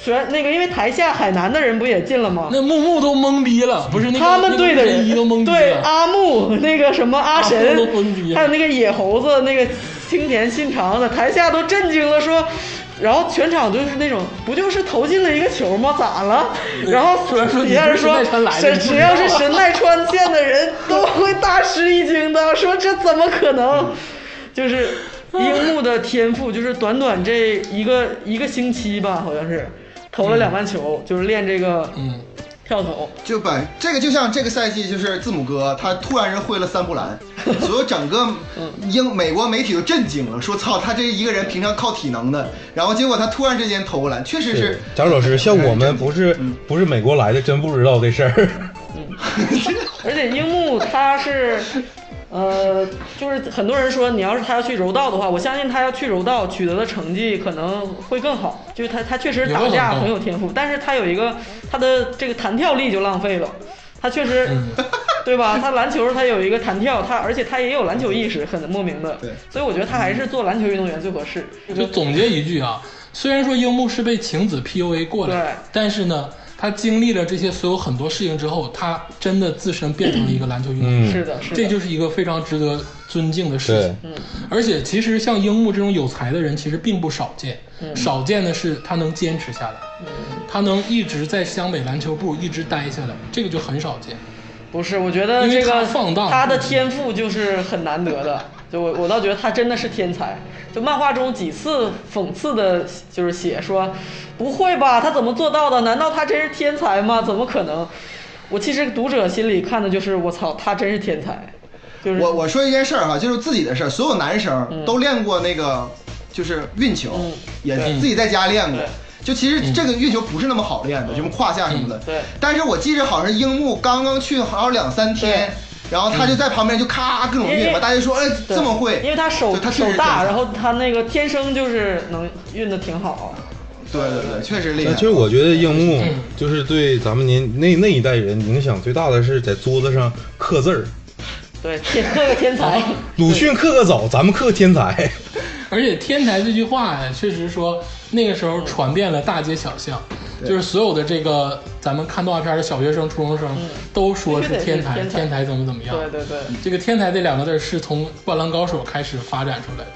Speaker 2: 全那个，因为台下海南的人不也进了吗？
Speaker 1: 那木木都懵逼了，不是那个
Speaker 2: 他们队的
Speaker 1: 那个
Speaker 2: 人，
Speaker 1: 一都懵逼
Speaker 2: 对
Speaker 1: 了。
Speaker 2: 阿木那个什么阿
Speaker 1: 阿
Speaker 2: 神
Speaker 1: 木都懵逼，了
Speaker 2: 还有那个野猴子那个青田信长的，台下都震惊了，说。然后全场就是那种，不就是投进了一个球吗？咋了？然后
Speaker 1: 主要说
Speaker 2: 底下人说
Speaker 1: 你不是神奈川来，的
Speaker 2: 神
Speaker 1: 你不
Speaker 2: 只
Speaker 1: 知道啊
Speaker 2: 要是神奈川县 的人都会大吃一惊的，说这怎么可能？
Speaker 1: 嗯
Speaker 2: 就是樱木的天赋，就是短短这一个一个星期吧，好像是投了两万球，就是练这个
Speaker 1: 嗯，
Speaker 2: 跳投，
Speaker 4: 就把这个就像这个赛季，就是字母哥他突然是会了三 步篮，所以整个
Speaker 2: 嗯
Speaker 4: 英美国媒体都震惊了，说操，他这一个人平常靠体能的，然后结果他突然之间投个篮，确实是。
Speaker 3: 贾老师，像我们不是不是美国来的，真不知道这事儿。
Speaker 2: 而且樱木他是，呃，就是很多人说，你要是他要去柔道的话，我相信他要去柔道取得的成绩可能会更好。就是他他确实打架很有天赋，但是他有一个他的这个弹跳力就浪费了，他确实。对吧？他篮球他有一个弹跳，他而且他也有篮球意识，很莫名的。
Speaker 4: 对
Speaker 2: 所以我觉得他还是做篮球运动员最合适。
Speaker 1: 就总结一句啊，虽然说樱木是被晴子 PUA 过来
Speaker 2: 对
Speaker 1: 的，但是呢，他经历了这些所有很多事情之后，他真的自身变成了一个篮球运动员。
Speaker 3: 嗯，
Speaker 2: 是的，是的，
Speaker 1: 这就是一个非常值得尊敬的事
Speaker 3: 对
Speaker 2: 嗯
Speaker 1: 情。而且其实像樱木这种有才的人，其实并不少见。
Speaker 2: 嗯
Speaker 1: 少见的是他能坚持下来，他能一直在湘北篮球部一直待下来，这个就很少见。
Speaker 2: 不是，我觉得
Speaker 1: 因为
Speaker 2: 这个
Speaker 1: 他放荡
Speaker 2: 他的天赋就是很难得的。就我我倒觉得他真的是天才。就漫画中几次讽刺的，就是写说，不会吧，他怎么做到的？难道他真是天才吗？怎么可能？我其实读者心里看的就是，我操，他真是天才。就是
Speaker 4: 我我说一件事儿哈，就是自己的事儿，所有男
Speaker 2: 嗯
Speaker 4: 生都练过那个，就是运球，也
Speaker 2: 对
Speaker 4: 自己在家练过
Speaker 2: 对。嗯
Speaker 4: 就其实这个运球不是那么好练的，什么胯下什么的。
Speaker 2: 对
Speaker 4: 但是我记着好像是樱木刚刚去好像两三
Speaker 2: 对，
Speaker 4: 天
Speaker 2: 嗯
Speaker 4: 然后他就在旁边就咔各种
Speaker 2: 因为
Speaker 4: 运，吧，大家就说哎
Speaker 2: 对
Speaker 4: 这么会，
Speaker 2: 因为他手
Speaker 4: 就他确
Speaker 2: 手
Speaker 4: 实
Speaker 2: 大，
Speaker 4: 天才
Speaker 2: 然后他那个天生就是能运的挺好。
Speaker 4: 对对对，确实厉害。
Speaker 3: 那其实我觉得樱木就是对咱们年那那一代人影响最大的是在桌子上刻字儿。
Speaker 2: 对，天刻个天
Speaker 4: 哦
Speaker 2: 才。
Speaker 3: 鲁迅刻个早，咱们刻天才。
Speaker 1: 而且“天才”这句话呀，确实说那个时候传遍了大街小巷，就是所有的这个咱们看动画片的小学生、初中生都说是天才，
Speaker 2: 嗯必须得是天才
Speaker 1: 天才怎么怎么样。
Speaker 2: 对对对
Speaker 1: 这个“天才”这两个字儿是从《灌篮高手》开始发展出来的。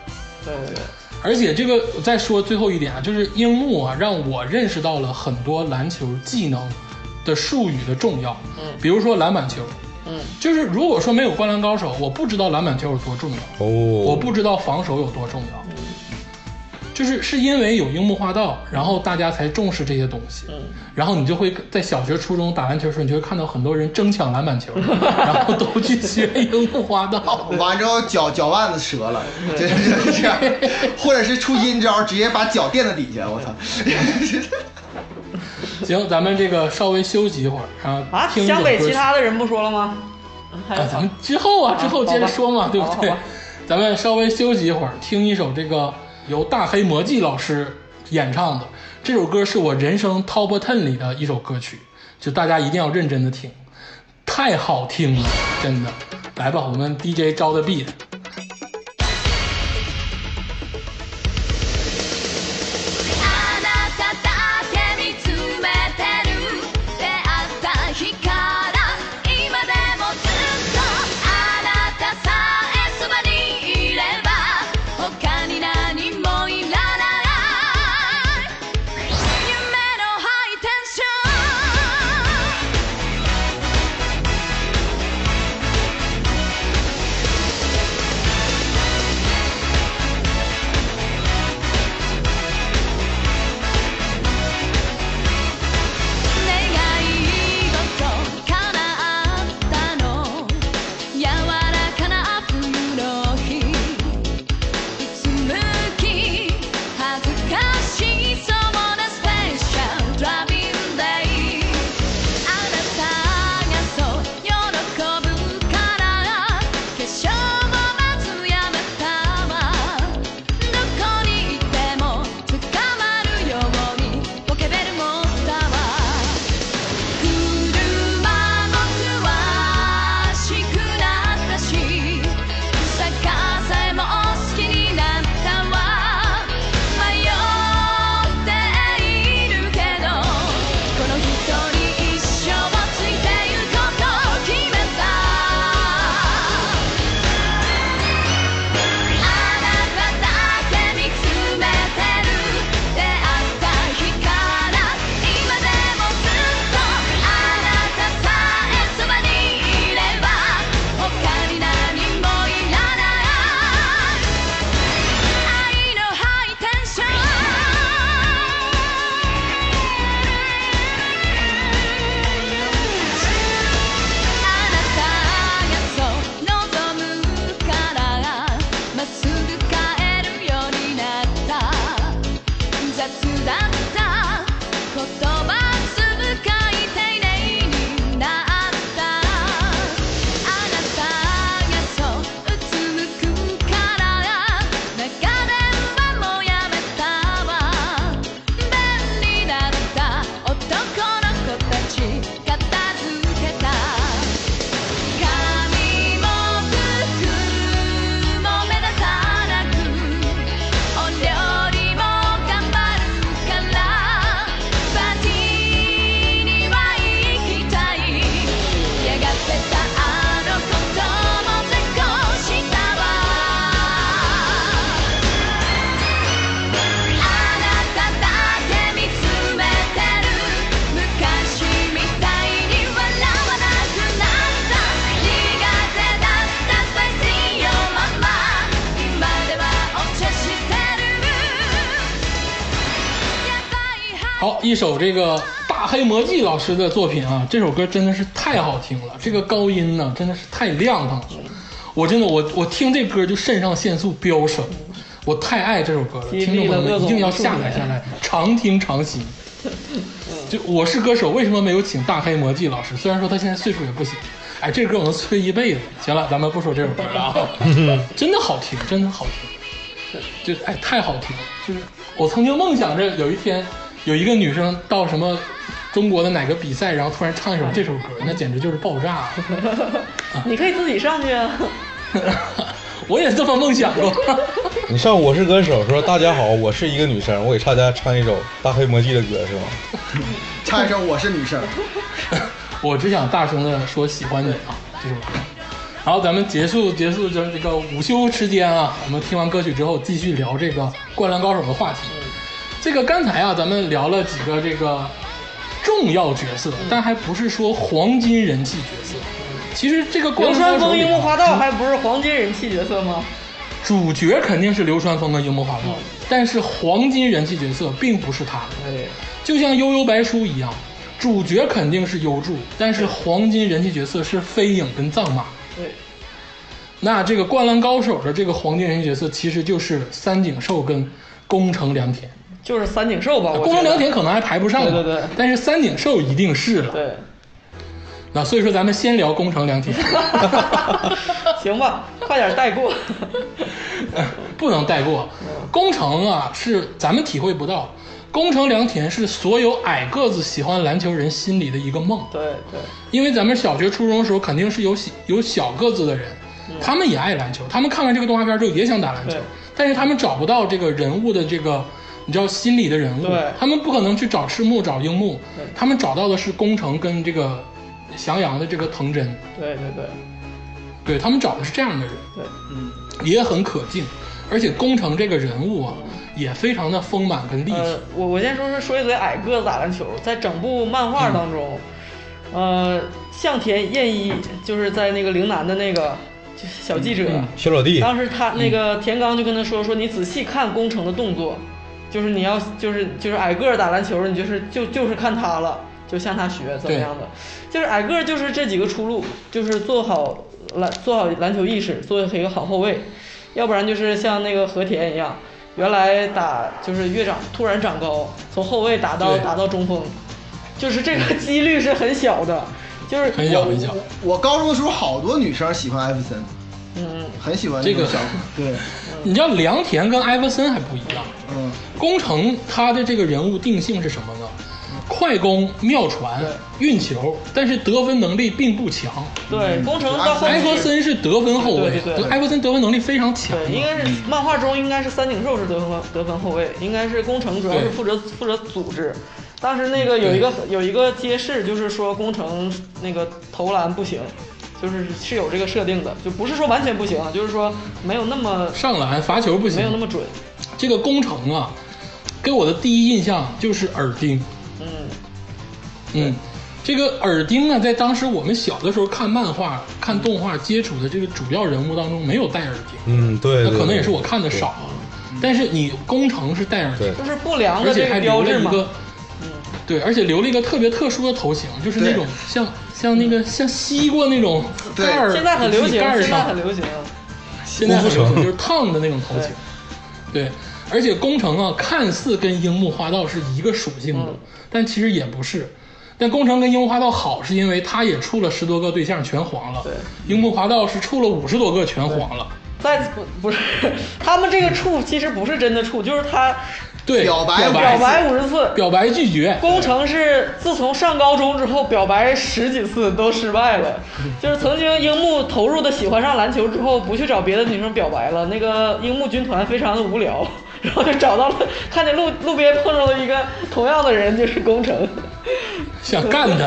Speaker 2: 对对对。
Speaker 1: 而且这个我再说最后一点啊，就是樱木啊，让我认识到了很多篮球技能的术语的重要。
Speaker 2: 嗯
Speaker 1: 比如说篮板球，
Speaker 2: 嗯，
Speaker 1: 就是如果说没有灌篮高手，我不知道篮板球有多重要，
Speaker 2: 嗯
Speaker 3: 哦，
Speaker 1: 我
Speaker 3: 我
Speaker 1: 不知道防守有多重要。就是是因为有樱木花道，然后大家才重视这些东西，
Speaker 2: 嗯
Speaker 1: 然后你就会在小学、初中打篮球的时候，你就会看到很多人争抢篮板 球，然后都去学樱木花道。
Speaker 4: 哦完之后脚脚腕子折了，就是就是这样，或者是出阴招，直接把脚垫在底下，我操！
Speaker 1: 行，咱们这个稍微休息一会儿，然后
Speaker 2: 啊，
Speaker 1: 听一首
Speaker 2: 湘北
Speaker 1: 歌
Speaker 2: 其
Speaker 1: 曲
Speaker 2: 他的人不说了吗？ 还有
Speaker 1: 啊，咱们之后啊，
Speaker 2: 啊
Speaker 1: 之后接着说嘛，对
Speaker 2: 好
Speaker 1: 不
Speaker 2: 吧
Speaker 1: 对
Speaker 2: 好吧？
Speaker 1: 咱们稍微休息一会儿，听一首这个由大黑魔记老师演唱的这首歌，是我人生 top ten 里的一首歌曲，就大家一定要认真的听，太好听了，真的。来吧，我们 DJ 招的 B
Speaker 5: あなただけ見つめてる出会った日から今でもずっとあなたさえそばにいれば他に何もいらない夢のハイテンション「あなただけ見つめてる」
Speaker 1: 好，一首这个大黑魔记老师的作品啊，这首歌真的是太好听了，这个高音呢、真的是太亮堂了，我真的我我听这歌就肾上腺素飙升，我太爱这首歌了，
Speaker 2: 激励
Speaker 1: 听众朋友
Speaker 2: 了各
Speaker 1: 们一
Speaker 2: 种
Speaker 1: 定要下载下来，常听常新。就我是歌手，为什么没有请大黑魔记老师？虽然说他现在岁数也不小，哎，这歌我能吹一辈子。行了，咱们不说这首歌了 啊，真的好听，真的好听，就哎太好听了。就是我曾经梦想着有一天有一个女生到什么中国的哪个比赛，然后突然唱一首这首歌，那简直就是爆炸。
Speaker 2: 你可以自己上去啊。
Speaker 1: 我也这么梦想过。
Speaker 3: 你上《我是歌手》说：“大家好，我是一个女生，我给大家唱一首大黑魔记的歌，是吗
Speaker 4: 唱一首《我是女生》。
Speaker 1: 我只想大声的说喜欢你啊，这首歌。好，咱们结束结束就是这个午休时间啊，我们听完歌曲之后继续聊这个《灌篮高手》的话题。这个刚才啊，咱们聊了几个这个重要角色，但还不是说黄金人气角色。其实这个《灌
Speaker 2: 嗯流
Speaker 1: 篮高
Speaker 2: 川
Speaker 1: 手》
Speaker 2: 枫、
Speaker 1: 里
Speaker 2: 樱
Speaker 1: 啊
Speaker 2: 木花道还不是黄金人气角色吗？
Speaker 1: 主角肯定是流川枫跟樱木花道，
Speaker 2: 嗯
Speaker 1: 但是黄金人气角色并不是他们。
Speaker 2: 哎，
Speaker 1: 就像悠悠白书一样，主角肯定是优助，但是黄金人气角色是飞影跟藏马。
Speaker 2: 对，
Speaker 1: 那这个《灌篮高手》的这个黄金人气角色其实就是三井寿跟宫城良田，
Speaker 2: 就是三井寿吧，我
Speaker 1: 宫城
Speaker 2: 觉
Speaker 1: 良
Speaker 2: 得。
Speaker 1: 田可能还排不上吧，
Speaker 2: 对对对
Speaker 1: 但是三井寿一定是了。
Speaker 2: 对，
Speaker 1: 那所以说咱们先聊宫城良田，
Speaker 2: 行吧，快点带过。
Speaker 1: 不能带过。宫城啊，是咱们体会不到，宫城良田是所有矮个子喜欢篮球人心里的一个梦。
Speaker 2: 对对，
Speaker 1: 因为咱们小学、初中的时候肯定是有小有小个子的人，他们也爱篮球，他们看完这个动画片之后也想打篮球
Speaker 2: 嗯对，
Speaker 1: 但是他们找不到这个人物的这个，你知道心理的人物
Speaker 2: 对，
Speaker 1: 他们不可能去找赤木、找樱木
Speaker 2: 对，
Speaker 1: 他们找到的是宫城跟这个翔阳的这个藤真，
Speaker 2: 对对对
Speaker 1: 对他们找的是这样的人，
Speaker 2: 对，
Speaker 4: 嗯
Speaker 1: 也很可敬，而且宫城这个人物啊也非常的丰满跟立体
Speaker 2: 呃，，我我先说说说一嘴矮个子打篮球，在整部漫画当中，
Speaker 1: 嗯
Speaker 2: 呃，向田彦一就是在那个陵南的那个就是小记者。？”
Speaker 1: 嗯
Speaker 3: 小老弟，
Speaker 2: 当时他那个田刚就跟他说说，你仔细看工程的动作，就是你要就是就是矮个儿打篮球，你就是就就是看他了，就向他学怎么样的，就是矮个儿就是这几个出路，就是做好篮做好篮球意识，做一个好后卫，要不然就是像那个和田一样，原来打就是越长突然长高，从后卫打到
Speaker 1: 对嗯
Speaker 2: 打到中锋，就是这个几率是很小的，就是
Speaker 1: 很小很小。
Speaker 4: 我高中的时候，好多女生喜欢艾弗森，
Speaker 2: 嗯，
Speaker 4: 很喜欢那种
Speaker 1: 这个
Speaker 4: 小个。对，
Speaker 1: 你知道良田跟艾弗森还不一样，
Speaker 4: 嗯，
Speaker 1: 宫城他的这个人物定性是什么呢？快攻、妙传、运球，但是得分能力并不强。
Speaker 2: 对，工程到后
Speaker 1: 艾
Speaker 2: 期
Speaker 1: 弗森是得分后卫
Speaker 2: 对对对，
Speaker 1: 艾弗森得分能力非常强。
Speaker 2: 对，应该是
Speaker 1: 嗯
Speaker 2: 漫画中应该是三井寿是得分得分后卫，应该是宫城主要是
Speaker 1: 对嗯
Speaker 2: 负责负责组织。当时那个有一个有一个揭示，就是说宫城那个投篮不行，就是是有这个设定的，就不是说完全不行啊，就是说没有那么
Speaker 1: 上篮罚球不
Speaker 2: 没有那
Speaker 1: 行。
Speaker 2: 么准。
Speaker 1: 这个宫城啊，给我的第一印象就是耳钉。
Speaker 2: 嗯，
Speaker 1: 嗯，这个耳钉啊，在当时我们小的时候看漫画、看动画接触的这个主要人物当中，没有戴耳钉。
Speaker 3: 嗯，对，
Speaker 1: 那
Speaker 3: 对
Speaker 1: 可能也是
Speaker 3: 对
Speaker 1: 我看的少啊。但是你宫城是戴耳钉
Speaker 3: 对
Speaker 1: 的。
Speaker 2: 就是不良
Speaker 1: 而
Speaker 2: 的
Speaker 1: 且
Speaker 2: 这
Speaker 1: 还
Speaker 2: 个
Speaker 1: 留
Speaker 2: 标
Speaker 1: 了
Speaker 2: 志
Speaker 1: 一
Speaker 2: 嘛。嗯
Speaker 1: 个，对，而且留了一个特别特殊的头型，就是那
Speaker 4: 对
Speaker 1: 种像像那个像西瓜那种
Speaker 4: 对
Speaker 1: 盖儿，
Speaker 2: 嗯现在很流行，
Speaker 1: 盖儿
Speaker 2: 现在
Speaker 1: 上，
Speaker 2: 很流行。
Speaker 1: 现在很
Speaker 3: 郭富
Speaker 1: 流
Speaker 3: 城
Speaker 1: 行，就是烫的那种头型。对，而且宫城啊，看似跟樱木花道是一个属性的
Speaker 2: 嗯，
Speaker 1: 但其实也不是。但宫城跟樱木花道好，是因为他也处了十多个对象全黄了
Speaker 2: 对，
Speaker 1: 樱木花道是处了五十多个全黄了。
Speaker 2: 在不不是， 他们这个处其实不是真的处，就是他
Speaker 1: 对，
Speaker 4: 表白
Speaker 1: 表
Speaker 2: 表
Speaker 1: 白
Speaker 2: 白五十次，
Speaker 1: 表白拒绝，
Speaker 2: 工程是自从上高中之后表白十几次都失败了，就是曾经樱木投入的喜欢上篮球之后，不去找别的女生表白了，那个樱木军团非常的无聊，然后就找到了，看见路路边碰上了一个同样的人，就是工程，
Speaker 1: 想干他。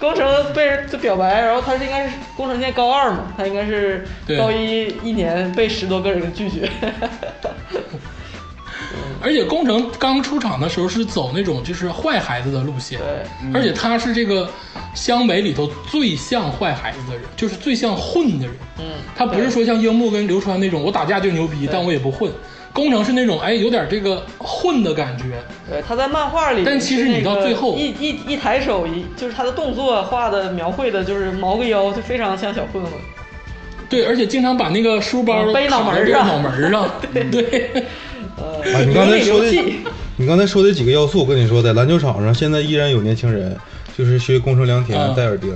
Speaker 2: 工程被人就表白，然后他是应该是工程现在高二嘛，他应该是
Speaker 1: 对
Speaker 2: 高一一年被十多个人拒绝，
Speaker 1: 而且宫城刚出场的时候是走那种就是坏孩子的路线，
Speaker 2: 对嗯
Speaker 1: 而且他是这个湘北里头最像坏孩子的人，就是最像混的人。
Speaker 2: 嗯，
Speaker 1: 他不是说像樱木跟流川那种，我打架就牛逼，但我也不混。工程是那种哎有点这个混的感觉，
Speaker 2: 对，他在漫画里，
Speaker 1: 但其实你到最后
Speaker 2: 一一一抬手，一就是他的动作画的描绘的，就是毛个腰，就非常像小混混。
Speaker 1: 对，而且经常把那个书包
Speaker 2: 嗯背脑门
Speaker 1: 卡
Speaker 2: 儿
Speaker 1: 在
Speaker 2: 上
Speaker 1: 脑门儿 上，对，
Speaker 2: 呃，
Speaker 3: 啊，你刚才说
Speaker 2: 流
Speaker 3: 的
Speaker 2: 里流气，
Speaker 3: 你刚才说的几个要素，我跟你说，在篮球场上现在依然有年轻人，就是学工程良田、
Speaker 1: 嗯
Speaker 3: 戴尔丁，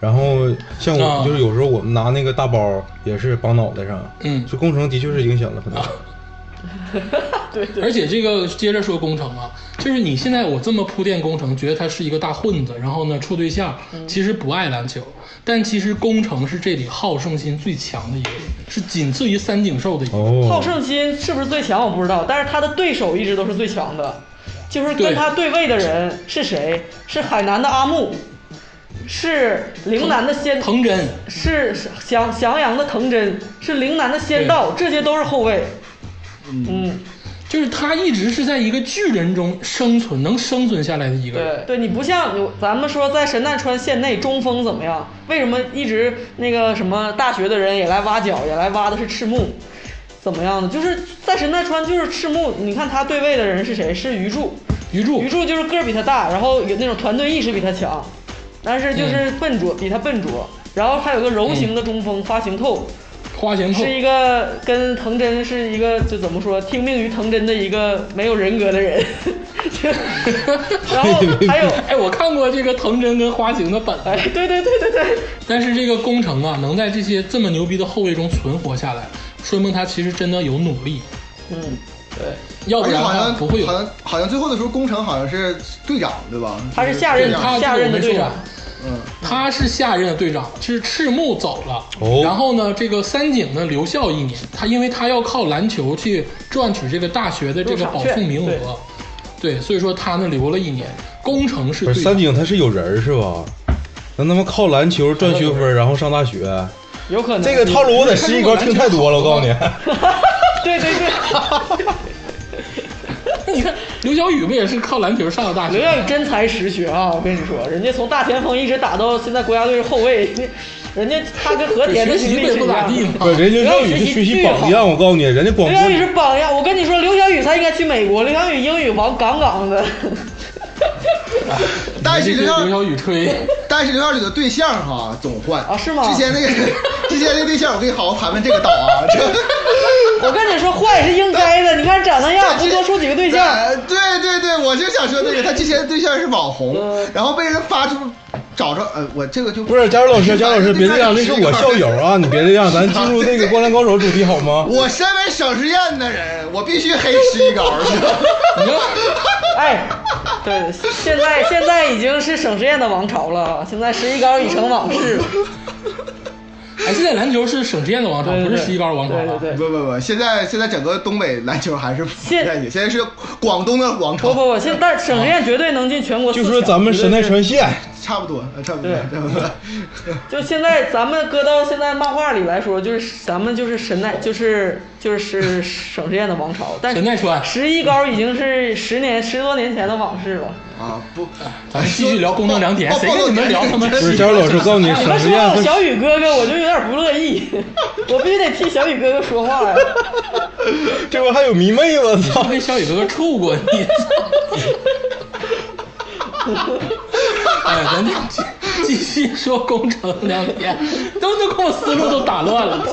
Speaker 3: 然后像我、
Speaker 1: 啊
Speaker 3: 就是有时候我们拿那个大包也是绑脑袋上，
Speaker 1: 嗯
Speaker 3: 就工程的确是影响了很大。
Speaker 2: 对对，
Speaker 1: 而且这个接着说工程啊，就是你现在我这么铺垫工程，觉得他是一个大混子，然后呢处对象，其实不爱篮球，但其实工程是这里好胜心最强的一个，是仅次于三井寿的一个。
Speaker 2: 好
Speaker 3: 哦，
Speaker 2: 胜心是不是最强我不知道，但是他的对手一直都是最强的，就是
Speaker 1: 对
Speaker 2: 跟他对位的人是谁？是海南的阿木，是陵南的仙，
Speaker 1: 藤真，
Speaker 2: 是是襄襄阳的藤真，是陵南的仙道，这些都是后卫。嗯，
Speaker 1: 就是他一直是在一个巨人中生存，能生存下来的一个人。
Speaker 2: 对对，你不像有咱们说在神奈川县内中锋怎么样？为什么一直那个什么大学的人也来挖角，也来挖的是赤木，怎么样呢？就是在神奈川就是赤木，你看他对位的人是谁？是鱼柱，
Speaker 1: 鱼柱
Speaker 2: 鱼，柱就是个儿比他大，然后有那种团队意识比他强，但是就是笨拙，比他笨拙。然后还有个柔型的中锋花形透，
Speaker 1: 花钱透
Speaker 2: 是，一个跟藤真是一个就怎么说听命于藤真的一个没有人格的人。 然后还有，
Speaker 1: 哎，我看过这个藤真跟花形的本
Speaker 2: 哎，对对对对对，
Speaker 1: 但是这个工程啊，能在这些这么牛逼的后卫中存活下来，说明他其实真的有努力，
Speaker 2: 嗯，对，
Speaker 1: 要不
Speaker 4: 而且
Speaker 1: 然
Speaker 4: 好
Speaker 1: 他
Speaker 4: 像
Speaker 1: 不会有
Speaker 4: 好。像好像最后的时候，工程好像是队长对吧？
Speaker 2: 他是
Speaker 4: 就是
Speaker 2: 下
Speaker 4: 队
Speaker 2: 任
Speaker 4: 长
Speaker 1: 他
Speaker 2: 下任的队
Speaker 1: 这个我没说
Speaker 2: 长
Speaker 1: 完，
Speaker 4: 嗯，
Speaker 1: 他是下任的队长，是赤木走了，
Speaker 3: 哦
Speaker 1: 然后呢，这个三井呢留校一年，他因为他要靠篮球去赚取这个大学的这个保送名
Speaker 2: 入场券
Speaker 1: 额，对，所以说他呢留了一年。工程是
Speaker 3: 不是
Speaker 1: 队
Speaker 3: 三
Speaker 1: 长，
Speaker 3: 井他是有人儿是吧？能他妈靠篮球赚学分，然后上大学，
Speaker 2: 有可能
Speaker 3: 嗯这个套路我在十一高听太多了，我告诉你。
Speaker 2: 对对对，
Speaker 1: 你看刘晓宇不也是靠篮球上的大
Speaker 2: 刘
Speaker 1: 学？
Speaker 2: 耀宇真才实学啊！我跟你说，人家从大前锋一直打到现在国家队是后卫，人家他跟和田的
Speaker 1: 学
Speaker 2: 经
Speaker 1: 习
Speaker 2: 历
Speaker 1: 不也
Speaker 2: 是
Speaker 1: 不
Speaker 2: 一
Speaker 1: 咋
Speaker 2: 样
Speaker 1: 地
Speaker 2: 的。
Speaker 1: 嘛
Speaker 3: 不，是，人家廖宇是学习榜样，我告诉你，人家广
Speaker 2: 刘翔宇
Speaker 3: 播
Speaker 2: 是榜样，我跟你说，刘翔宇才应该去美国。刘翔宇英语王杠杠的，
Speaker 4: 但是
Speaker 1: 你
Speaker 4: 刘
Speaker 1: 这
Speaker 4: 耀
Speaker 1: 刘晓宇吹，
Speaker 4: 但是刘耀里的对象哈总换
Speaker 2: 啊是吗
Speaker 4: 之前那个 之前那对象，我给你好好盘盘这个岛啊，这
Speaker 2: 我跟你说，换也是应该的。你看长那 样，不多处几个对象，
Speaker 4: 对对对，我就想说这个，他之前的对象是网红，
Speaker 2: 嗯
Speaker 4: 然后被人发出找着，呃，我这个就
Speaker 3: 不是，佳茹老师，佳茹老师，别这样，那是我校友啊，你别这样，咱进入那个《灌篮高手》主题好吗？
Speaker 4: 我身为省实验的人，我必须黑吃一高。
Speaker 1: 你看
Speaker 2: 哎，对，现在现在已经是省实验的王朝了，现在十一高已成往事了。
Speaker 1: 哎，现在篮球是省实验的王朝，
Speaker 2: 对
Speaker 1: 不
Speaker 2: 对
Speaker 1: 是
Speaker 2: 对
Speaker 1: 十一高王朝
Speaker 2: 对对
Speaker 1: 了。
Speaker 2: 对。
Speaker 4: 不不不，现在现在整个东北篮球还是不
Speaker 2: 现
Speaker 4: 太行，现在是广东的王
Speaker 2: 不
Speaker 4: 朝，
Speaker 2: 不不，现
Speaker 1: 啊
Speaker 2: 但省实验绝对能进全国四
Speaker 3: 就
Speaker 2: 强。
Speaker 3: 说咱们神奈川县，
Speaker 4: 差不多，呃差不多，
Speaker 2: 对
Speaker 4: 差不 多。
Speaker 2: 就现在，咱们搁到现在漫画里来说，就是咱们就是神奈，就是就是 省实验的王朝，但
Speaker 1: 神奈川，
Speaker 2: 十一高已经是十年十多年前的往事了。
Speaker 4: 啊不，
Speaker 1: 咱继续聊工程良田，
Speaker 4: 报
Speaker 1: 谁跟你们聊他妈
Speaker 4: 报道
Speaker 1: 十
Speaker 3: 不是
Speaker 1: 一
Speaker 3: 佳茹老师，告诉你，
Speaker 2: 哎你们
Speaker 3: 省实
Speaker 2: 说
Speaker 3: 验
Speaker 2: 我
Speaker 3: 和
Speaker 2: 小雨哥哥，我就有点不乐意， 我必须得替小雨哥哥说话呀。
Speaker 3: 这不还有迷妹，我操！
Speaker 1: 跟小雨哥哥处过你。哎，咱继继续说工程良田，都都给我思路都打乱了。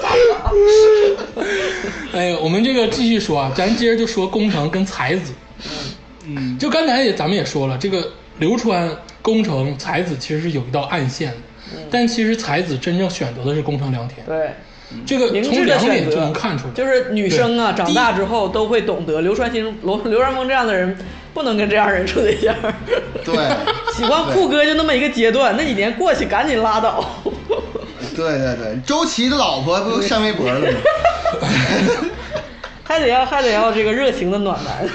Speaker 1: 哎，我们这个继续说啊，咱接着就说工程跟才子。
Speaker 4: 嗯，
Speaker 1: 就刚才也咱们也说了，这个流川、工程、才子其实是有一道暗线的，但其实才子真正选择的是工程良田，
Speaker 2: 嗯对，
Speaker 1: 这个
Speaker 2: 明
Speaker 1: 从
Speaker 2: 智的
Speaker 1: 两
Speaker 2: 选
Speaker 1: 点
Speaker 2: 择
Speaker 1: 就能看出来，
Speaker 2: 就是女生啊，
Speaker 1: 对
Speaker 2: 长大之后都会懂得，流川星、流流川枫这样的人不能跟这样人处对象。
Speaker 4: 对。
Speaker 2: 喜欢酷哥就那么一个阶段，那几年过去赶紧拉倒。
Speaker 4: 对对对，周琦的老婆不上微博了 吗？
Speaker 2: 还得要还得要这个热情的暖男，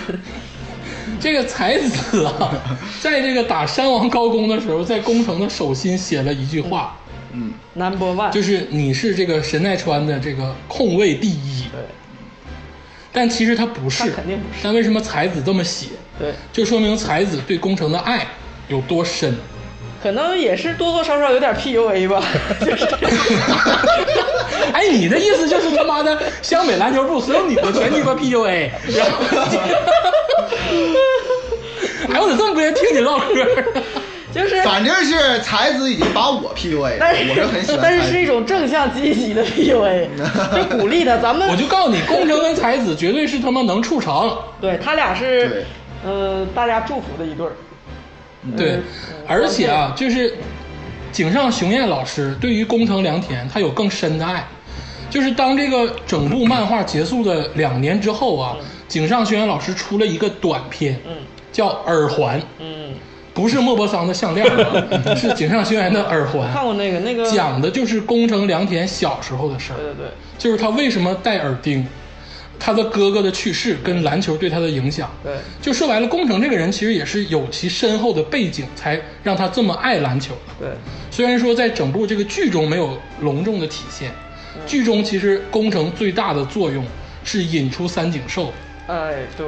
Speaker 1: 这个才子啊， 在这个打山王高工的时候，在工程的手心写了一句话，
Speaker 4: 嗯，
Speaker 2: number one，
Speaker 1: 就是你是这个神奈川的这个控卫第一。
Speaker 2: 对
Speaker 1: 但其实他不是，
Speaker 2: 他肯定不是
Speaker 1: 但为什么才子这么写，
Speaker 2: 对
Speaker 1: 就说明才子对工程的爱有多深。
Speaker 2: 可能也是多多少少有点 PUA 吧， 就是。
Speaker 1: 哎，你的意思就是他妈的湘北篮球部所有女的全鸡巴 PUA，然 后， 哎，我咋这么不愿意听你唠嗑儿？
Speaker 2: 就是，
Speaker 4: 反正是才子已经把我 PUA 了，
Speaker 2: 但是
Speaker 4: 我是很喜欢才子，
Speaker 2: 但是是一种正向积极的 PUA，就鼓励他。咱们
Speaker 1: 我就告诉你，宫城跟才子绝对是他妈能处成，
Speaker 2: 对他俩
Speaker 4: 对
Speaker 2: 是，呃，大家祝福的一对儿。嗯
Speaker 1: 对，而且啊，就是井上雄彦老师对于宫城良田，他有更深的爱。就是当这个整部漫画结束的两年之后啊，井上雄彦老师出了一个短片，
Speaker 2: 嗯
Speaker 1: 叫《耳环》，
Speaker 2: 嗯，
Speaker 1: 不是莫泊桑的项链 啊，是井上雄彦的耳环。
Speaker 2: 看过那个那个，
Speaker 1: 讲的就是宫城良田小时候的事儿
Speaker 2: 对，对对，
Speaker 1: 就是他为什么戴耳钉，他的哥哥的去世跟篮球对他的影响。
Speaker 2: 对
Speaker 1: 就说白了，宫城这个人其实也是有其深厚的背景，才让他这么爱篮球的。
Speaker 2: 对，
Speaker 1: 虽然说在整部这个剧中没有隆重的体现，
Speaker 2: 嗯
Speaker 1: 剧中其实宫城最大的作用是引出三井寿。
Speaker 2: 哎对，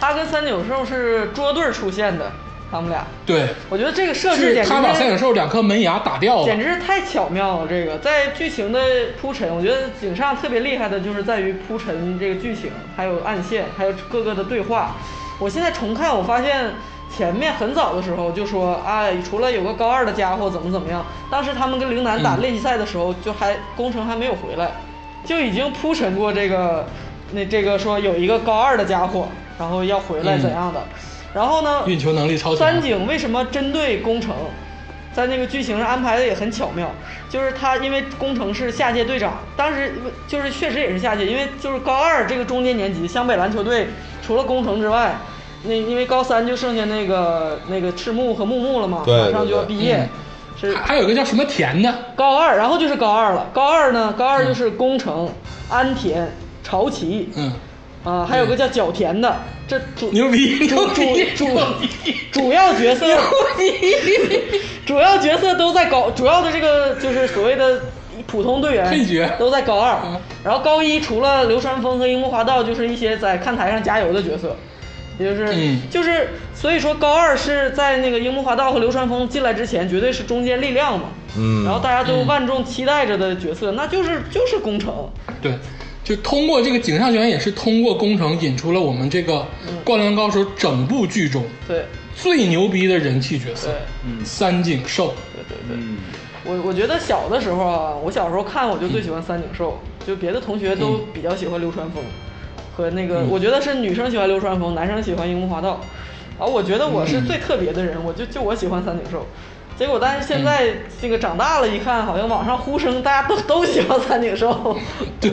Speaker 2: 他跟三井寿是捉对儿出现的，他们俩，
Speaker 1: 对，
Speaker 2: 我觉得这个设置
Speaker 1: 是
Speaker 2: 简直
Speaker 1: 他把三井寿两颗门牙打掉
Speaker 2: 简
Speaker 1: 了。
Speaker 2: 直是太巧妙了。这个在剧情的铺陈，我觉得井上特别厉害的就是在于铺陈这个剧情，还有暗线，还有各个的对话。我现在重看，我发现前面很早的时候就说啊，除了有个高二的家伙怎么怎么样，当时他们跟陵南打练习赛的时候，就还工程还没有回来，就已经铺陈过这个那这个说有一个高二的家伙，然后要回来怎样的。然后呢？
Speaker 1: 嗯运球能力超强
Speaker 2: 三井为什么针对宫城，在那个剧情上安排的也很巧妙，就是他因为宫城是下届队长，当时就是确实也是下届，因为就是高二这个中间年级，湘北篮球队除了宫城之外，那因为高三就剩下那个那个赤木和木木了嘛，
Speaker 3: 对嗯
Speaker 2: 马上就要毕业，是
Speaker 1: 还还有一个叫什么田的，
Speaker 2: 高二，然后就是高二了。高二呢，高二就是宫城、安田、朝崎，
Speaker 1: 嗯，
Speaker 2: 啊，还有个叫角田的，这主
Speaker 1: 牛 逼
Speaker 2: 主
Speaker 1: 牛
Speaker 2: 主
Speaker 1: 逼
Speaker 2: 主
Speaker 1: 牛
Speaker 2: 主要角色，主要角色都在高，主要的这个就是所谓的普通队员
Speaker 1: 配角
Speaker 2: 都在高二
Speaker 1: 嗯，
Speaker 2: 然后高一除了流川枫和樱木花道，就是一些在看台上加油的角色。也就是、
Speaker 1: 嗯
Speaker 2: 就是，所以说高二是在那个樱木花道和流川枫进来之前，绝对是中坚力量嘛。
Speaker 3: 嗯
Speaker 2: 然后大家都万众期待着的角色，那就是就是宫城。
Speaker 1: 对，就通过这个井上雄彦也是通过工程引出了我们这个
Speaker 2: 嗯
Speaker 1: 《灌篮高手》整部剧中
Speaker 2: 对
Speaker 1: 最牛逼的人气角色
Speaker 2: 对，
Speaker 1: 三井寿。
Speaker 2: 对对对，
Speaker 1: 嗯
Speaker 2: 我我觉得小的时候啊，我小时候看我就最喜欢三井寿，就别的同学都
Speaker 1: 嗯
Speaker 2: 比较喜欢流川枫，和那个、我觉得是女生喜欢流川枫，男生喜欢樱木花道，啊，我觉得我是最特别的
Speaker 1: 嗯
Speaker 2: 人，我就就我喜欢三井寿。结果，但是现在这个长大了，一看好像网上呼声，大家都都喜欢三井寿。
Speaker 1: 对，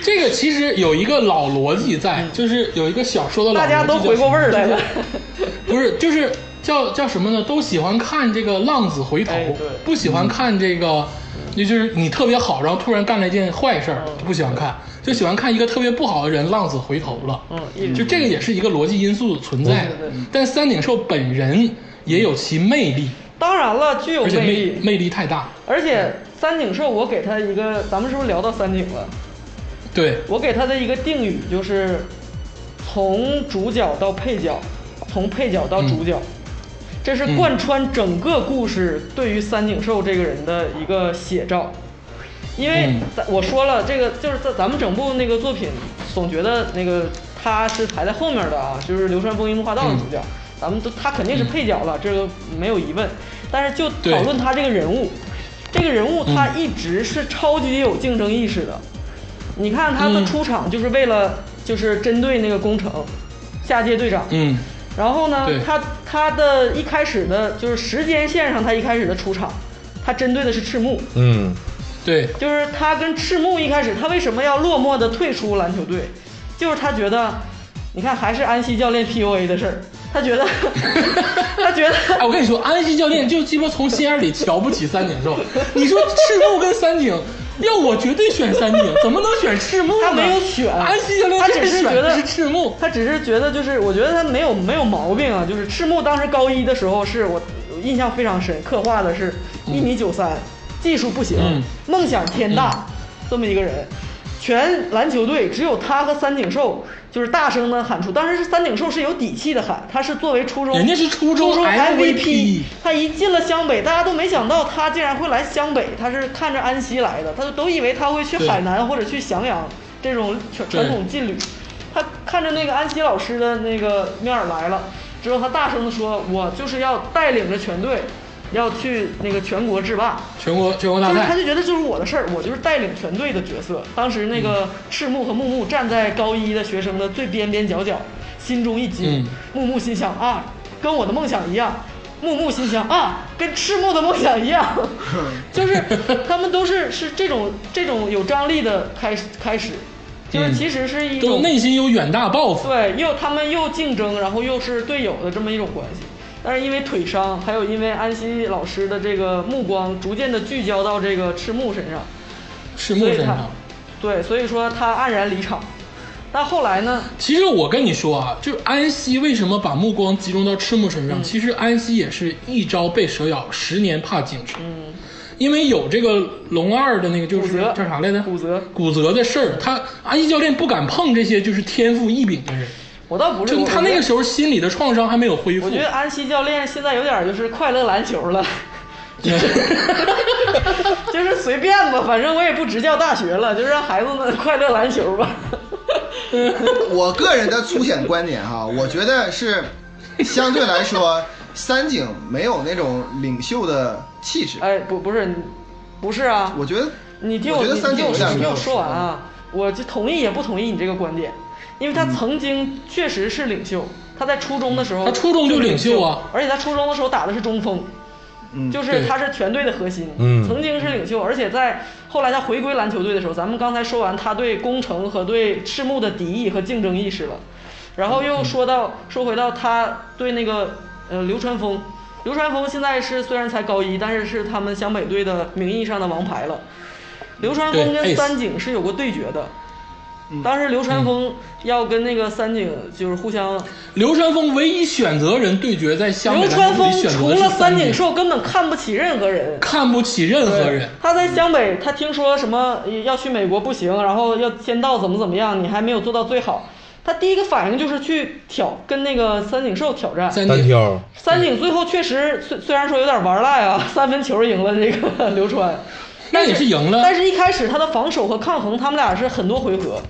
Speaker 1: 这个其实有一个老逻辑在，就是有一个小说的老逻辑
Speaker 2: 嗯大家都回过味儿来了
Speaker 1: 就是， 不是，就是叫叫什么呢？都喜欢看这个浪子回头
Speaker 2: 哎对，
Speaker 1: 不喜欢看这个，也就是你特别好，然后突然干了一件坏事儿，
Speaker 2: 嗯
Speaker 1: 就不喜欢看，就喜欢看一个特别不好的人浪子回头了。
Speaker 2: 嗯，一
Speaker 1: 就这个也是一个逻辑因素存在的
Speaker 2: 对对对，
Speaker 1: 但三井寿本人也有其魅力，
Speaker 2: 当然了，具有
Speaker 1: 而且
Speaker 2: 魅
Speaker 1: 魅
Speaker 2: 力，
Speaker 1: 魅力太大。
Speaker 2: 而且三井寿，我给他一个，咱们是不是聊到三井了？
Speaker 1: 对，
Speaker 2: 我给他的一个定语就是，从主角到配角，从配角到主
Speaker 1: 嗯
Speaker 2: 角，这是贯穿整个故事对于三井寿这个人的一个写照。因为
Speaker 1: 嗯
Speaker 2: 咱我说了，这个就是在咱们整部那个作品，总觉得那个他是排在后面的啊，就是流川枫、樱木花道的
Speaker 1: 嗯
Speaker 2: 主角，咱们都他肯定是配角了，这个没有疑问。但是就
Speaker 1: 对嗯
Speaker 2: 讨论他这个人物，这个人物他一直是超级有竞争意识的。你看他的
Speaker 1: 嗯
Speaker 2: 出场就是为了就是针对那个工程，下届队长。
Speaker 1: 嗯，
Speaker 2: 然后呢
Speaker 1: 对，
Speaker 2: 他他的一开始的就是时间线上，他一开始的出场，他针对的是赤木，
Speaker 3: 嗯，
Speaker 1: 对，
Speaker 2: 就是他跟赤木一开始他为什么要落寞的退出篮球队，就是他觉得，你看还是安西教练 PUA 的事儿，他觉得 他觉得
Speaker 1: 哎，我跟你说，安西教练就鸡巴从心眼里瞧不起三井寿。你说赤木跟三井，要我绝对选三井，怎么能选赤木呢？
Speaker 2: 他没有选
Speaker 1: 安西教练
Speaker 2: 他只
Speaker 1: 这选
Speaker 2: 是觉得
Speaker 1: 的是赤木。
Speaker 2: 他只是觉得就是，我觉得他没有没有毛病啊。就是赤木当时高一的时候是我我印象非常深，刻画的是一米九三，技术不行
Speaker 1: 嗯，
Speaker 2: 梦想天大，这么一个人。全篮球队只有他和三井寿就是大声的喊出，当时是三井寿是有底气的喊，他是作为初中，
Speaker 1: 人家是初中
Speaker 2: 中
Speaker 1: MVP
Speaker 2: 他一进了湘北，大家都没想到他竟然会来湘北，他是看着安西来的，他都以为他会去
Speaker 1: 对
Speaker 2: 海南或者去襄阳这种传
Speaker 1: 对
Speaker 2: 传统劲旅，他看着那个安西老师的那个面儿来了，之后他大声的说：“我就是要带领着全队，要去那个全国制霸。”
Speaker 1: 全国全国
Speaker 2: 就
Speaker 1: 大
Speaker 2: 是他
Speaker 1: 赛
Speaker 2: 就，觉得这是我的事儿，我就是带领全队的角色。当时那个赤木和木木站在高一的学生的最边边角角，心中一惊。
Speaker 1: 嗯
Speaker 2: 木木心想啊，跟我的梦想一样。木木心想啊，跟赤木的梦想一样，就是他们都是是这种这种有张力的开始开始，就是
Speaker 1: 嗯
Speaker 2: 其实是一
Speaker 1: 都
Speaker 2: 种
Speaker 1: 内心有远大抱负。
Speaker 2: 对，又他们又竞争，然后又是队友的这么一种关系。但是因为腿伤，还有因为安西老师的这个目光逐渐的聚焦到这个赤木身上，
Speaker 1: 赤木
Speaker 2: 所以
Speaker 1: 身
Speaker 2: 他
Speaker 1: 上。，
Speaker 2: 对，所以说他黯然离场。但后来呢？
Speaker 1: 其实我跟你说啊，就是安西为什么把目光集中到赤木
Speaker 2: 嗯
Speaker 1: 身上？其实安西也是一朝被蛇咬，十年怕井绳。嗯，因为有这个龙二的那个就是
Speaker 2: 骨折
Speaker 1: 叫啥来着？
Speaker 2: 骨折
Speaker 1: 骨折的事儿，他安西教练不敢碰这些就是天赋异禀的人，
Speaker 2: 我倒不是
Speaker 1: 就
Speaker 2: 我
Speaker 1: 他那个时候心理的创伤还没有恢复
Speaker 2: 我觉。得安西教练现在有点就是快乐篮 球了，就是随便吧，反正我也不执教大学了，就让孩子们快乐篮 球吧。
Speaker 4: 我个人的粗浅观点哈，我觉得是相对来说，三井没有那种领袖的气质。
Speaker 2: 哎，不不是，不是啊，
Speaker 4: 我觉得，
Speaker 2: 你听
Speaker 4: 我
Speaker 2: 我，
Speaker 4: 觉得
Speaker 2: 你
Speaker 4: 三
Speaker 2: 你听
Speaker 4: 井
Speaker 2: 我说，
Speaker 4: 有点没
Speaker 2: 你听
Speaker 4: 有
Speaker 2: 我说完啊，我就同意也不同意你这个观点，因为
Speaker 4: 嗯
Speaker 2: 他曾经确实是领袖，他在初中的时候，
Speaker 1: 嗯他初中就领袖啊，
Speaker 2: 而且他初中的时候打的是中锋，
Speaker 4: 嗯，
Speaker 2: 就是
Speaker 1: 对
Speaker 2: 他是全队的核心，
Speaker 3: 嗯
Speaker 2: 曾经是领袖，而且在后来他回归篮球队的时候，咱们刚才说完他对宫城和对赤木的敌意和竞争意识了，然后又说
Speaker 4: 嗯
Speaker 2: 到说回到他对那个呃流川枫，流川枫现在是虽然才高一，但是是他们湘北队的名义上的王牌了。流川
Speaker 1: 对
Speaker 2: 枫跟
Speaker 1: ，ace
Speaker 2: 三井是有过对决的，当时流川
Speaker 1: 嗯
Speaker 2: 枫要跟那个三井就是互相
Speaker 1: 流川枫唯一选择人对决在湘北
Speaker 2: 流川
Speaker 1: 篮球
Speaker 2: 枫
Speaker 1: 里选
Speaker 2: 除
Speaker 1: 择的
Speaker 2: 了
Speaker 1: 是
Speaker 2: 三井
Speaker 1: 井，
Speaker 2: 寿根本看不起任何人。
Speaker 1: 看不起任何人。
Speaker 2: 他在湘北，他听说什么呃要去美国不行，然后要签到怎么怎么样，你还没有做到最好。他第一个反应就是去挑跟那个三井寿挑战。
Speaker 1: 三
Speaker 3: 单
Speaker 1: 井
Speaker 3: 挑，
Speaker 2: 三井最后确实虽虽然说有点玩赖啊， 三分球赢了这个流川，
Speaker 1: 那也是赢了
Speaker 2: 但是一开始他的防守和抗衡，他们俩是很多回合，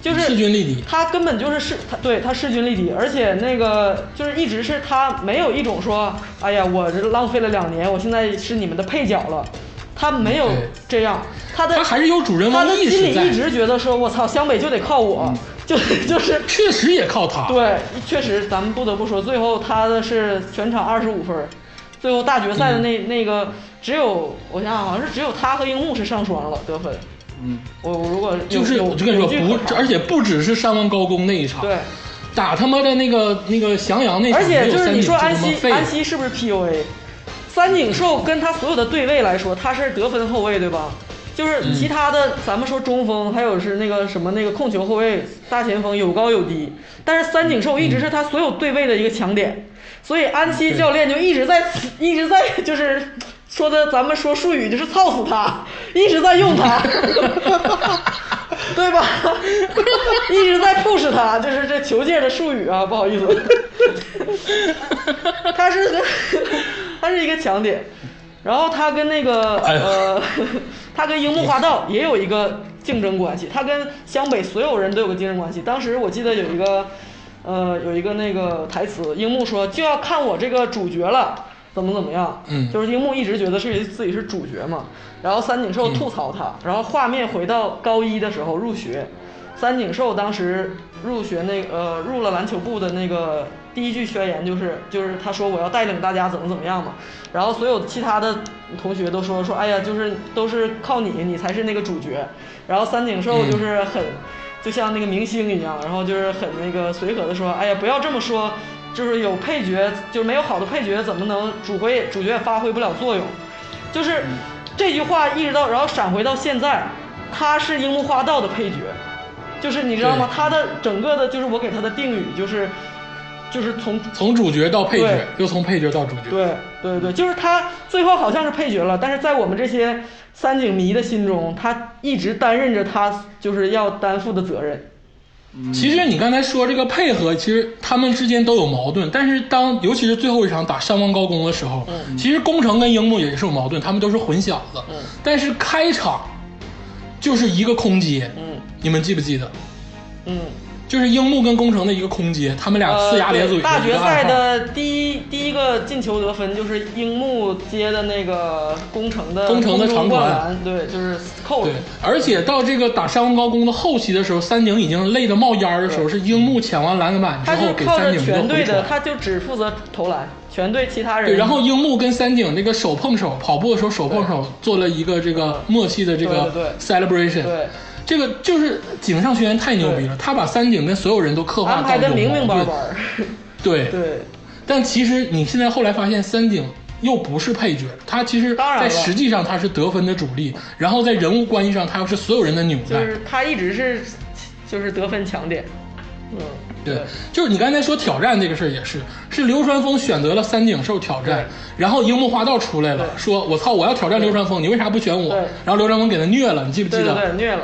Speaker 2: 就是
Speaker 1: 势均力敌。
Speaker 2: 他根本就是势，他对他势均力敌，而且那个就是一直是他没有一种说，哎呀，我这浪费了两年，我现在是你们的配角了，他没有
Speaker 1: 对
Speaker 2: 这样，他的
Speaker 1: 他还是有主人
Speaker 2: 他的
Speaker 1: 翁意
Speaker 2: 心
Speaker 1: 识
Speaker 2: 里一
Speaker 1: 在，嗯
Speaker 2: 直觉得说，我操，湘北就得靠我，就就是
Speaker 1: 确实也靠他。
Speaker 2: 对，确实咱们不得不说，最后他的是全场二十五分儿，最后大决赛的
Speaker 1: 嗯
Speaker 2: 那、那个只有我想想好像是只有他和樱木是上双了得分，
Speaker 4: 嗯，
Speaker 2: 我我如果有
Speaker 1: 就是
Speaker 2: 有
Speaker 1: 我就跟你
Speaker 2: 有据
Speaker 1: 说，
Speaker 2: 可
Speaker 1: 不，
Speaker 2: 查
Speaker 1: 而且不只是山王高工那一场，
Speaker 2: 对。
Speaker 1: 打他妈的那个那个襄阳那场，
Speaker 2: 而且就是你说安
Speaker 1: 没有三井就他
Speaker 2: 西，
Speaker 1: 妈废了
Speaker 2: 安西是不是 PUA？三井寿跟他所有的对位来说，他是得分后卫对吧？就是其他的，咱们说中锋，还有是那个什么那个控球后卫、大前锋，有高有低。但是三井寿一直是他所有对位的一个强点，所以安西教练就一直在一直在就是说的，咱们说术语就是操死他，一直在用他，对吧？ 一直在 push 他，就是这球界的术语啊，不好意思。 他是 个他是一个强点，然后他跟那个呃， 他跟樱木花道也有一个竞争关系，他跟湘北所有人都有个竞争关系。当时我记得有一个呃有一个那个台词，樱木说就要看我这个主角了。怎么怎么样？
Speaker 1: 嗯
Speaker 2: 就是樱木一直觉得是自己是主角嘛，然后三井寿吐槽他，然后画面回到高一的时候入学，三井寿当时入学那呃入了篮球部的那个第一句宣言就是就是他说我要带领大家怎么怎么样嘛，然后所有其他的同学都说说哎呀就是都是靠你你才是那个主角，然后三井寿就是很、就像那个明星一样，然后就是很那个随和的说哎呀不要这么说，就是有配角就是没有好的配角怎么能主挥主角也发挥不了作用，就是这句话一直到然后闪回到现在，他是樱木花道的配角。就是你知道吗？
Speaker 1: 对
Speaker 2: 他的整个的，就是我给他的定语就是，就是从
Speaker 1: 从主角到配角
Speaker 2: 对，
Speaker 1: 又从配角到主角。
Speaker 2: 对对对，就是他最后好像是配角了，但是在我们这些三井迷的心中，他一直担任着他就是要担负的责任。
Speaker 1: 其实你刚才说这个配合，其实他们之间都有矛盾，但是当尤其是最后一场打山王高工的时候，
Speaker 2: 嗯
Speaker 1: 其实宫城跟樱木也是有矛盾，他们都是混小子，但是开场就是一个空接，
Speaker 2: 嗯
Speaker 1: 你们记不记得？
Speaker 2: 嗯，
Speaker 1: 就是樱木跟宫城的一个空接，他们俩
Speaker 2: 呃，
Speaker 1: 呲牙咧嘴、
Speaker 2: 对大决赛的第一第一个进球得分就是樱木接的那个工程的
Speaker 1: 宫城的
Speaker 2: 空中
Speaker 1: 长
Speaker 2: 灌
Speaker 1: 传
Speaker 2: 篮，对，就是扣
Speaker 1: 对
Speaker 2: 了。，
Speaker 1: 而且到这个打山王高工的后期的时候，三井已经累得冒烟儿的时候，是樱木抢完篮板之
Speaker 2: 他
Speaker 1: 后
Speaker 2: 是
Speaker 1: 给
Speaker 2: 靠
Speaker 1: 三
Speaker 2: 着
Speaker 1: 井一
Speaker 2: 全
Speaker 1: 个
Speaker 2: 队
Speaker 1: 回
Speaker 2: 的，
Speaker 1: 传。
Speaker 2: 他就只负责投篮，全队其他人
Speaker 1: 对，然后樱木跟三井那个手碰手，跑步的时候手碰手做了一个这个默契的这个
Speaker 2: 对对对
Speaker 1: celebration。
Speaker 2: 对
Speaker 1: 这个就是井上学员太牛逼了，他把三井跟所有人都刻画
Speaker 2: 安
Speaker 1: 到
Speaker 2: 排
Speaker 1: 有
Speaker 2: 的明明
Speaker 1: 矛
Speaker 2: 白白
Speaker 1: 盾
Speaker 2: 儿，
Speaker 1: 对，
Speaker 2: 对。
Speaker 1: 但其实你现在后来发现三井。又不是配角，他其实，
Speaker 2: 当然
Speaker 1: 在
Speaker 2: 了
Speaker 1: 实际上他是得分的主力，然后在人物关系上他又是所有人的纽带，
Speaker 2: 就是他一直是就是得分强点，嗯，
Speaker 1: 对，就是你刚才说挑战这个事儿也是，是流川枫选择了三井寿挑战
Speaker 2: 对，
Speaker 1: 然后樱木花道出来了，
Speaker 2: 对
Speaker 1: 说我操，我要挑战流川枫，你为啥不选我
Speaker 2: 对？
Speaker 1: 然后流川枫给他虐了，你记不记
Speaker 2: 对对
Speaker 1: 得？
Speaker 2: 对，虐了。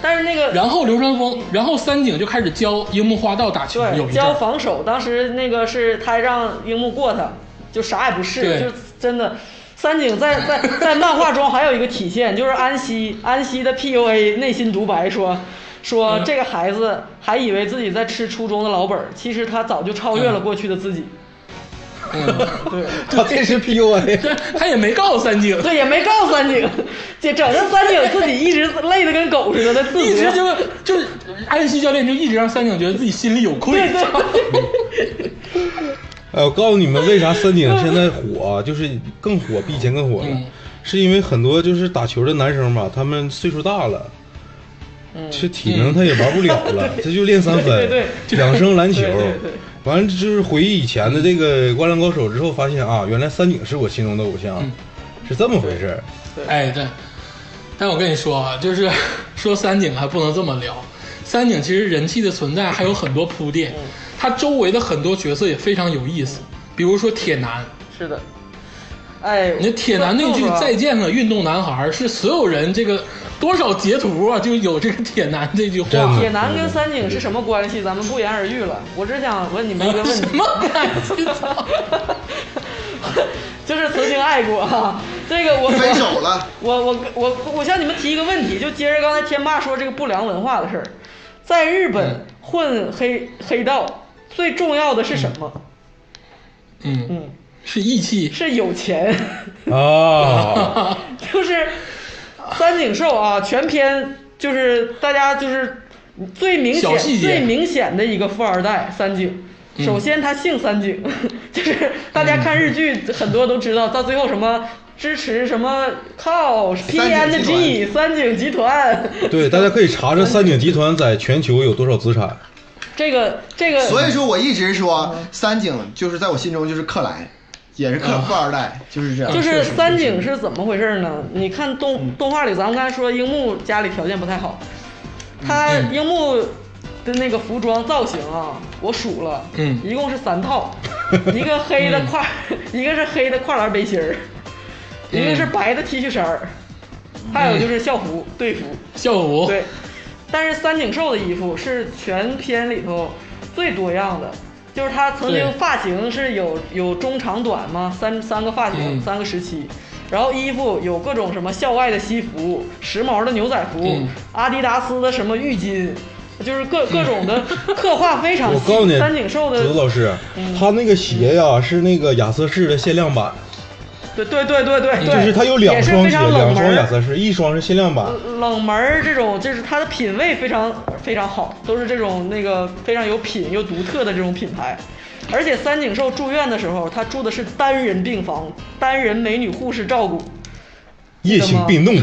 Speaker 2: 但是那个
Speaker 1: 然后流川枫，然后三井就开始教樱木花道打球，有一
Speaker 2: 对
Speaker 1: 阵
Speaker 2: 教
Speaker 1: 儿，
Speaker 2: 防守，当时那个是他让樱木过他，就啥也不
Speaker 1: 对
Speaker 2: 是，就真的。三井在 在在漫画中还有一个体现，就是安西安西的 PUA 内心独白说
Speaker 1: 嗯
Speaker 2: 说这个孩子还以为自己在吃初中的老本儿，其实他早就超越了过去的自己。
Speaker 1: 嗯，
Speaker 2: 对，
Speaker 3: 他这是 PUA，
Speaker 1: 对，他也没告诉三井，
Speaker 2: 对，也没告诉三井，这整个三井自己一直 累得跟狗似的，那自责。
Speaker 1: 一直就就是安西教练就一直让三井觉得自己心里有愧，
Speaker 2: 对对，
Speaker 3: 呃，我告诉你们为啥三井现在火啊，就是更火，比以前更火了
Speaker 1: 嗯，
Speaker 3: 是因为很多就是打球的男生吧，他们岁数大了。这体能他也玩不了了，他就练三
Speaker 2: 嗯对
Speaker 3: 分
Speaker 2: 对，
Speaker 3: 两升篮球
Speaker 2: 对对对。
Speaker 3: 完了就是回忆以前的这个《灌篮高手》之后，发现啊，原来三井是我心中的偶像，
Speaker 2: 嗯
Speaker 3: 是这么回事儿。
Speaker 1: 哎，对。但我跟你说啊，就是 说三井还不能这么聊，三井其实人气的存在还有很多铺垫，
Speaker 2: 嗯
Speaker 1: 他周围的很多角色也非常有意思，比如说铁男，
Speaker 2: 是的。哎，
Speaker 1: 你铁男那句“再见了，运动男孩”是所有人这个多少截图啊就有这个铁男这句
Speaker 3: 真
Speaker 1: 话
Speaker 3: 的，
Speaker 2: 铁男跟三井是什么关系？咱们不言而喻了。我只想问你们一个问题
Speaker 1: 什，么感情？
Speaker 2: 就是曾经爱过啊，这个我
Speaker 4: 分手了，
Speaker 2: 我我我我向你们提一个问题，就接着刚才天霸说这个不良文化的事儿，在日
Speaker 4: 嗯
Speaker 2: 本混黑黑道最重要的是什么？
Speaker 1: 嗯，
Speaker 2: 嗯，
Speaker 1: 是义气，
Speaker 2: 是有钱。
Speaker 3: 啊，
Speaker 2: 就是三井寿啊，全篇就是大家就是最明
Speaker 1: 小
Speaker 2: 显、
Speaker 1: 细节
Speaker 2: 最明显的一个富二代三井。
Speaker 4: 嗯
Speaker 2: 首先，他姓三井，就是大家看日剧
Speaker 4: 嗯
Speaker 2: 很多都知道，到最后什么支持什么靠 P
Speaker 4: 三
Speaker 2: N
Speaker 4: 井集
Speaker 2: G 三井集团，
Speaker 3: 对，大家可以查查三井集团在全球有多少资产。
Speaker 2: 这个这个，
Speaker 4: 所以说我一直说三井就是在我心中就是克莱，也是克富二
Speaker 1: 啊
Speaker 4: 代，就是这样。
Speaker 2: 就是三井是怎么回事呢？你看
Speaker 1: 嗯
Speaker 2: 动动画里，咱们刚才说樱木家里条件不太好，他
Speaker 1: 嗯
Speaker 2: 樱木的那个服装造型啊，我数了，
Speaker 1: 嗯
Speaker 2: 一共是三套，一个黑的跨， 一个是黑的跨栏背心儿，一
Speaker 1: 嗯
Speaker 2: 个是白的 T 恤衫儿，还有就是校服队服，
Speaker 1: 校服，
Speaker 2: 对。但是三井寿的衣服是全片里头最多样的，就是他曾
Speaker 1: 对
Speaker 2: 经发型是有有中长短嘛，三三个发型、
Speaker 1: 嗯
Speaker 2: 三个时期，然后衣服有各种什么校外的西服、时髦的牛仔服、
Speaker 1: 嗯
Speaker 2: 阿迪达斯的什么浴巾，就是各各种的刻画非常
Speaker 3: 我
Speaker 2: 细。
Speaker 3: 告诉你，
Speaker 2: 三井寿
Speaker 3: 子
Speaker 2: 的嗯
Speaker 3: 老师，他那个鞋呀是那个亚瑟士的限量版，
Speaker 2: 对对对对对对，
Speaker 3: 就是他有两
Speaker 2: 也是
Speaker 3: 双
Speaker 2: 非
Speaker 3: 鞋，
Speaker 2: 常冷
Speaker 3: 两
Speaker 2: 门
Speaker 3: 双
Speaker 2: 儿呃
Speaker 3: 亚瑟士，一双是限量版。
Speaker 2: 冷门儿这种，就是它的品味非常非常好，都是这种那个非常有品又独特的这种品牌。而且三井寿住院的时候，他住的是单人病房，单人美女护士照顾，
Speaker 3: 夜行病动，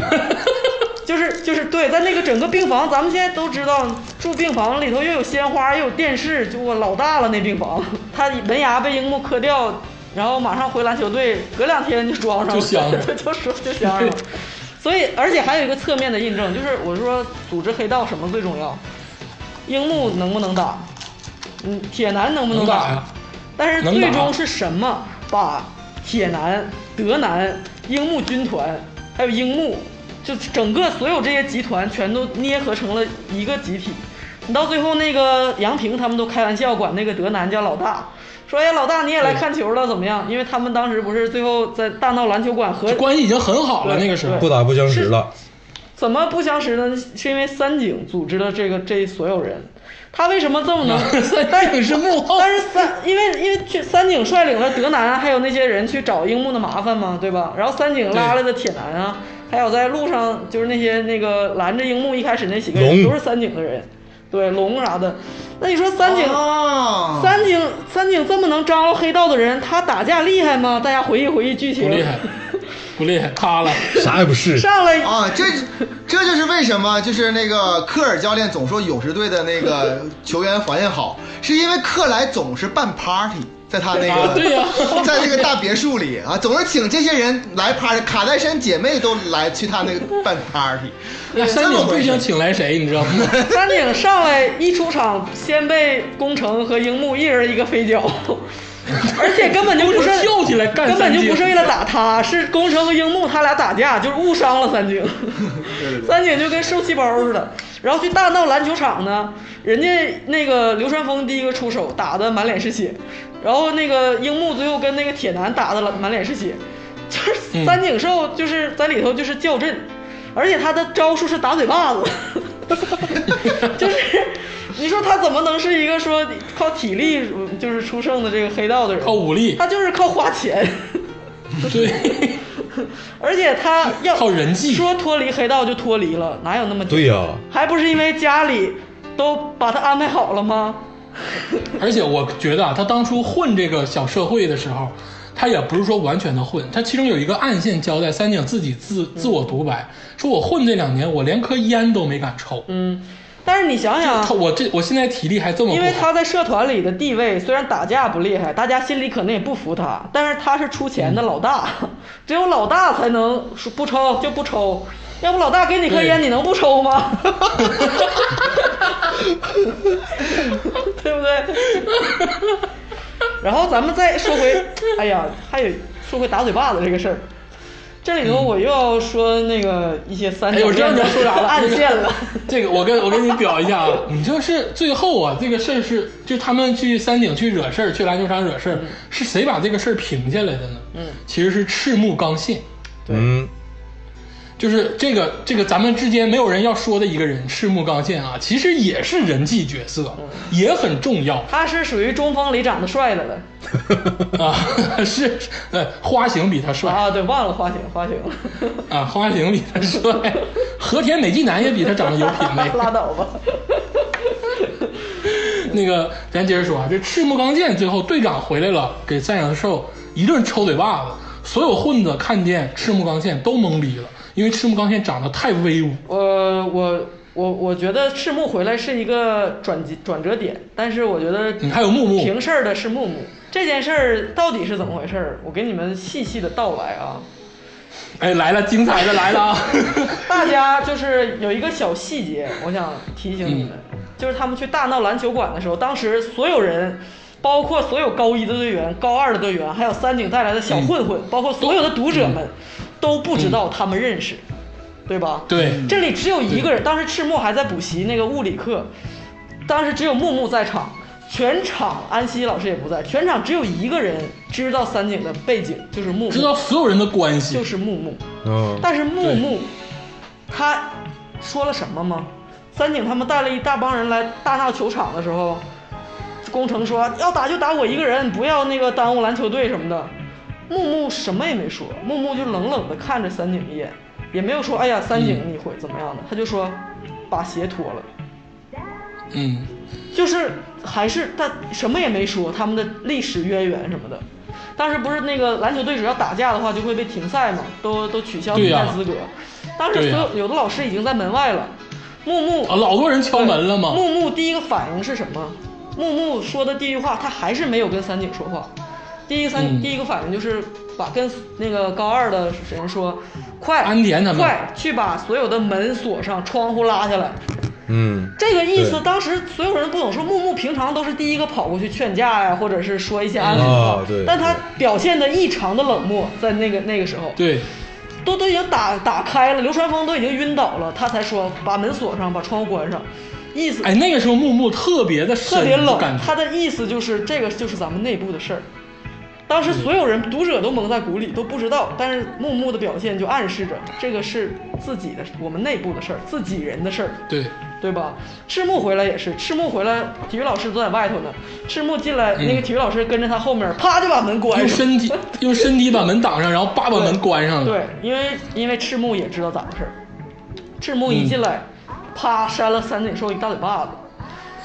Speaker 2: 就是就是对，在那个整个病房，咱们现在都知道，住病房里头又有鲜花，又有电视，就我老大了那病房，他门牙被樱木磕掉，然后马上回篮球队，隔两天就装上了，
Speaker 1: 就镶上
Speaker 2: 就 就说就镶 上了。所以，而且还有一个侧面的印证，就是我说组织黑道什么最重要？樱木能不能打？嗯，铁男能不
Speaker 1: 能
Speaker 2: 能
Speaker 1: 打呀？
Speaker 2: 但是
Speaker 1: 能
Speaker 2: 最
Speaker 1: 打
Speaker 2: 终是什么把铁男、德男、樱木军团，还有樱木，就整个所有这些集团全都捏合成了一个集体。你到最后，那个杨平他们都开玩笑管那个德南叫老大，说：“哎，老大你也来看球了，怎么样？”因为他们当时不是最后在大闹篮球馆和
Speaker 1: 这关系已经很好了，
Speaker 2: 对
Speaker 1: 那个时候
Speaker 2: 对
Speaker 3: 不打不相识了。
Speaker 2: 怎么不相识呢？是因为三井组织了这个这所有人，他为什么这么能？
Speaker 1: 三井是幕后，
Speaker 2: 但是三，因为因为去三井率领了德南还有那些人去找樱木的麻烦嘛，对吧？然后三井拉来的铁男啊，还有在路上就是那些那个拦着樱木一开始那几个人
Speaker 3: 龙
Speaker 2: 都是三井的人，对龙啥的。那你说三井、
Speaker 1: 哦
Speaker 4: 啊，
Speaker 2: 三井三井这么能张罗黑道的人，他打架厉害吗？大家回忆回忆剧情
Speaker 1: 不，厉 害，哦不厉害，塌了。
Speaker 3: 啥也不是，
Speaker 2: 上来
Speaker 4: 啊，这这就是为什么就是那个科尔教练总说勇士队的那 个球员环境好，是因为克莱总是办 party。在他那个，
Speaker 1: 啊对呀
Speaker 4: 在这个大别墅里啊，总是请这些人来 party，卡戴珊姐妹都来去他那个办 party，
Speaker 1: 那三井最想请来谁，你知道吗？
Speaker 2: 三井上来一出场，先被宫城和樱木一人一个 飞脚，而且根本就不是
Speaker 1: 宫城跳起来干
Speaker 2: 根本就
Speaker 1: 三井
Speaker 2: 不是为了打他，是宫城和樱木他俩打架，就是误伤了 三井。三井就跟受气包似的，然后去大闹篮球场呢，人家那个流川枫第一个出手，打的满脸是血，然后那个樱木最后跟那个铁男打的满脸是血，就是
Speaker 1: 嗯
Speaker 2: 三井寿就是在里头就是较劲，而且他的招数是打嘴巴子。 就是你说他怎么能是一个说靠体力就是出胜的这个黑道的人？
Speaker 1: 靠哦武力
Speaker 2: 他，就是靠花钱，
Speaker 1: 对，
Speaker 2: 而且他要
Speaker 1: 靠人际
Speaker 2: 说脱离黑道就脱离了，哪有那么久
Speaker 3: 对呀、
Speaker 2: 还不是因为家里都把他安排好了吗？
Speaker 1: 而且我觉得啊，他当初混这个小社会的时候，他也不是说完全的混，他其中有一个暗线交代，三井自己自
Speaker 2: 嗯
Speaker 1: 自我独白，说我混这两年，我连颗烟都没敢抽，
Speaker 2: 嗯，但是你想啊想
Speaker 1: 他，我这我现在体力还这么
Speaker 2: 因
Speaker 1: 不
Speaker 2: 为
Speaker 1: 好，
Speaker 2: 他在社团里的地位，虽然打架不厉害，大家心里可能也不服他，但是他是出钱
Speaker 1: 嗯
Speaker 2: 的老大， 只有老大才能说不抽就不抽，要不老大给你颗烟，
Speaker 1: 对
Speaker 2: 你能不抽吗？ 对 不对？然后咱们再说回，哎呀，还有说回打嘴巴子这个事儿，这里头我又要说那个一些三
Speaker 1: 嗯哎，
Speaker 2: 角
Speaker 1: 我知道
Speaker 2: 恋
Speaker 1: 你
Speaker 2: 的
Speaker 1: 要说啥了，
Speaker 2: 暗线了。
Speaker 1: 这个我跟我跟你表一下啊，你就是最后啊，这个事儿是就他们去三井去惹事儿，去篮球场惹事儿，
Speaker 2: 嗯
Speaker 1: 是谁把这个事儿平下来的呢？嗯，其实是赤木刚宪，
Speaker 3: 嗯，
Speaker 1: 就是这个这个咱们之间没有人要说的一个人，赤木刚宪啊，其实也是人际角色，
Speaker 2: 嗯
Speaker 1: 也很重 要
Speaker 2: 他是属于中锋里长得帅的了。
Speaker 1: 啊。 是，呃，花形比他帅
Speaker 2: 啊，对，忘了花型，花型，。
Speaker 1: 啊，花形比他帅，和田美纪男也比他长得有品位
Speaker 2: 拉倒吧。
Speaker 1: 那个，咱接着说啊，这赤木刚宪最后队长回来了，给三井寿一顿抽嘴巴子，所有混子看见赤木刚宪都懵逼了，因为赤木刚宪长得太威武。
Speaker 2: 我我我我觉得赤木回来是一个转机转折点，但是我觉得
Speaker 1: 你还有木木，
Speaker 2: 平事儿的是木木这件事儿到底是怎么回事儿？我给你们细细的道来啊。
Speaker 1: 哎，来了，精彩的来了 啊！
Speaker 2: 大家就是有一个小细节，我想提醒你们，
Speaker 1: 嗯
Speaker 2: 就是他们去大闹篮球馆的时候，当时所有人，包括所有高一的队员、高二的队员，还有三井带来的小混混，
Speaker 1: 嗯
Speaker 2: 包括所有的读者们，都不知道他们认识，对吧？
Speaker 1: 对，
Speaker 2: 这里只有一个人，当时赤木还在补习那个物理课，当时只有木木在场，全场安西老师也不在，全场只有一个人知道三井的背景，就是木木，
Speaker 1: 知道所有人的关系，
Speaker 2: 就是木木。
Speaker 3: 嗯，
Speaker 2: 但是木
Speaker 1: 对
Speaker 2: 木，他说了什么吗？三井他们带了一大帮人来大闹球场的时候，工程说要打就打我一个人，不要那个耽误篮球队什么的。木木什么也没说，木木就冷冷的看着三井一眼，也没有说哎呀三井你会怎么样的，他就说把鞋脱了。
Speaker 1: 嗯，
Speaker 2: 就是还是他什么也没说，他们的历史渊源什么的。当时不是那个篮球队只要打架的话就会被停赛嘛，都都取消
Speaker 1: 对
Speaker 2: 比赛
Speaker 1: 呀
Speaker 2: 资格。当时所有、
Speaker 1: 对呀
Speaker 2: 有的老师已经在门外了，木木
Speaker 1: 啊，老多人敲门了嘛。
Speaker 2: 木木第一个反应是什么？木木说的第一句话，他还是没有跟三井说话。第一三、
Speaker 1: 嗯
Speaker 2: 第一个反应就是把跟那个高二的人说，快
Speaker 1: 安田他们
Speaker 2: 快去把所有的门锁上，窗户拉下来。
Speaker 3: 嗯，
Speaker 2: 这个意思
Speaker 3: 对，
Speaker 2: 当时所有人不懂，说木木平常都是第一个跑过去劝架呀，或者是说一些安抚的话
Speaker 3: 哦，对
Speaker 2: 但他
Speaker 3: 对
Speaker 2: 表现的异常的冷漠，在那个那个时候，
Speaker 1: 对，
Speaker 2: 都都已经打打开了，流川枫都已经晕倒了，他才说把门锁上，把窗户关上，意思
Speaker 1: 哎，那个时候木木特别的深
Speaker 2: 特别冷
Speaker 1: 感，
Speaker 2: 他
Speaker 1: 觉
Speaker 2: 的意思就是这个就是咱们内部的事儿。当时所有人读者都蒙在鼓里，都不知道，但是木木的表现就暗示着这个是自己的，我们内部的事儿，自己人的事儿。
Speaker 1: 对，
Speaker 2: 对吧？赤木回来也是，赤木回来，体育老师都在外头呢。赤木进来，那个体育老师跟着他后面，啪就把门关
Speaker 1: 用嗯
Speaker 2: 上。
Speaker 1: 身体用身体把门挡上，然后叭把门关上了。
Speaker 2: 对，因为因为赤木也知道咋回事儿，赤木
Speaker 1: 嗯
Speaker 2: 一进来，啪扇了三井寿一大嘴巴子。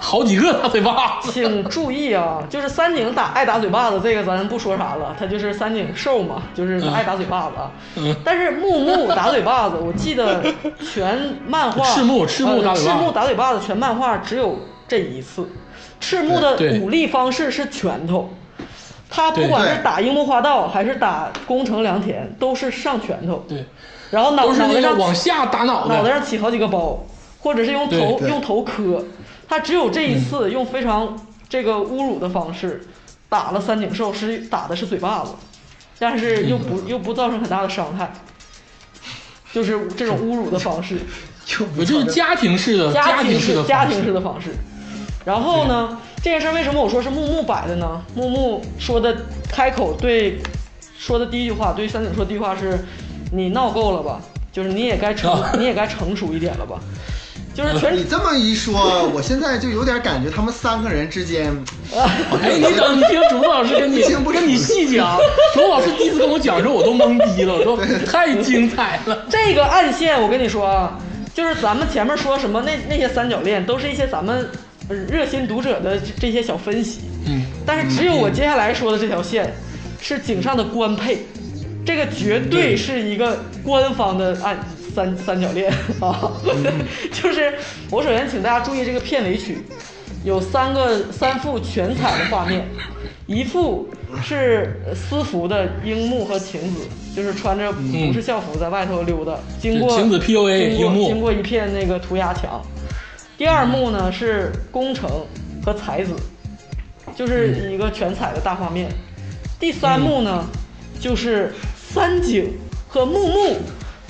Speaker 1: 好几个大嘴巴 子。
Speaker 2: 请注意啊，就是三井打爱打嘴巴子，这个咱不说啥了，他就是三井寿嘛，就是他爱打嘴巴子啊。
Speaker 1: 嗯
Speaker 2: 但是木木打嘴巴子，我记得全漫画
Speaker 1: 赤木赤木打
Speaker 2: 呃
Speaker 1: 嘴
Speaker 2: 赤
Speaker 1: 巴子
Speaker 2: 木打嘴巴子全漫画只有这一次。赤木的
Speaker 1: 对对
Speaker 2: 武力方式是拳头，他不
Speaker 1: 对
Speaker 2: 管
Speaker 4: 对
Speaker 2: 是打樱木花道还是打宫城良田，都是上拳头，
Speaker 1: 对，
Speaker 2: 然后脑
Speaker 1: 都是
Speaker 2: 脑
Speaker 1: 那
Speaker 2: 袋
Speaker 1: 个
Speaker 2: 上
Speaker 1: 往下打脑
Speaker 2: 脑
Speaker 1: 袋。
Speaker 2: 袋上起好几个包，或者是用头
Speaker 1: 对
Speaker 4: 对
Speaker 2: 用头磕。他只有这一次用非常这个侮辱的方式打了三井寿，是打的是嘴巴子，但是又不又不造成很大的伤害，就是这种侮辱的方式。
Speaker 4: 就
Speaker 1: 我这是家庭式的，
Speaker 2: 家庭
Speaker 1: 式的，
Speaker 2: 呃家庭式的。方式。然后呢，这件事儿为什么我说是木木摆的呢？木木说的开口对，说的第一句话，对三井说的第一句话是：“你闹够了吧？就是你也该成， 你也该成熟一点了吧？”就是 全
Speaker 4: 你这么一说，我现在就有点感觉他们三个人之间，
Speaker 2: 啊
Speaker 1: 哎，你等你听竹子老师跟你
Speaker 4: 不清不楚
Speaker 1: 跟你细 讲，竹子老师第一次跟我讲的时候，我都懵逼了，我说太精彩了。
Speaker 2: 这个暗线，我跟你说啊，就是咱们前面说什么那那些三角恋，都是一些咱们呃热心读者的这这些小分析。
Speaker 1: 嗯，
Speaker 2: 但是只有我接下来说的这条线是井上的官配，这个绝对是一个官方的暗三三角恋啊！
Speaker 1: 嗯
Speaker 2: 就是我首先请大家注意这个片尾曲，有三个三幅全彩的画面，一幅是私服的樱木和晴子，就是穿着不是校服在外头溜达，经过
Speaker 1: 嗯晴子 PUA
Speaker 2: 经过
Speaker 1: 樱木，
Speaker 2: 经过一片那个涂鸦墙。第二幕呢是宫城和才子，就是一个全彩的大画面。第三幕呢，就是三井和木木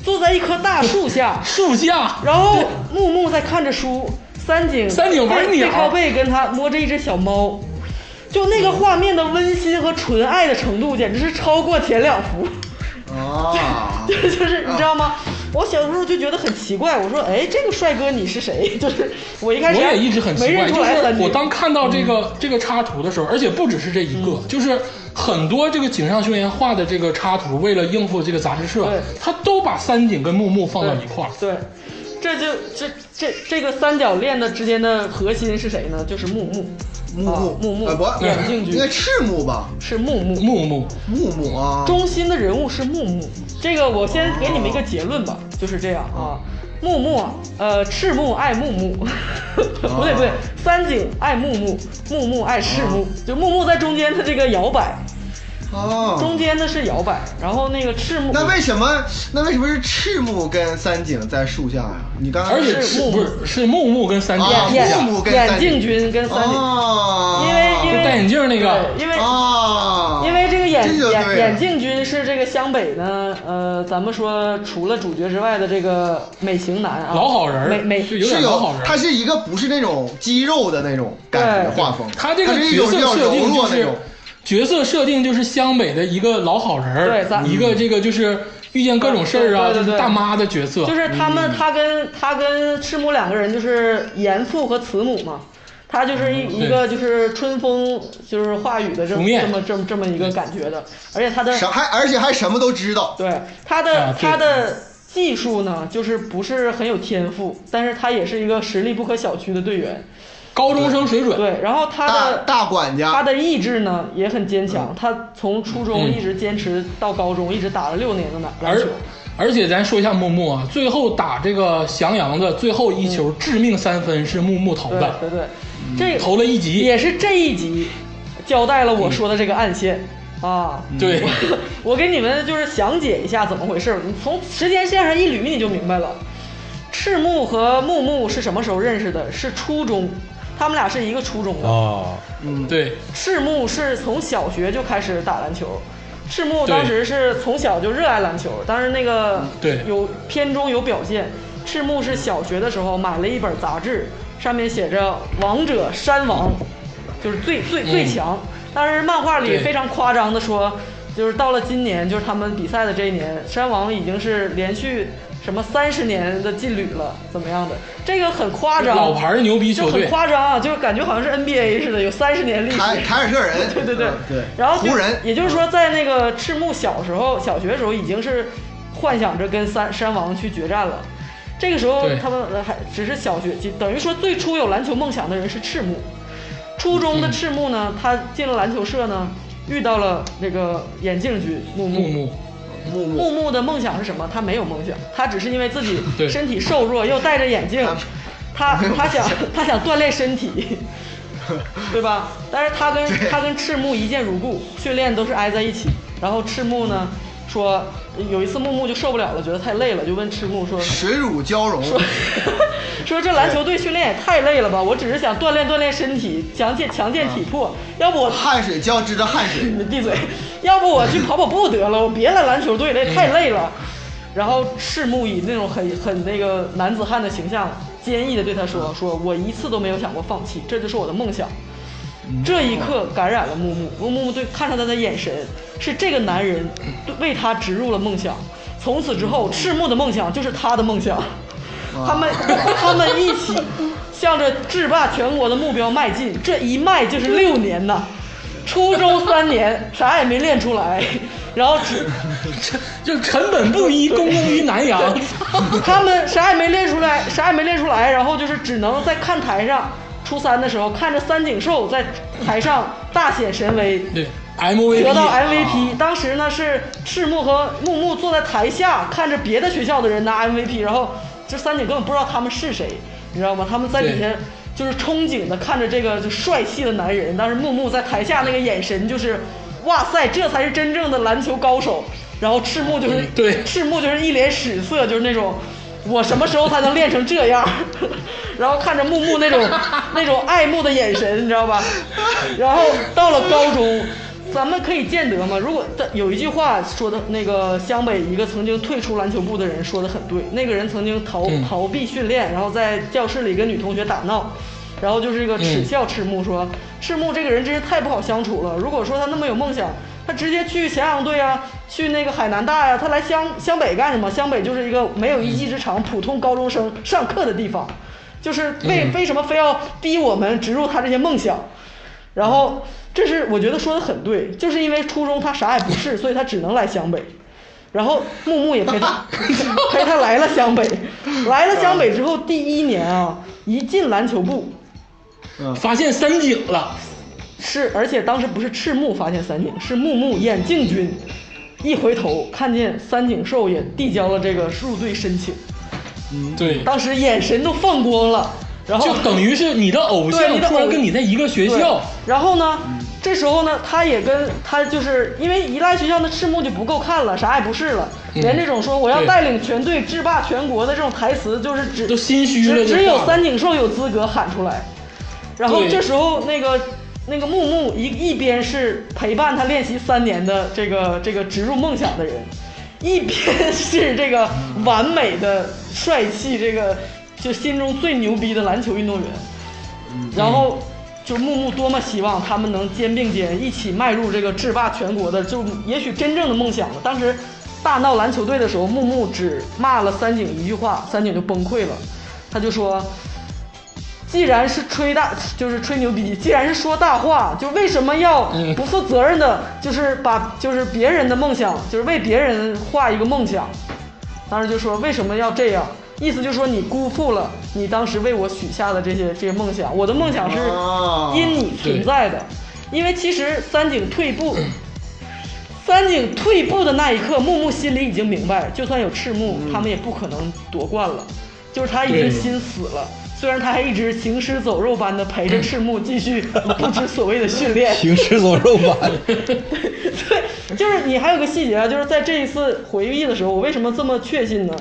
Speaker 2: 坐在一棵大树下
Speaker 1: 树下，
Speaker 2: 然后木木在看着书，三井
Speaker 1: 三井玩
Speaker 2: 背
Speaker 1: 鸟
Speaker 2: 背靠背跟他摸着一只小猫，就那个画面的温馨和纯爱的程度，简直是超过前两幅。
Speaker 4: 啊，
Speaker 2: 就是你知道吗？我小时候就觉得很奇怪，我说，哎，这个帅哥你是谁？ 就是我一开始
Speaker 1: 我也一直很
Speaker 2: 没
Speaker 1: 奇怪，
Speaker 2: 认
Speaker 1: 就
Speaker 2: 出来三
Speaker 1: 是
Speaker 2: 井
Speaker 1: 我当看到这个这个插图的时候，而且不只是这一
Speaker 2: 嗯
Speaker 1: 个，就是很多这个井上雄彦画的这个插图，为了应付这个杂志社
Speaker 2: 对，
Speaker 1: 他都把三井跟木木放到一块儿。
Speaker 2: 对，这就这这这个三角恋的之间的核心是谁呢？就是木木，
Speaker 4: 木木
Speaker 2: 啊木木
Speaker 4: 呃不，
Speaker 2: 眼镜
Speaker 4: 应该
Speaker 2: 局
Speaker 4: 赤木吧，
Speaker 2: 是木木，
Speaker 1: 木木，
Speaker 4: 木木啊，
Speaker 2: 中心的人物是木木。这个我先给你们一个结论吧，就是这样啊。木木啊，呃，赤木爱木木， 不对不对，
Speaker 4: 哦
Speaker 2: 三井爱木木，木木爱赤木，就木木在中间，他这个摇摆，
Speaker 4: 啊，
Speaker 2: 中间的是摇摆，然后那个赤木，
Speaker 4: 那为什么那为什么是赤木跟三井在树下呀？你刚才
Speaker 1: 而且
Speaker 2: 啊是
Speaker 1: 是
Speaker 2: 木木
Speaker 1: 不是是木木跟三井
Speaker 4: 啊
Speaker 1: 树
Speaker 2: 眼
Speaker 1: 下
Speaker 4: 木木跟
Speaker 2: 眼
Speaker 4: 三井
Speaker 2: 镜君跟三井，
Speaker 4: 啊，
Speaker 2: 因为因为
Speaker 1: 戴眼镜那个
Speaker 2: 对因为
Speaker 4: 啊，
Speaker 2: 因为这个眼
Speaker 4: 这就对了
Speaker 2: 眼眼镜君是这个湘北呢，呃，咱们说除了主角之外的这个美型男啊，
Speaker 1: 老好人儿
Speaker 2: 美美
Speaker 1: 就有
Speaker 4: 是
Speaker 1: 点老好
Speaker 4: 有
Speaker 1: 人，，
Speaker 4: 他是一个不是那种肌肉的那种感觉
Speaker 2: 对
Speaker 4: 画风，
Speaker 1: 他这个
Speaker 4: 它是一
Speaker 1: 角
Speaker 4: 种
Speaker 1: 色
Speaker 4: 比较
Speaker 1: 设
Speaker 4: 柔
Speaker 1: 定就
Speaker 4: 弱那
Speaker 1: 是
Speaker 4: 种。
Speaker 1: 角色设定就是湘北的一个老好人儿，
Speaker 2: 对
Speaker 4: 嗯
Speaker 2: 咱
Speaker 1: 一个这个就是遇见各种事儿啊，
Speaker 2: 对对对对
Speaker 1: 就是大妈的角色，
Speaker 2: 就是他
Speaker 1: 嗯
Speaker 2: 们他跟他跟赤木两个人就是严父和慈母嘛。他就是一一个就是春风就是话语的这
Speaker 1: 嗯拂
Speaker 2: 么
Speaker 1: 面
Speaker 2: 这么这么这么一个感觉的，而且他的
Speaker 4: 啥还而且还什么都知道，
Speaker 2: 对他的、
Speaker 1: 啊对
Speaker 2: 他的技术呢，就是不是很有天赋，但是他也是一个实力不可小觑的队员。
Speaker 1: 高中生水准，
Speaker 2: 对，然后他
Speaker 4: 大
Speaker 2: 的
Speaker 4: 大管
Speaker 2: 他
Speaker 4: 家，
Speaker 2: 的意志呢也很坚强，他从初中一直坚持到高中，一直打了六年的篮篮
Speaker 1: 而
Speaker 2: 球。
Speaker 1: 而且咱说一下木木啊，最后打这个翔阳的最后一球致命三分是木木投
Speaker 2: 对
Speaker 1: 的，
Speaker 2: 对对，这
Speaker 1: 投了一集，
Speaker 2: 也是这一集交代了我说的这个暗线啊。
Speaker 1: 对，
Speaker 2: 我给你们就是详解一下怎么回事，你从时间线上一捋你就明白了。赤木和木木是什么时候认识的？是初中，他们俩是一个初中的。
Speaker 3: 啊，
Speaker 4: 嗯，
Speaker 1: 对，
Speaker 2: 赤木是从小学就开始打篮球，赤木当时是从小就热爱篮球，当时那个
Speaker 1: 嗯对
Speaker 2: 有片中有表现。赤木是小学的时候买了一本杂志，上面写着“王者山王”，就是最最最强。当时漫画里
Speaker 1: 嗯对
Speaker 2: 非常夸张的说，就是到了今年，就是他们比赛的这一年，山王已经是连续什么三十年的劲旅了，怎么样的？这个很夸张，
Speaker 1: 老牌牛逼球
Speaker 2: 就很
Speaker 1: 队，
Speaker 2: 夸张啊，就是感觉好像是 NBA 似的，有三十年历史。
Speaker 4: 凯凯尔特人，
Speaker 2: 对对对
Speaker 4: 嗯对，
Speaker 2: 然后就
Speaker 4: 湖人，
Speaker 2: 也就是说，在那个赤木小时候，小学的时候已经是幻想着跟山山王去决战了。这个时候
Speaker 1: 对，
Speaker 2: 他们呃还只是小学，就等于说最初有篮球梦想的人是赤木。初中的赤木呢，他进了篮球社呢，遇到了那个眼镜军木木
Speaker 1: 木木，
Speaker 4: 木木
Speaker 2: 木木的梦想是什么？他没有梦想，他只是因为自己
Speaker 1: 对
Speaker 2: 身体瘦弱，又戴着眼镜，他他想他想锻炼身体，对吧？但是他跟他跟赤木一见如故，训练都是挨在一起。然后赤木呢说，有一次木木就受不了了，觉得太累了，就问赤木说
Speaker 4: 水乳交融，
Speaker 2: 说这篮球队训练也太累了吧？我只是想锻炼锻炼身体，强健强健体魄，要不我
Speaker 4: 汗水交织着汗水，
Speaker 2: 你闭嘴！要不我去跑跑步得了，我别来篮球队了，太累了。然后赤木以那种很很那个男子汉的形象，坚毅的对他说：“说我一次都没有想过放弃，这就是我的梦想。”这一刻感染了木木，木木对看着他的眼神，是这个男人对为他植入了梦想。从此之后，赤木的梦想就是他的梦想，他们他们一起向着制霸全国的目标迈进，这一迈就是六年呐。初中三年，啥也没练出来，然后只
Speaker 1: 就成本不一，供供于南洋。
Speaker 2: 他们啥也没练出来，啥也没练出来，然后就是只能在看台上，初三的时候看着三井寿在台上大显神威，
Speaker 1: 对，MVP
Speaker 2: 得到 MVP。当时呢是赤木和木木坐在台下看着别的学校的人拿 MVP，然后这三井根本不知道他们是谁，你知道吗？他们在底下
Speaker 1: 对
Speaker 2: 就是憧憬的看着这个就帅气的男人，但是木木在台下那个眼神就是，哇塞，这才是真正的篮球高手。然后赤木就是、
Speaker 1: 嗯对
Speaker 2: 赤木就是一脸屎色，就是那种我什么时候才能练成这样？ 然后看着木木那 种那种爱慕的眼神，你知道吧？然后到了高中，咱们可以见得嘛。如果但有一句话说的，那个湘北一个曾经退出篮球部的人说的很对，那个人曾经逃
Speaker 1: 嗯
Speaker 2: 逃避训练，然后在教室里跟女同学打闹。然后就是一个耻笑赤木说，赤木这个人真是太不好相处了。如果说他那么有梦想，他直接去咸阳队啊，去那个海南大呀、他来湘湘北干什么？湘北就是一个没有一技之长、普通高中生上课的地方，就是为、为什么非要逼我们植入他这些梦想？然后这是我觉得说的很对，就是因为初中他啥也不是，所以他只能来湘北。然后木木也 陪他陪他来了湘北，
Speaker 1: 嗯
Speaker 2: 来了湘北之后第一年啊，一进篮球部
Speaker 4: 嗯
Speaker 1: 发现三井了，
Speaker 2: 是，而且当时不是赤木发现三井，是木木眼镜君，一回头看见三井寿也递交了这个入队申请，
Speaker 4: 嗯
Speaker 1: 对，
Speaker 2: 当时眼神都放光了，然后
Speaker 1: 就等于是你的偶
Speaker 2: 哦对
Speaker 1: 像
Speaker 2: 你的偶
Speaker 1: 突然跟你在一个学
Speaker 2: 对
Speaker 1: 校，嗯
Speaker 2: 然后呢，这时候呢，他也跟他就是因为一来学校的赤木就不够看了，啥也不是了，连这种说我要
Speaker 1: 嗯对
Speaker 2: 带领全队制霸全国的这种台词，就是只
Speaker 1: 都心虚了
Speaker 2: 只
Speaker 1: 就
Speaker 2: 只有
Speaker 1: 挂了
Speaker 2: 三井寿有资格喊出来。然后
Speaker 1: 对
Speaker 2: 这时候那个那个木木一一边是陪伴他练习三年的这个这个植入梦想的人，一边是这个完美的帅气这个就心中最牛逼的篮球运动员。然后就木木多么希望他们能肩并肩一起迈入这个制霸全国的，就也许真正的梦想了。当时大闹篮球队的时候，木木只骂了三井一句话，三井就崩溃了，他就说。既然是吹大， 就是吹牛逼；既然是说大话，就为什么要
Speaker 1: 嗯
Speaker 2: 不负责任的，就是把就是别人的梦想，就是为别人画一个梦想。当时就说为什么要这样，意思就是说你辜负了你当时为我许下的这些这些梦想。我的梦想是
Speaker 4: 哦
Speaker 2: 因你存在的，因为其实三井退步，三井退步的那一刻，木木心里已经明白，就算有赤木，他们也不可能夺冠了，就是他已经
Speaker 1: 嗯对
Speaker 2: 心死了。虽然他还一直行尸走肉般的陪着赤木继续 不知所谓的训练，
Speaker 3: 行尸走肉版，
Speaker 2: 对，就是你还有个细节啊，就是在这一次回忆的时候，我为什么这么确信呢？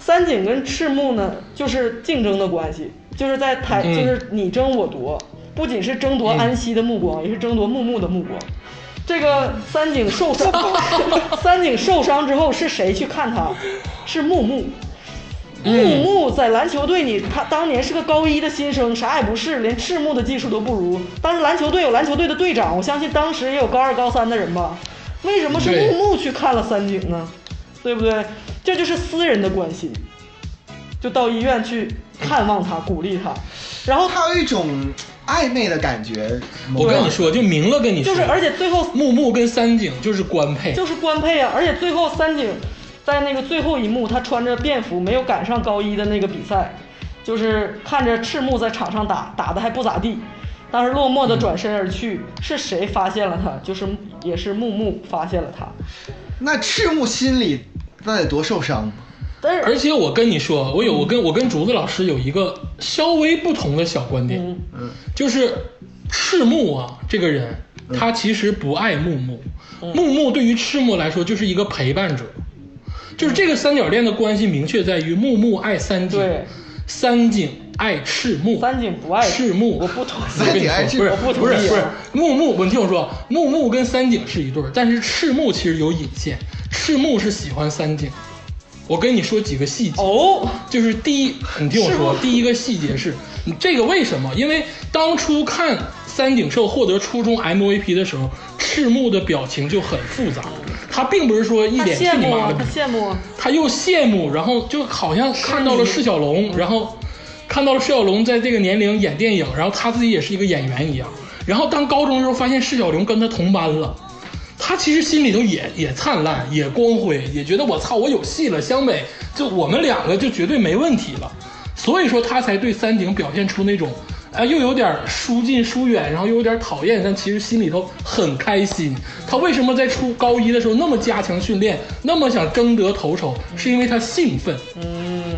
Speaker 2: 三井跟赤木呢，就是竞争的关系，就是在台，
Speaker 1: 嗯
Speaker 2: 就是你争我夺，不仅是争夺安西的目光，也是争夺木木的目光。这个三井受伤， 三井受伤之后是谁去看他？是木木。木木在篮球队里，他当年是个高一的新生，啥也不是，连赤木的技术都不如。当时篮球队有篮球队的队长，我相信当时也有高二、高三的人吧。为什么是
Speaker 1: 对
Speaker 2: 木木去看了三井呢？对不对？这就是私人的关心，就到医院去探望他，鼓励他，然后
Speaker 4: 他有一种暧昧的感觉。
Speaker 1: 我跟你，说，就明了跟你说，
Speaker 2: 就是，而且最后
Speaker 1: 木木跟三井就是官配，
Speaker 2: 就是官配啊，而且最后三井在那个最后一幕，他穿着便服没有赶上高一的那个比赛，就是看着赤木在场上打，打的还不咋地，但是落寞的转身而去，是谁发现了他？就是也是木木发现了他，
Speaker 4: 那赤木心里那得多受伤？
Speaker 2: 但是
Speaker 1: 而且我跟你说，我有我跟我跟竹子老师有一个稍微不同的小观点，
Speaker 2: 嗯
Speaker 1: 就是赤木啊这个人，
Speaker 2: 嗯
Speaker 1: 他其实不爱木木，木木对于赤木来说就是一个陪伴者，就是这个三角恋的关系明确在于木木爱三井
Speaker 2: 对，
Speaker 1: 三井爱赤木，
Speaker 2: 三井不爱
Speaker 1: 赤木
Speaker 2: 我不同意
Speaker 4: 三井爱赤
Speaker 1: 不
Speaker 4: 木
Speaker 1: 是
Speaker 2: 我不同
Speaker 1: 不是
Speaker 2: 意啊
Speaker 1: 不是木木，我你听我说，木木跟三井是一对儿，但是赤木其实有引线，赤木是喜欢三井。我跟你说几个细节，
Speaker 2: 哦，
Speaker 1: 就是第一，你听我说，第一个细节是，你这个为什么？因为当初看三井寿获得初中 MVP 的时候，赤木的表情就很复杂，他并不是说一
Speaker 2: 他
Speaker 1: 脸去
Speaker 2: 羡
Speaker 1: 你
Speaker 2: 慕
Speaker 1: 妈
Speaker 2: 啊
Speaker 1: 的，
Speaker 2: 他羡慕啊，
Speaker 1: 他又羡慕，然后就好像看到了释小龙，然后看到了释小龙在这个年龄演电影，然后他自己也是一个演员一样。然后当高中的时候发现释小龙跟他同班了，他其实心里头也也灿烂，也光辉，也觉得我操，我有戏了，湘北就我们两个就绝对没问题了。所以说他才对三井表现出那种，哎，又有点疏近疏远，然后又有点讨厌，但其实心里头很开心。他为什么在初高一的时候那么加强训练，那么想争得头筹，是因为他兴奋，
Speaker 2: 嗯，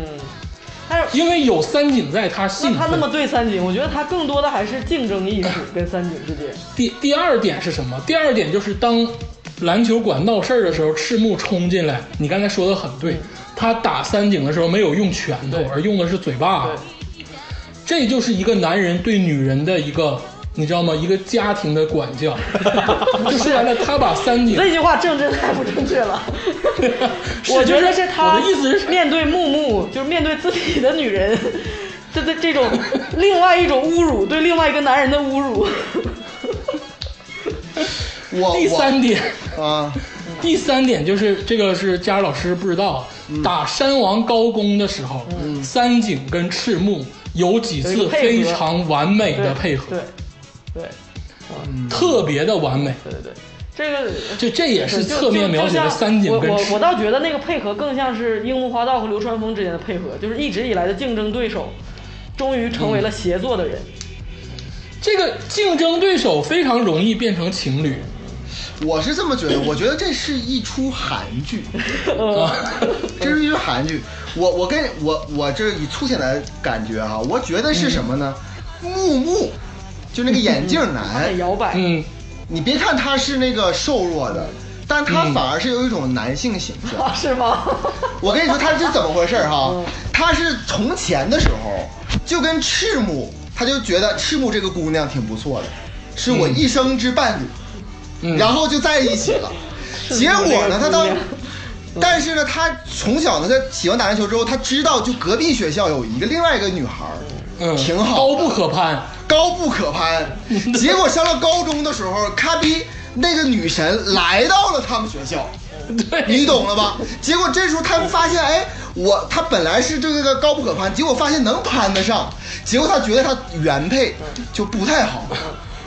Speaker 2: 但是
Speaker 1: 因为有三井在，他兴
Speaker 2: 那
Speaker 1: 奋。
Speaker 2: 他那么对三井，我觉得他更多的还是竞争意识跟三井之间。
Speaker 1: 第第二点是什么？第二点就是当篮球馆闹事儿的时候，赤木冲进来。你刚才说的很对，他打三井的时候没有用拳头
Speaker 2: 嗯对，
Speaker 1: 而用的是嘴巴。这就是一个男人对女人的一个，你知道吗？一个家庭的管 教。就说白了，他把三井，
Speaker 2: 这句话正确太不正确了
Speaker 1: 是
Speaker 2: 我觉得
Speaker 1: 就是
Speaker 2: 是他
Speaker 1: 我的意思是
Speaker 2: 面对木木，就是面对自己的女人，这这这 种另外一种侮辱，对另外一个男人的侮 辱。
Speaker 4: 我
Speaker 1: 第三点，
Speaker 4: 我啊，
Speaker 1: 第三点就是这个是佳儿老师不知道，打山王高攻的时候，三井跟赤木有几
Speaker 2: 有
Speaker 1: 次
Speaker 2: 一个配
Speaker 1: 非
Speaker 2: 合
Speaker 1: 常完美
Speaker 2: 对
Speaker 1: 的配合
Speaker 2: 对，对
Speaker 1: 特别的完美。
Speaker 2: 对对对，这个
Speaker 1: 就这也是侧面描写了
Speaker 2: 就就就像
Speaker 1: 三井跟
Speaker 2: 我我
Speaker 1: 赤
Speaker 2: 我倒觉得那个配合更像是樱木花道和流川枫之间的配合，就是一直以来的竞争对手，终于成为了协作的人。
Speaker 1: 这个竞争对手非常容易变成情侣，
Speaker 4: 我是这么觉得，我觉得这是一出韩 剧，
Speaker 1: 嗯
Speaker 2: 呃
Speaker 1: 啊
Speaker 4: 这是一出韩剧。我我跟我我这以粗浅的感觉哈、我觉得是什么呢？木木，就那个眼镜男，
Speaker 2: 很摇摆，
Speaker 1: 嗯，
Speaker 4: 你别看他是那个瘦弱的，但他
Speaker 1: 嗯
Speaker 4: 反而是有一种男性形象。
Speaker 2: 啊，是吗？
Speaker 4: 我跟你说，他是怎么回事儿哈？
Speaker 2: 嗯
Speaker 4: 他是从前的时候就跟赤木，他就觉得赤木这个姑娘挺不错的，是我
Speaker 2: 嗯
Speaker 4: 一生之伴侣，
Speaker 1: 嗯
Speaker 4: 然后就在一起了。结果呢，他到
Speaker 2: 这个姑娘，
Speaker 4: 但是呢，他从小呢，他喜欢打篮球之后，他知道就隔壁学校有一个另外一个女孩儿，
Speaker 1: 嗯，
Speaker 4: 挺好的
Speaker 1: 高不可攀，
Speaker 4: 高不可攀。结果上了高中的时候，咔逼那个女神来到了他们学校，
Speaker 1: 对，
Speaker 4: 你懂了吧？结果这时候他发现，哎，我他本来是这个高不可攀，结果发现能攀得上，结果他觉得他原配就不太好。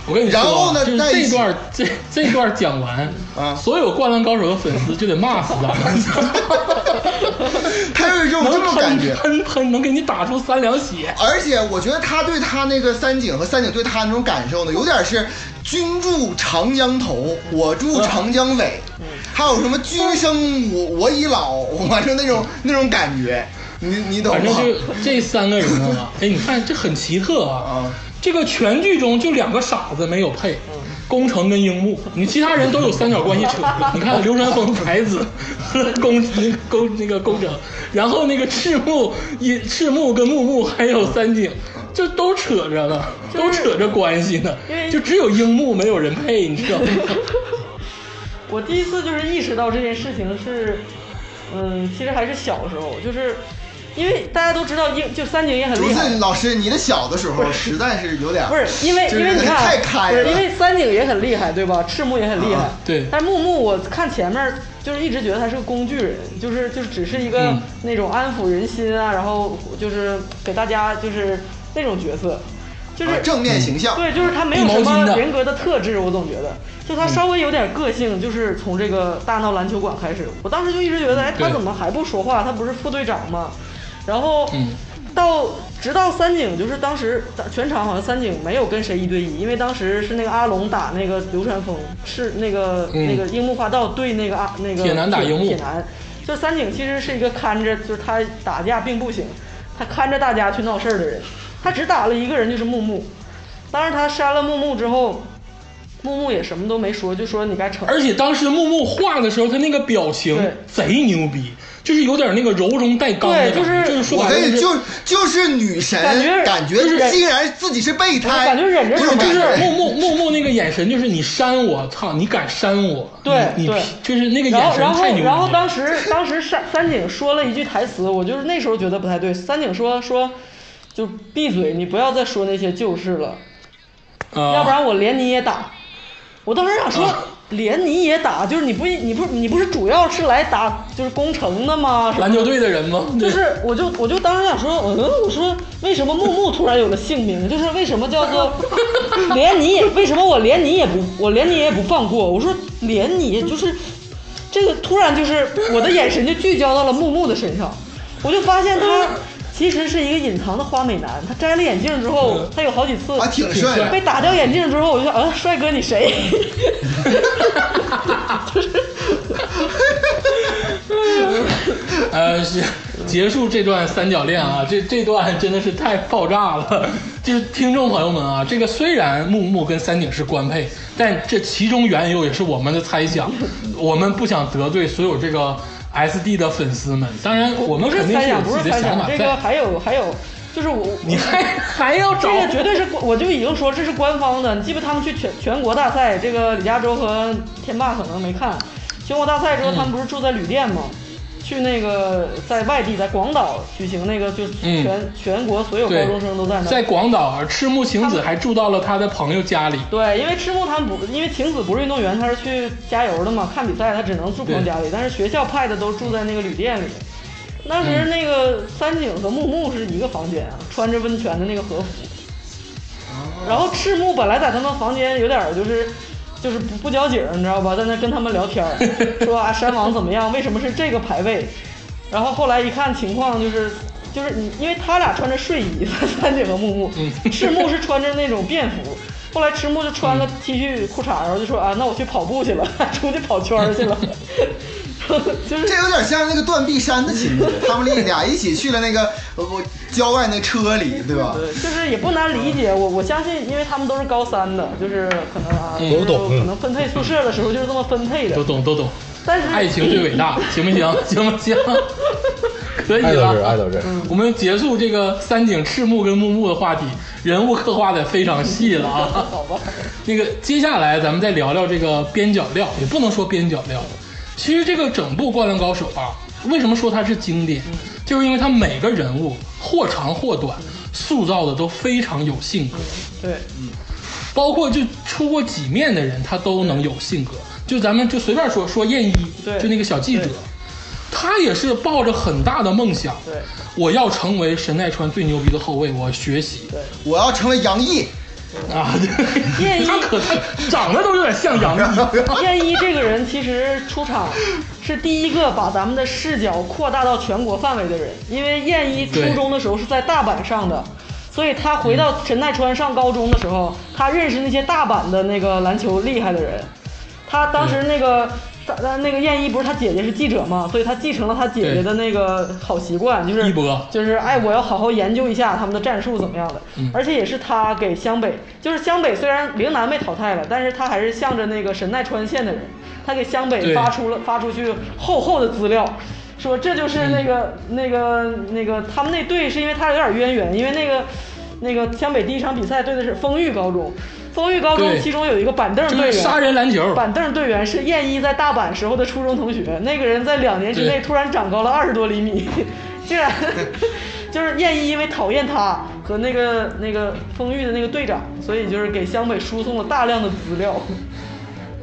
Speaker 1: 我跟你说啊，
Speaker 4: 然后呢
Speaker 1: 就是
Speaker 4: 在一
Speaker 1: 这
Speaker 4: 起
Speaker 1: 段这这段讲完，
Speaker 4: 啊
Speaker 1: 所有《灌篮高手》的粉丝就得骂死咱们，
Speaker 4: 他有一种 这
Speaker 1: 能
Speaker 4: 种
Speaker 1: 喷
Speaker 4: 感觉。
Speaker 1: 喷喷，能给你打出三两血，
Speaker 4: 而且我觉得他对他那个三井和三井对他那种感受呢，有点是君住长江头，我住长江尾，
Speaker 2: 嗯
Speaker 4: 还有什么君生我我已老，反正那种那种感觉，你你懂
Speaker 1: 反
Speaker 4: 吗
Speaker 1: 正？就这三个人 啊，哎，你看这很奇特啊
Speaker 4: 啊，嗯
Speaker 1: 这个全剧中就两个傻子没有配，宫城跟樱木，你其他人都有三角 关系扯。你看流川枫、白子和宫宫那个宫城，然后那个赤木、一赤木跟木木还有三井，这都扯着呢，都扯着关系呢
Speaker 2: 因为，
Speaker 1: 就只有樱木没有人配，你知道吗？
Speaker 2: 我第一次就是意识到这件事情是，嗯，其实还是小时候，就是因为大家都知道樱，就三井也很
Speaker 4: 竹
Speaker 2: 厉害
Speaker 4: 子。老师，你的小的时候实在是有点
Speaker 2: 不是因为
Speaker 4: 就
Speaker 2: 因为你看啊
Speaker 4: 太，开
Speaker 2: 不
Speaker 4: 了，
Speaker 2: 是因为三井也很厉害，对吧？赤木也很厉害，
Speaker 4: 啊
Speaker 1: 对
Speaker 2: 但是木木，我看前面就是一直觉得他是个工具人，就是就是只是一个
Speaker 1: 嗯
Speaker 2: 那种安抚人心啊，然后就是给大家就是那种角色，就是、
Speaker 4: 啊正面形象，
Speaker 2: 对，就是他没有
Speaker 1: 一毛
Speaker 2: 什
Speaker 1: 巾
Speaker 2: 么
Speaker 1: 的嗯
Speaker 2: 人格的特质，我总觉得，就他稍微有点个性，就是从这个大闹篮球馆开始，我当时就一直觉得，哎，他
Speaker 1: 对
Speaker 2: 怎么还不说话？他不是副队长吗？然后
Speaker 1: 嗯
Speaker 2: 到直到三井，就是当时全场好像三井没有跟谁一对一，因为当时是那个阿龙打那个流川枫，是那个、
Speaker 1: 嗯
Speaker 2: 那个樱木花道对那个阿、那个
Speaker 1: 铁男打樱木
Speaker 2: 嗯铁男，就三井其实是一个看着，就是他打架并不行，他看着大家去闹事儿的人，他只打了一个人，就是木木。当时他杀了木木之后，木木也什么都没说，就说你该惩罚。
Speaker 1: 而且当时木木画的时候，他那个表情
Speaker 2: 对
Speaker 1: 贼牛逼，就是有点那个柔中带刚的
Speaker 2: 对
Speaker 1: 感
Speaker 2: 就是
Speaker 1: 觉，就是说
Speaker 4: 我
Speaker 1: 白
Speaker 4: 跟
Speaker 1: 了
Speaker 4: 你就就是女神，
Speaker 2: 感觉
Speaker 4: 感
Speaker 2: 就
Speaker 4: 觉
Speaker 2: 是
Speaker 4: 竟然自己是备胎，
Speaker 2: 感觉忍着
Speaker 4: 这
Speaker 2: 手
Speaker 4: 种
Speaker 1: 就
Speaker 4: 感
Speaker 1: 是
Speaker 4: 觉啊
Speaker 1: 木木木木那个眼神，就是你扇我，操，你敢扇我？
Speaker 2: 对
Speaker 1: 你你
Speaker 2: 对
Speaker 1: 就是那个
Speaker 2: 然
Speaker 1: 眼
Speaker 2: 后，
Speaker 1: 神
Speaker 2: 然后
Speaker 1: 太牛逼，了。
Speaker 2: 然后当时当时三三井说了一句台词，我就是那时候觉得不太对。三井说说，就闭嘴，你不要再说那些旧事了，
Speaker 1: 啊
Speaker 2: 要不然我连你也打。我当时想说，连你也打，就是你不你不你不是主要是来打就是攻城的吗？什么
Speaker 1: 篮球队的人吗？
Speaker 2: 就
Speaker 1: 对
Speaker 2: 是，我就我就当时想说，嗯，我说为什么木木突然有了姓名？就是为什么叫做连你也？为什么我连你也不我连你也不放过？我说连你就是这个突然就是我的眼神就聚焦到了木木的身上，我就发现他其实是一个隐藏的花美男。他摘了眼镜之后，他有好几次
Speaker 4: 还挺帅的
Speaker 2: 被打掉眼镜之后，我就想，啊，帅哥你谁？
Speaker 1: 呃，是结束这段三角恋啊，这这段真的是太爆炸了。 就是听众朋友们啊，这个虽然木木跟三井是官配，但这其中缘由也是我们的猜想，我们不想得罪所有这个 S D 的粉丝们。当然，我们
Speaker 2: 不是
Speaker 1: 肯定有
Speaker 2: 猜想，不
Speaker 1: 自
Speaker 2: 是
Speaker 1: 己的
Speaker 2: 猜
Speaker 1: 想
Speaker 2: 想，
Speaker 1: 法
Speaker 2: 这个
Speaker 1: 在。
Speaker 2: 还有还有就是我我
Speaker 1: 你还还要找
Speaker 2: 这个绝对是官，我就已经说这是官方的。你记不？他们去全全国大赛，这个李佳洲和天霸可能没看。全国大赛之后，他们不是住在旅店吗？去那个在外地，在广岛举行那个，就是
Speaker 1: 嗯
Speaker 2: 全、全国所有高
Speaker 1: 对
Speaker 2: 中生都在那儿。
Speaker 1: 在广岛，赤木晴子还住到了他的朋友家里。
Speaker 2: 对，因为赤木他们不，因为晴子不是运动员，他是去加油的嘛，看比赛他只能住朋友家里，但是学校派的都住在那个旅店里。当时那个三井和木木是一个房间啊，穿着温泉的那个和服。然后赤木本来在他们房间有点儿就是。就是不不交警，你知道吧？在那跟他们聊天儿， 说啊，山王怎么样？为什么是这个排位？然后后来一看情况，就是就是你，因为他俩穿着睡衣，三井和木木，
Speaker 1: 嗯
Speaker 2: 赤木是穿着那种便服，后来赤木就
Speaker 1: 嗯
Speaker 2: 穿了 T 恤裤衩儿，然后就说啊，那我去跑步去了， 出去跑圈儿去了， 就是
Speaker 4: 这有点像那个断臂山的情节，他们俩一起去了那个呃我郊外那车里，对吧？
Speaker 2: 对，就是也不难理解。我我相信，因为他们都是高三的，就是可能啊，
Speaker 1: 嗯
Speaker 2: 就是
Speaker 3: 都懂
Speaker 2: 可能分配宿舍的时候就是这么分配的
Speaker 1: 都。懂都懂，
Speaker 2: 但是
Speaker 1: 爱情最伟大，行不行？行不行？ 可以
Speaker 3: 爱到
Speaker 1: 了
Speaker 3: 这儿，，爱到这儿。
Speaker 2: 嗯
Speaker 1: 我们结束这个三井赤木跟木木的话题，人物刻画的非常细了 啊。
Speaker 2: 好吧，
Speaker 1: 那个接下来咱们再聊聊这个边角料，也不能说边角料，其实这个整部《灌篮高手》啊，为什么说它是经典，
Speaker 2: 嗯
Speaker 1: 就是因为它每个人物或长或短，塑造的都非常有性格。
Speaker 2: 对，
Speaker 1: 包括就出过几面的人，他都能有性格。就咱们就随便说说燕一
Speaker 2: 对，
Speaker 1: 就那个小记者
Speaker 2: 对，
Speaker 1: 他也是抱着很大的梦想，
Speaker 2: 对
Speaker 1: 我要成为神奈川最牛逼的后卫，我学习
Speaker 4: 我要成为杨毅，
Speaker 1: 啊。对
Speaker 2: 燕一
Speaker 1: 他可他长得都有点像杨 毅，
Speaker 2: 燕一这个人其实出场是第一个把咱们的视角扩大到全国范围的人，因为燕一初
Speaker 1: 对
Speaker 2: 中的时候是在大阪上的，所以他回到神奈川上高中的时候，他认识那些大阪的那个篮球厉害的人。他当时那个他他那个燕一不是他姐姐是记者嘛，所以他继承了他姐姐的那个好习惯，就是
Speaker 1: 一博
Speaker 2: 就是哎，我要好好研究一下他们的战术怎么样的
Speaker 1: 嗯。
Speaker 2: 而且也是他给湘北，就是湘北虽然陵南被淘汰了，但是他还是向着那个神奈川县的人，他给湘北
Speaker 1: 对
Speaker 2: 发出了发出去厚厚的资料。说这就是那个、
Speaker 1: 嗯
Speaker 2: 那个那个他们那队是因为他有点渊源，因为那个那个湘北第一场比赛对的是丰裕高中，丰裕高中
Speaker 1: 对
Speaker 2: 其中有一个板凳
Speaker 1: 就
Speaker 2: 队员，
Speaker 1: 是杀人篮球，
Speaker 2: 板凳队员是燕一在大阪时候的初中同学，那个人在两年之内
Speaker 1: 对
Speaker 2: 突然长高了二十多厘米，竟然 就是燕一因为讨厌他和那个那个丰裕的那个队长，所以就是给湘北输送了大量的资料。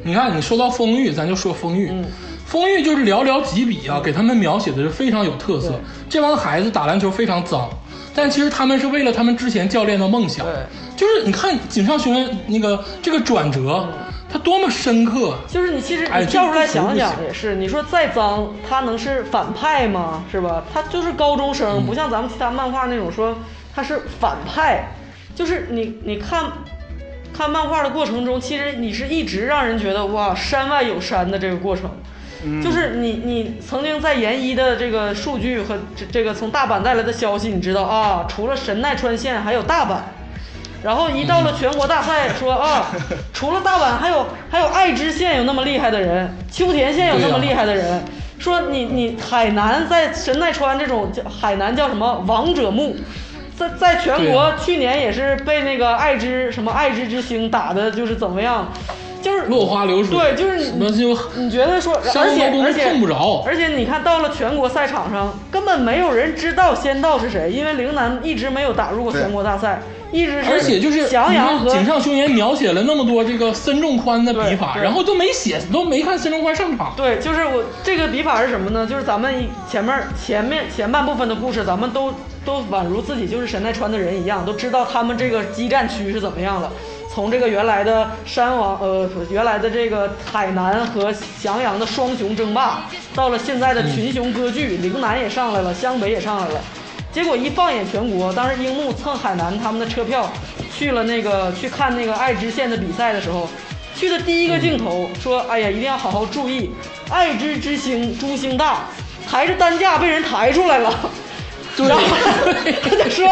Speaker 1: 你看，你说到丰裕，咱就说丰裕。
Speaker 2: 嗯
Speaker 1: 丰裕就是寥寥几笔啊，给他们描写的是非常有特色
Speaker 2: 对。
Speaker 1: 这帮孩子打篮球非常脏，但其实他们是为了他们之前教练的梦想。就是你看井上雄彦那个这个转折，
Speaker 2: 嗯
Speaker 1: 他多么深刻。
Speaker 2: 就是你其实
Speaker 1: 哎
Speaker 2: 你跳出来想
Speaker 1: 这个不
Speaker 2: 想
Speaker 1: 服不行
Speaker 2: 也是，你说再脏，他能是反派吗？是吧？他就是高中
Speaker 1: 嗯
Speaker 2: 生，不像咱们其他漫画那种说他是反派，就是你你看。看漫画的过程中，其实你是一直让人觉得哇，山外有山的这个过程，
Speaker 1: 嗯
Speaker 2: 就是你你曾经在研一的这个数据和这这个从大阪带来的消息，你知道啊，除了神奈川县还有大阪，然后一到了全国大赛，说啊，除了大阪，还有还有爱知县有那么厉害的人，秋田县有那么厉害的人。 说你你海南在神奈川这种叫海南叫什么王者墓，在在全
Speaker 1: 对
Speaker 2: 国
Speaker 1: 啊
Speaker 2: 去年也是被那个爱知什么爱知之星打的，就是怎么样，就是
Speaker 1: 落花流水
Speaker 2: 对，就是
Speaker 1: 什
Speaker 2: 你
Speaker 1: 么就
Speaker 2: 你觉得说，
Speaker 1: 山
Speaker 2: 而
Speaker 1: 东
Speaker 2: 且
Speaker 1: 高工
Speaker 2: 而且
Speaker 1: 碰不着
Speaker 2: 而且你看到了全国赛场上，根本没有人知道仙道是谁，因为陵南一直没有打入过全国大赛，一直是
Speaker 1: 而且就是
Speaker 2: 翔阳
Speaker 1: 你
Speaker 2: 和
Speaker 1: 看井上雄彦描写了那么多这个森重宽的笔法，
Speaker 2: 对对
Speaker 1: 然后都没写，都没看森重宽上场。
Speaker 2: 对，就是我这个笔法是什么呢？就是咱们一前面前面前半部分的故事，咱们都都宛如自己就是神奈川的人一样，都知道他们这个激战区是怎么样的。从这个原来的山王，呃，原来的这个海南和襄阳的双雄争霸，到了现在的群雄割据，陵南也上来了，湘北也上来了。结果一放眼全国，当时樱木蹭海南他们的车票去了那个去看那个爱知县的比赛的时候，去的第一个镜头说：“哎呀，一定要好好注意，爱知之星朱星大，抬着担架被人抬出来了。”
Speaker 1: 对
Speaker 2: 然后他就说：“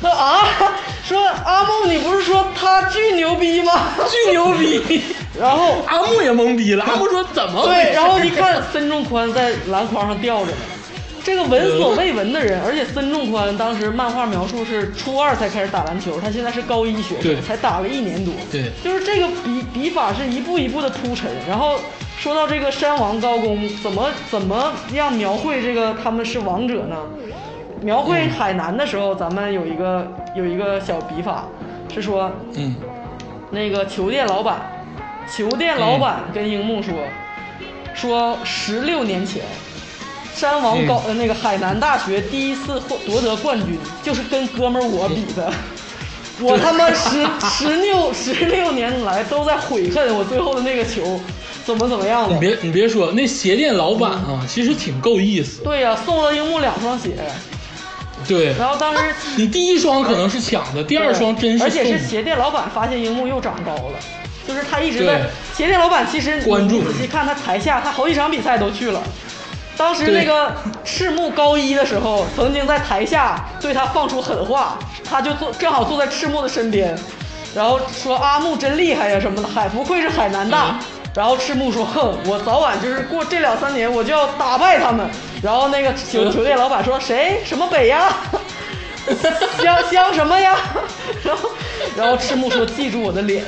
Speaker 2: 说啊，说阿木，你不是说他巨牛逼吗？
Speaker 1: 巨牛逼！
Speaker 2: 然后
Speaker 1: 阿木也懵逼了，阿木说怎么回事？
Speaker 2: 对，然后一看孙仲宽在篮筐上吊着呢，这个闻
Speaker 1: 嗯
Speaker 2: 所未闻的人，而且孙仲宽当时漫画描述是初二才开始打篮球，他现在是高一学
Speaker 1: 对
Speaker 2: 生，才打了一年多。
Speaker 1: 对
Speaker 2: 就是这个笔笔法是一步一步的铺陈。然后说到这个山王高工怎么怎么样描绘这个他们是王者呢？描绘
Speaker 1: 嗯
Speaker 2: 海南的时候，咱们有一个有一个小笔法，是说
Speaker 1: 嗯，
Speaker 2: 那个球店老板，球店老板
Speaker 1: 嗯
Speaker 2: 跟樱木说，说十六年前，山王
Speaker 1: 嗯
Speaker 2: 高、呃那个海南大学第一次获夺得冠军，就是跟哥们儿我比的。
Speaker 1: 嗯
Speaker 2: 我他妈十十六十六年来都在悔恨我最后的那个球，怎么怎么样
Speaker 1: 你
Speaker 2: 的。
Speaker 1: 别你别说，那鞋店老板啊，其实挺够意思。
Speaker 2: 对呀、送了樱木两双鞋，
Speaker 1: 对，
Speaker 2: 然后当时
Speaker 1: 你第一双可能是抢的，第二双真是
Speaker 2: 而且
Speaker 1: 送
Speaker 2: 是
Speaker 1: 的。
Speaker 2: 鞋店老板发现樱木又长高了，就是他一直在
Speaker 1: 对
Speaker 2: 鞋店老板其实你
Speaker 1: 关注
Speaker 2: 你仔细看他台下，他好几场比赛都去了。当时那个赤木高一的时候，曾经在台下对他放出狠话，他就坐正好坐在赤木的身边，然后说阿木真厉害呀什么的，哎海不愧是海南
Speaker 1: 嗯
Speaker 2: 大。然后赤木说：“哼，我早晚就是过这两三年，我就要打败他们。”然后那个球球店老板说：“谁？什么北呀？” 香香什么呀？ 然后，然后赤木说：“记住我的脸。”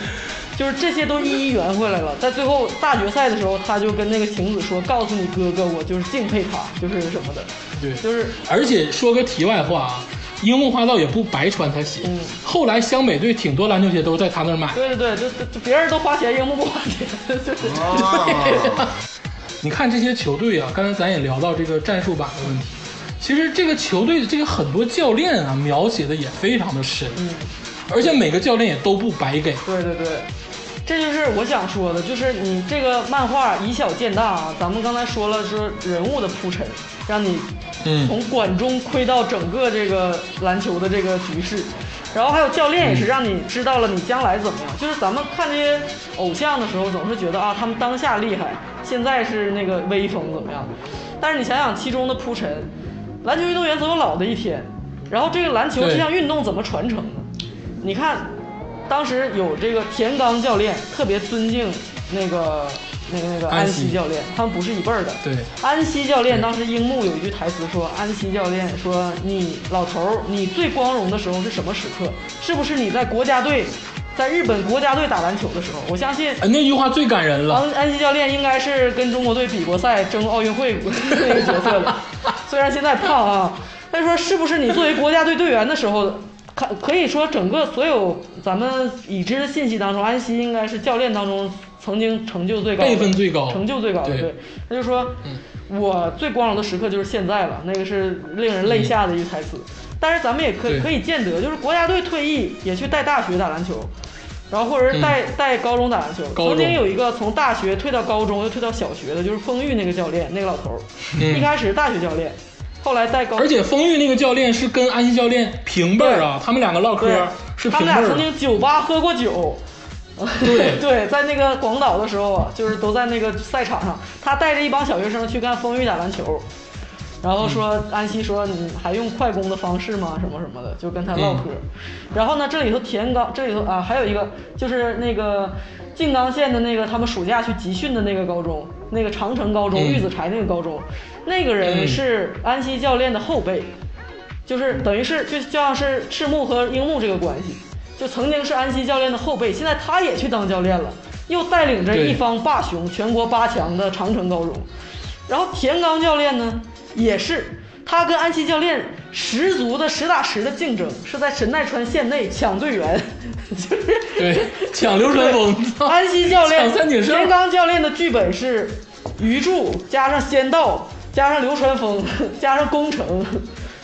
Speaker 2: 就是这些都一一圆回来了。在最后大决赛的时候，他就跟那个晴子说：“告诉你哥哥，我就是敬佩他，就是什么的，
Speaker 1: 对，
Speaker 2: 就是
Speaker 1: 而且说个题外话啊，樱木花道也不白穿他鞋。后来湘北队挺多篮球鞋都在他那儿买。
Speaker 2: 嗯对对对，就就就别人都花钱，樱木不花钱， 就是
Speaker 1: 哦
Speaker 4: 啊，
Speaker 1: 你看这些球队啊，刚才咱也聊到这个战术板的问题，其实这个球队的这个很多教练啊，描写的也非常的深，而且每个教练也都不白给。
Speaker 2: 对对对，这就是我想说的，就是你这个漫画以小见大啊。咱们刚才说了，说人物的铺陈，让你
Speaker 1: 嗯
Speaker 2: 从管中窥到整个这个篮球的这个局势。然后还有教练也是让你知道了你将来怎么样。就是咱们看这些偶像的时候，总是觉得啊，他们当下厉害，现在是那个威风怎么样？但是你想想其中的铺陈，篮球运动员总有老的一天。然后这个篮球这项运动怎么传承呢？你看，当时有这个田刚教练特别尊敬那个那个那个
Speaker 1: 安
Speaker 2: 安
Speaker 1: 西
Speaker 2: 西教练，他们不是一辈儿的。
Speaker 1: 对
Speaker 2: 安西教练
Speaker 1: 对
Speaker 2: 当时樱木有一句台词说：“安西教练说，你老头儿，你最光荣的时候是什么时刻？是不是你在国家队，在日本国家队打篮球的时候？我相信
Speaker 1: 哎，那句话最感人了。
Speaker 2: 安安西教练应该是跟中国队比过赛、争奥运 会那个角色的，虽然现在胖啊，但是说是不是你作为国家队队员的时候，看可以说整个所有咱们已知的信息当中，安西应该是教练当中曾经成就最高的、
Speaker 1: 辈分最高
Speaker 2: 成就最高的。
Speaker 1: 对嗯
Speaker 2: 对，他就说，我最光荣的时刻就是现在了，那个是令人泪下的一句台词。但是咱们也可以
Speaker 1: 嗯对
Speaker 2: 可以见得，就是国家队退役也去带大学打篮球，然后或者是带、
Speaker 1: 嗯
Speaker 2: 带高中打篮球。
Speaker 1: 高中
Speaker 2: 曾经有一个从大学退到高中又退到小学的，就是丰裕那个教练，那个老头儿、一开始大学教练，后来带高，
Speaker 1: 而且丰裕那个教练是跟安西教练平辈儿啊，他们两个唠
Speaker 2: 对
Speaker 1: 嗑是
Speaker 2: 他
Speaker 1: 平
Speaker 2: 们
Speaker 1: 辈
Speaker 2: 俩
Speaker 1: 儿
Speaker 2: 曾
Speaker 1: 的。
Speaker 2: 经酒吧喝过酒。
Speaker 1: 对
Speaker 2: 对，在那个广岛的时候啊，就是都在那个赛场上，他带着一帮小学生去看丰裕打篮球，然后说、
Speaker 1: 嗯
Speaker 2: 安西说你还用快攻的方式吗？什么什么的，就跟他唠嗑。
Speaker 1: 嗯
Speaker 2: 然后呢，这里头田刚，这里头啊还有一个就是那个静冈县的那个他们暑假去集训的那个高中，那个长城高中、
Speaker 1: 嗯
Speaker 2: 玉子柴那个高中，那个人
Speaker 1: 嗯
Speaker 2: 是安西教练的后辈。就是等于是就就像是赤木和樱木这个关系，就曾经是安西教练的后辈，现在他也去当教练了，又带领着
Speaker 1: 对
Speaker 2: 一方霸雄全国八强的长城高中。然后田刚教练呢，也是他跟安西教练十足的实打实的竞争，是在神奈川县内抢队员， 就是
Speaker 1: 对， 抢流川枫，
Speaker 2: 安西教练
Speaker 1: 抢、三井寿，
Speaker 2: 田刚教练的剧本是鱼柱加上仙道，加上流川枫，加上宫城，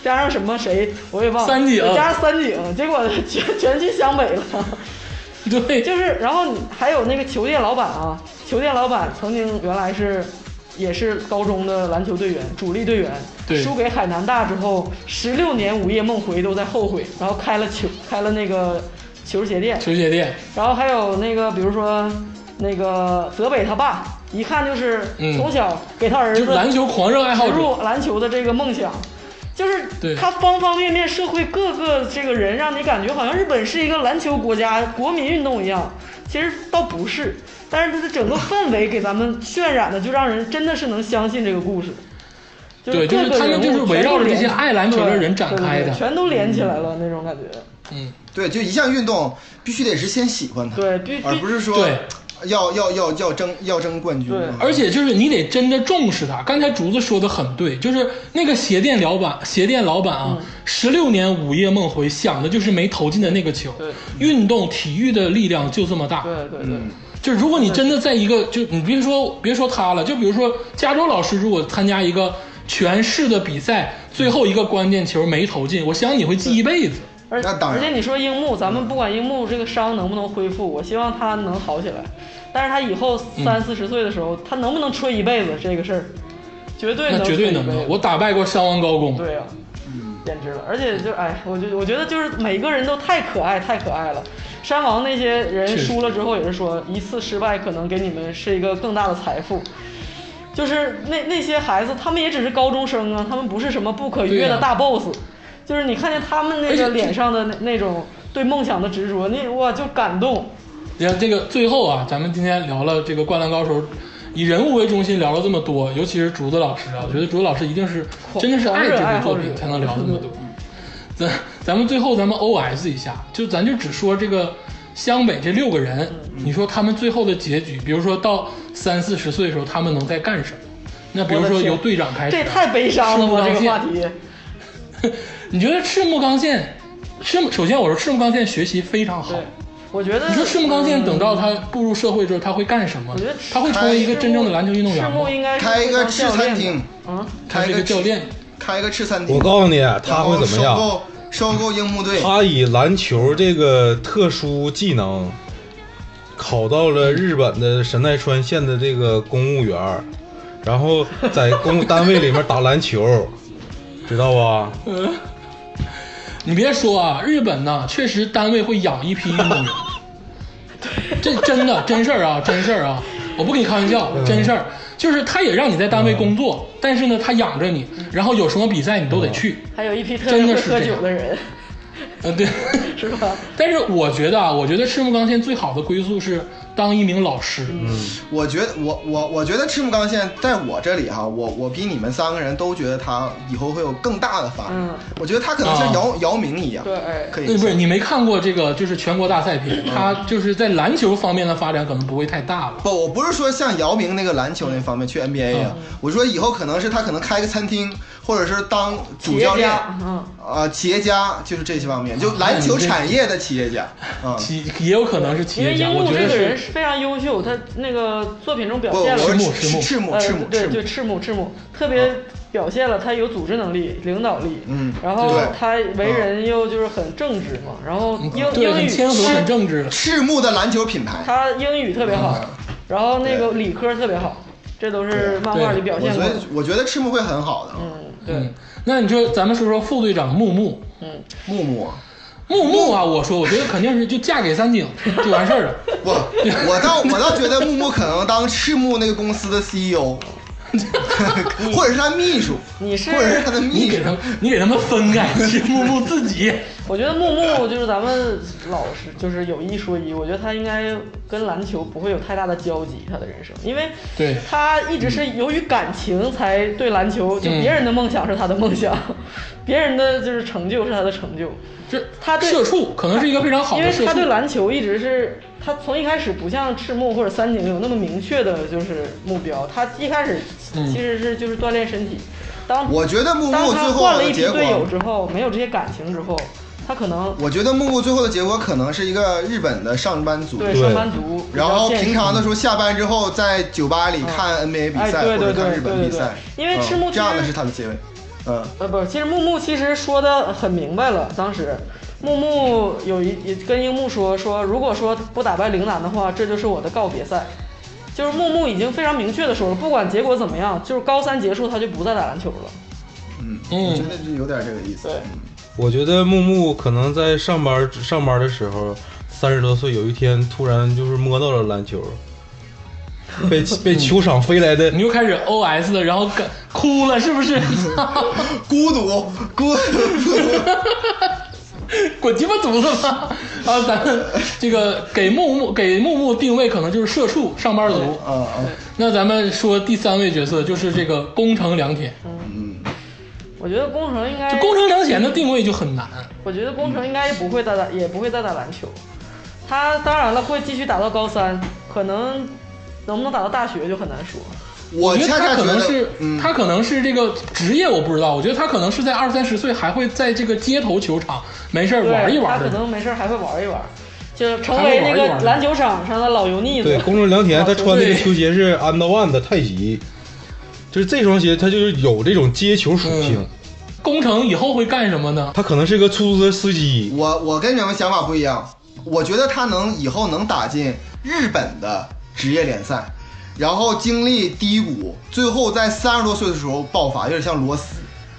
Speaker 2: 加上什么谁我也忘了，
Speaker 1: 三井
Speaker 2: 加上三井，结果全全去湘北了。
Speaker 1: 对，
Speaker 2: 就是，然后你还有那个球店老板啊，球店老板曾经原来是也是高中的篮球队员，主力队员，
Speaker 1: 对
Speaker 2: 输给海南大之后，十六年午夜梦回都在后悔，然后开了球，开了那个球鞋店，
Speaker 1: 球鞋店，
Speaker 2: 然后还有那个，比如说那个泽北他爸，一看就是
Speaker 1: 嗯
Speaker 2: 从小给他儿
Speaker 1: 就
Speaker 2: 子
Speaker 1: 是篮球狂热爱好
Speaker 2: 植
Speaker 1: 者。
Speaker 2: 入篮球的这个梦想，就是
Speaker 1: 对
Speaker 2: 他方方面面，社会各个这个人，让你感觉好像日本是一个篮球国家、国民运动一样，其实倒不是。但是它的整个氛围给咱们渲染的，就让人真的是能相信这个故事。
Speaker 1: 对就是
Speaker 2: 各个
Speaker 1: 他们
Speaker 2: 人物
Speaker 1: 就是围
Speaker 2: 全都
Speaker 1: 绕着这
Speaker 2: 连
Speaker 1: 些爱篮球的人展
Speaker 2: 对对
Speaker 1: 开
Speaker 2: 对
Speaker 1: 的
Speaker 2: 全都连起来了那种感觉。
Speaker 1: 嗯，
Speaker 4: 对，就一项运动必须得是先喜欢它，
Speaker 2: 对必
Speaker 4: 而
Speaker 2: 必
Speaker 4: 不是说
Speaker 1: 对
Speaker 4: 要要要要争要争冠军
Speaker 2: 对
Speaker 4: 啊。
Speaker 1: 而且就是你得真的重视它。刚才竹子说的很对，就是那个鞋店老板，鞋店老板啊，十六、年午夜梦回想的就是没投进的那个球。
Speaker 2: 对，
Speaker 1: 运动体育的力量就这么大。
Speaker 2: 对对对。
Speaker 1: 就如果你真的在一个，就你别说别说他了，就比如说加州老师，如果参加一个全市的比赛，最后一个关键球没投进，我想你会记一辈子。
Speaker 2: 而
Speaker 4: 那当
Speaker 2: 而
Speaker 4: 然
Speaker 2: 且你说樱木，咱们不管樱木这个伤能不能恢复，我希望他能好起来。但是他以后
Speaker 1: 嗯
Speaker 2: 三四十岁的时候，他能不能吹一辈子这个事儿，绝对
Speaker 1: 那
Speaker 2: 能。
Speaker 1: 绝对能的，
Speaker 2: 的。
Speaker 1: 我打败过山王高工。
Speaker 2: 对呀、
Speaker 1: 嗯
Speaker 2: 简直了！而且就哎，我就我觉得就是每个人都太可爱，太可爱了。山王那些人
Speaker 1: 是
Speaker 2: 输了之后也是说，一次失败可能给你们是一个更大的财富。就是那那些孩子，他们也只是高中生啊，他们不是什么不可逾越
Speaker 1: 对
Speaker 2: 的
Speaker 1: 呀
Speaker 2: 大 boss。就是你看见他们那
Speaker 1: 而且
Speaker 2: 个
Speaker 1: 这
Speaker 2: 脸上的那那种对梦想的执着，那哇就感动。
Speaker 1: 然后这个最后啊，咱们今天聊了这个《灌篮高手》，以人物为中心聊了这么多，尤其是竹子老师啊，我觉得竹子老师一定是真的是爱这部作品才能聊这么多。
Speaker 2: 嗯
Speaker 1: 咱咱们最后咱们 O S 一下，就咱就只说这个湘北这六个人，
Speaker 2: 嗯
Speaker 1: 你说他们最后的结局，比如说到三四十岁的时候，他们能在干什么？那比如
Speaker 2: 我的
Speaker 1: 说
Speaker 2: 天
Speaker 1: 由队长开始，
Speaker 2: 这也太悲伤了吧！这个话题，
Speaker 1: 你觉得赤木刚宪，赤木首先我说赤木刚宪学习非常好
Speaker 2: 对，，我觉得
Speaker 1: 你说赤木刚
Speaker 2: 嗯
Speaker 1: 宪等到他步入社会之后，他会干什么
Speaker 2: 我觉得？
Speaker 1: 他会成为一个真正的篮球运动员
Speaker 2: 赤
Speaker 1: 吗
Speaker 2: 木？应该是
Speaker 4: 开一个
Speaker 2: 当
Speaker 4: 吃
Speaker 2: 教练
Speaker 4: 餐
Speaker 2: 的
Speaker 4: 厅，
Speaker 2: 啊。
Speaker 1: 他
Speaker 4: 开
Speaker 1: 是
Speaker 4: 一
Speaker 1: 一个
Speaker 4: 个
Speaker 1: 教
Speaker 4: 吃
Speaker 1: 练，
Speaker 4: 开一个吃餐厅，
Speaker 3: 我告诉你，他会怎么
Speaker 4: 然
Speaker 3: 样？
Speaker 4: 后收购收购樱木队，
Speaker 3: 他以篮球这个特殊技能，考到了日本的神奈川县的这个公务员儿，然后在公务单位里面打篮球，知道吧？
Speaker 1: 呃你别说啊，日本呢确实单位会养一批运动员，这真的真事儿啊，真事儿啊，我不跟你开玩笑，真事儿，就是他也让你在单位工作，但是呢他养着你，然后有什么比赛你都得去，
Speaker 2: 还有一批特别会
Speaker 1: 真的是
Speaker 2: 喝
Speaker 1: 这样
Speaker 2: 酒的人，
Speaker 1: 呃对。
Speaker 2: 是吧？
Speaker 1: 但是我觉得啊，我觉得赤木刚宪最好的归宿是当一名老师，
Speaker 4: 我觉得我我我觉得赤木刚宪在我这里哈、我我比你们三个人都觉得他以后会有更大的发展。
Speaker 2: 嗯
Speaker 4: 我觉得他可能
Speaker 3: 啊
Speaker 4: 像姚、姚明一样，
Speaker 2: 对，哎
Speaker 4: 可
Speaker 1: 那
Speaker 4: 以
Speaker 1: 呃不是你没看过这个，就是全国大赛片，
Speaker 2: 嗯
Speaker 1: 他就是在篮球方面的发展可能不会太大了。
Speaker 4: 不，我不是说像姚明那个篮球那方
Speaker 2: 嗯
Speaker 4: 面去 NBA 啊，我说以后可能是他可能开个餐厅，或者是当主教
Speaker 2: 企业
Speaker 4: 练，
Speaker 2: 家嗯
Speaker 4: 啊，企业家就是这些方面，就篮球产业的企业家，
Speaker 2: 嗯
Speaker 4: 啊，
Speaker 1: 企也有可能是企
Speaker 2: 因为
Speaker 1: 业家，
Speaker 2: 樱
Speaker 1: 我
Speaker 2: 木
Speaker 1: 觉得
Speaker 2: 这个人
Speaker 1: 是
Speaker 2: 是非常优秀，他那个作品中表
Speaker 4: 不，
Speaker 2: 现
Speaker 4: 我
Speaker 2: 了。
Speaker 4: 说
Speaker 1: 赤
Speaker 4: 是
Speaker 1: 木
Speaker 4: 赤木
Speaker 2: 呃
Speaker 4: 赤木
Speaker 2: 对
Speaker 4: 赤
Speaker 2: 对，
Speaker 4: 木，
Speaker 2: 赤木赤木特别表现了他有组织能力、领导力，
Speaker 4: 嗯
Speaker 2: 然后
Speaker 4: 对嗯
Speaker 2: 他为人又就是很正直嘛，然后英
Speaker 1: 嗯对，
Speaker 2: 英
Speaker 1: 很
Speaker 2: 语
Speaker 1: 谦和，很正直。
Speaker 4: 赤木的篮球品牌，
Speaker 2: 他英语特别好，
Speaker 4: 嗯
Speaker 2: 然后那个理科特别好，这都是漫画里表
Speaker 4: 我
Speaker 2: 现
Speaker 4: 觉
Speaker 2: 过的
Speaker 4: 得。我觉得赤木会很好的，
Speaker 2: 嗯，对
Speaker 1: 嗯，，那你说咱们说说副队长木木，
Speaker 2: 嗯，
Speaker 4: 木木，
Speaker 1: 木木啊，我说我觉得肯定是就嫁给三井就完事儿 了。
Speaker 4: 我我倒我倒觉得木木可能当赤木那个公司 的 CEO，或者是他秘书，
Speaker 2: 你是
Speaker 4: 或者是他的
Speaker 1: 你
Speaker 4: 秘
Speaker 1: 给
Speaker 4: 书
Speaker 1: 他，们，你给他们分开，是木木自己。
Speaker 2: 我觉得木木就是咱们老师，就是有一说一，我觉得他应该跟篮球不会有太大的交集，他的人生，因为
Speaker 1: 对
Speaker 2: 他一直是由于感情才对篮球，就
Speaker 1: 嗯
Speaker 2: 别人的梦想是他的梦想，
Speaker 4: 嗯
Speaker 2: 别人的就是成就是他的成 就，
Speaker 1: 这
Speaker 2: 他对
Speaker 1: 社畜可能是一个非常好
Speaker 2: 因
Speaker 1: 的
Speaker 2: 为
Speaker 1: 社
Speaker 2: 他对
Speaker 1: 畜。
Speaker 2: 篮球一直是他从一开始不像赤木或者三井有那么明确的就是目标，他一开始
Speaker 1: 嗯
Speaker 2: 其实是就是锻炼身体，当
Speaker 4: 我觉得木
Speaker 2: 当
Speaker 4: 木
Speaker 2: 他
Speaker 4: 最后
Speaker 2: 换了
Speaker 4: 的
Speaker 2: 一批
Speaker 4: 结
Speaker 2: 队友
Speaker 4: 果，
Speaker 2: 之后，没有这些感情之后，他可能
Speaker 4: 我觉得木木最后的结果可能是一个日本的上班族，
Speaker 2: 对
Speaker 3: 对
Speaker 2: 上班族比较
Speaker 4: 然后
Speaker 2: 现实
Speaker 4: 平常的时候下班之后在酒吧里看 NBA 比赛
Speaker 2: 嗯哎对对
Speaker 4: 或者
Speaker 2: 对
Speaker 4: 看日本
Speaker 2: 对对
Speaker 4: 比赛，
Speaker 2: 对因为赤木
Speaker 4: 嗯
Speaker 2: 其实
Speaker 4: 这样的是他的结尾，嗯。
Speaker 2: 呃，不，其实木木其实说的很明白了。当时木木有一也跟樱木说说，如果说不打败陵南的话，这就是我的告别赛。就是木木已经非常明确的说了，不管结果怎么样，就是高三结束他就不再打篮球了。
Speaker 4: 嗯，
Speaker 1: 嗯
Speaker 4: 我觉得就有点这个意思。
Speaker 2: 对
Speaker 3: 我觉得木木可能在上班上班的时候，三十多岁，有一天突然就是摸到了 篮球，被被球场飞来的
Speaker 1: 你又开始 O S 了，然后感哭了，是不是？
Speaker 4: 嗯孤独，孤独，
Speaker 1: 滚鸡巴犊子吧！啊，咱们这个给木木给木木定位可能就是社畜上班族。
Speaker 4: 啊啊！
Speaker 1: 那咱们说第三位角色就是这个宫城良田，
Speaker 2: 嗯
Speaker 4: 嗯
Speaker 2: 我觉得工程应该
Speaker 1: 这，宫城良田的定位就很难。
Speaker 2: 我觉得工程应该不会再打，也不会再打篮球。他当然了会继续打到高三，可能能不能打到大学就很难说。
Speaker 4: 我
Speaker 1: 因为
Speaker 4: 恰
Speaker 1: 他
Speaker 4: 恰
Speaker 1: 可
Speaker 4: 觉
Speaker 1: 能
Speaker 4: 得
Speaker 1: 是，
Speaker 4: 嗯，
Speaker 1: 他可能是这个职业我不知道，我觉得他可能是在二三十岁还会在这个街头球场没事儿
Speaker 2: 对，
Speaker 1: 玩一玩
Speaker 2: 他
Speaker 1: 的
Speaker 2: 可
Speaker 1: 人。
Speaker 2: 能没事儿还会玩一玩，就成为那个篮球场上的老油腻子。
Speaker 3: 对，公众良田他穿
Speaker 1: 啊
Speaker 3: 那个
Speaker 1: 对
Speaker 3: 球鞋是安德万的太极，就是这双鞋，它就是有这种接球属性
Speaker 1: 嗯。宫城以后会干什么呢？
Speaker 3: 他可能是个出租车司机，
Speaker 4: 我我跟你们想法不一样，我觉得他能以后能打进日本的职业联赛，然后经历低谷，最后在三十多岁的时候爆发，有点像罗斯。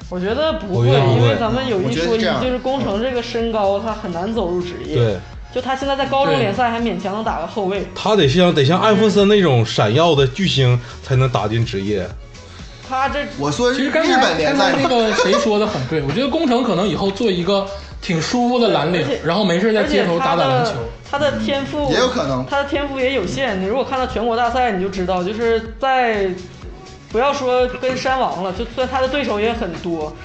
Speaker 2: 我觉得不
Speaker 3: 我
Speaker 2: 会，
Speaker 3: 觉得不
Speaker 2: 因为
Speaker 3: 会
Speaker 2: 咱们有
Speaker 4: 我
Speaker 2: 一
Speaker 4: 觉得
Speaker 2: 说
Speaker 4: 是
Speaker 2: 一，
Speaker 4: 这样嗯
Speaker 2: 就是工程这个身高他很难走入职
Speaker 1: 嗯
Speaker 2: 业。
Speaker 3: 对，
Speaker 2: 就他现在在高中
Speaker 1: 对
Speaker 2: 联赛还勉强能打个后卫，
Speaker 3: 他得像得像艾
Speaker 1: 嗯
Speaker 3: 弗森那种闪耀的巨星才能打进职业。
Speaker 2: 他这
Speaker 4: 我说
Speaker 1: 其
Speaker 4: 日
Speaker 1: 实刚才
Speaker 4: 本联赛
Speaker 1: 刚才那个谁说的很对，我觉得宫城可能以后做一个挺舒服的蓝领
Speaker 2: 而且，
Speaker 1: 然后没事在街头打打篮球。
Speaker 2: 他的天赋
Speaker 4: 也有可能
Speaker 2: 他的天赋也有限。你如果看到全国大赛，你就知道，就是在不要说跟山王了，就算他的对手也很多。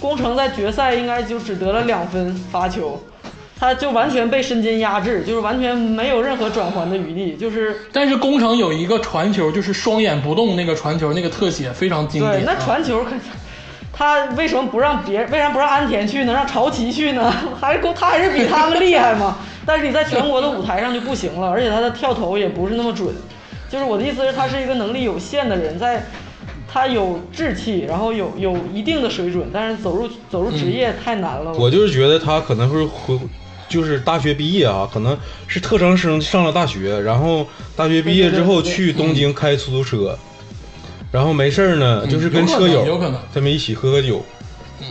Speaker 2: 工程在决赛应该就只得了两分罚球，他就完全被身金压制，就是完全没有任何转圜的余地，就是
Speaker 1: 但是宫城有一个传球，就是双眼不动那个传球，那个特写非常经典
Speaker 2: 对
Speaker 1: 啊。
Speaker 2: 那传球可。 他为什么不让别人？为啥不让安田去呢？让朝崎去呢？ 还是够他还是比他们厉害嘛？但是你在全国的舞台上就不行了，而且他的跳投也不是那么准。就是我的意思是，他是一个能力有限的人，在他有志气，然后有有一定的水准，但是走入走入职
Speaker 1: 嗯
Speaker 2: 业太难了。
Speaker 3: 我就是觉得他可能会回，就是大学毕业啊，可能是特长生上了大学，然后大学毕业之
Speaker 2: 对对对
Speaker 3: 后
Speaker 2: 对
Speaker 3: 去东京开出租车，然后没事儿呢，
Speaker 1: 嗯
Speaker 3: 就是跟
Speaker 1: 有可
Speaker 3: 车
Speaker 1: 能嗯
Speaker 3: 友
Speaker 1: 有可能
Speaker 3: 他们一起喝喝酒，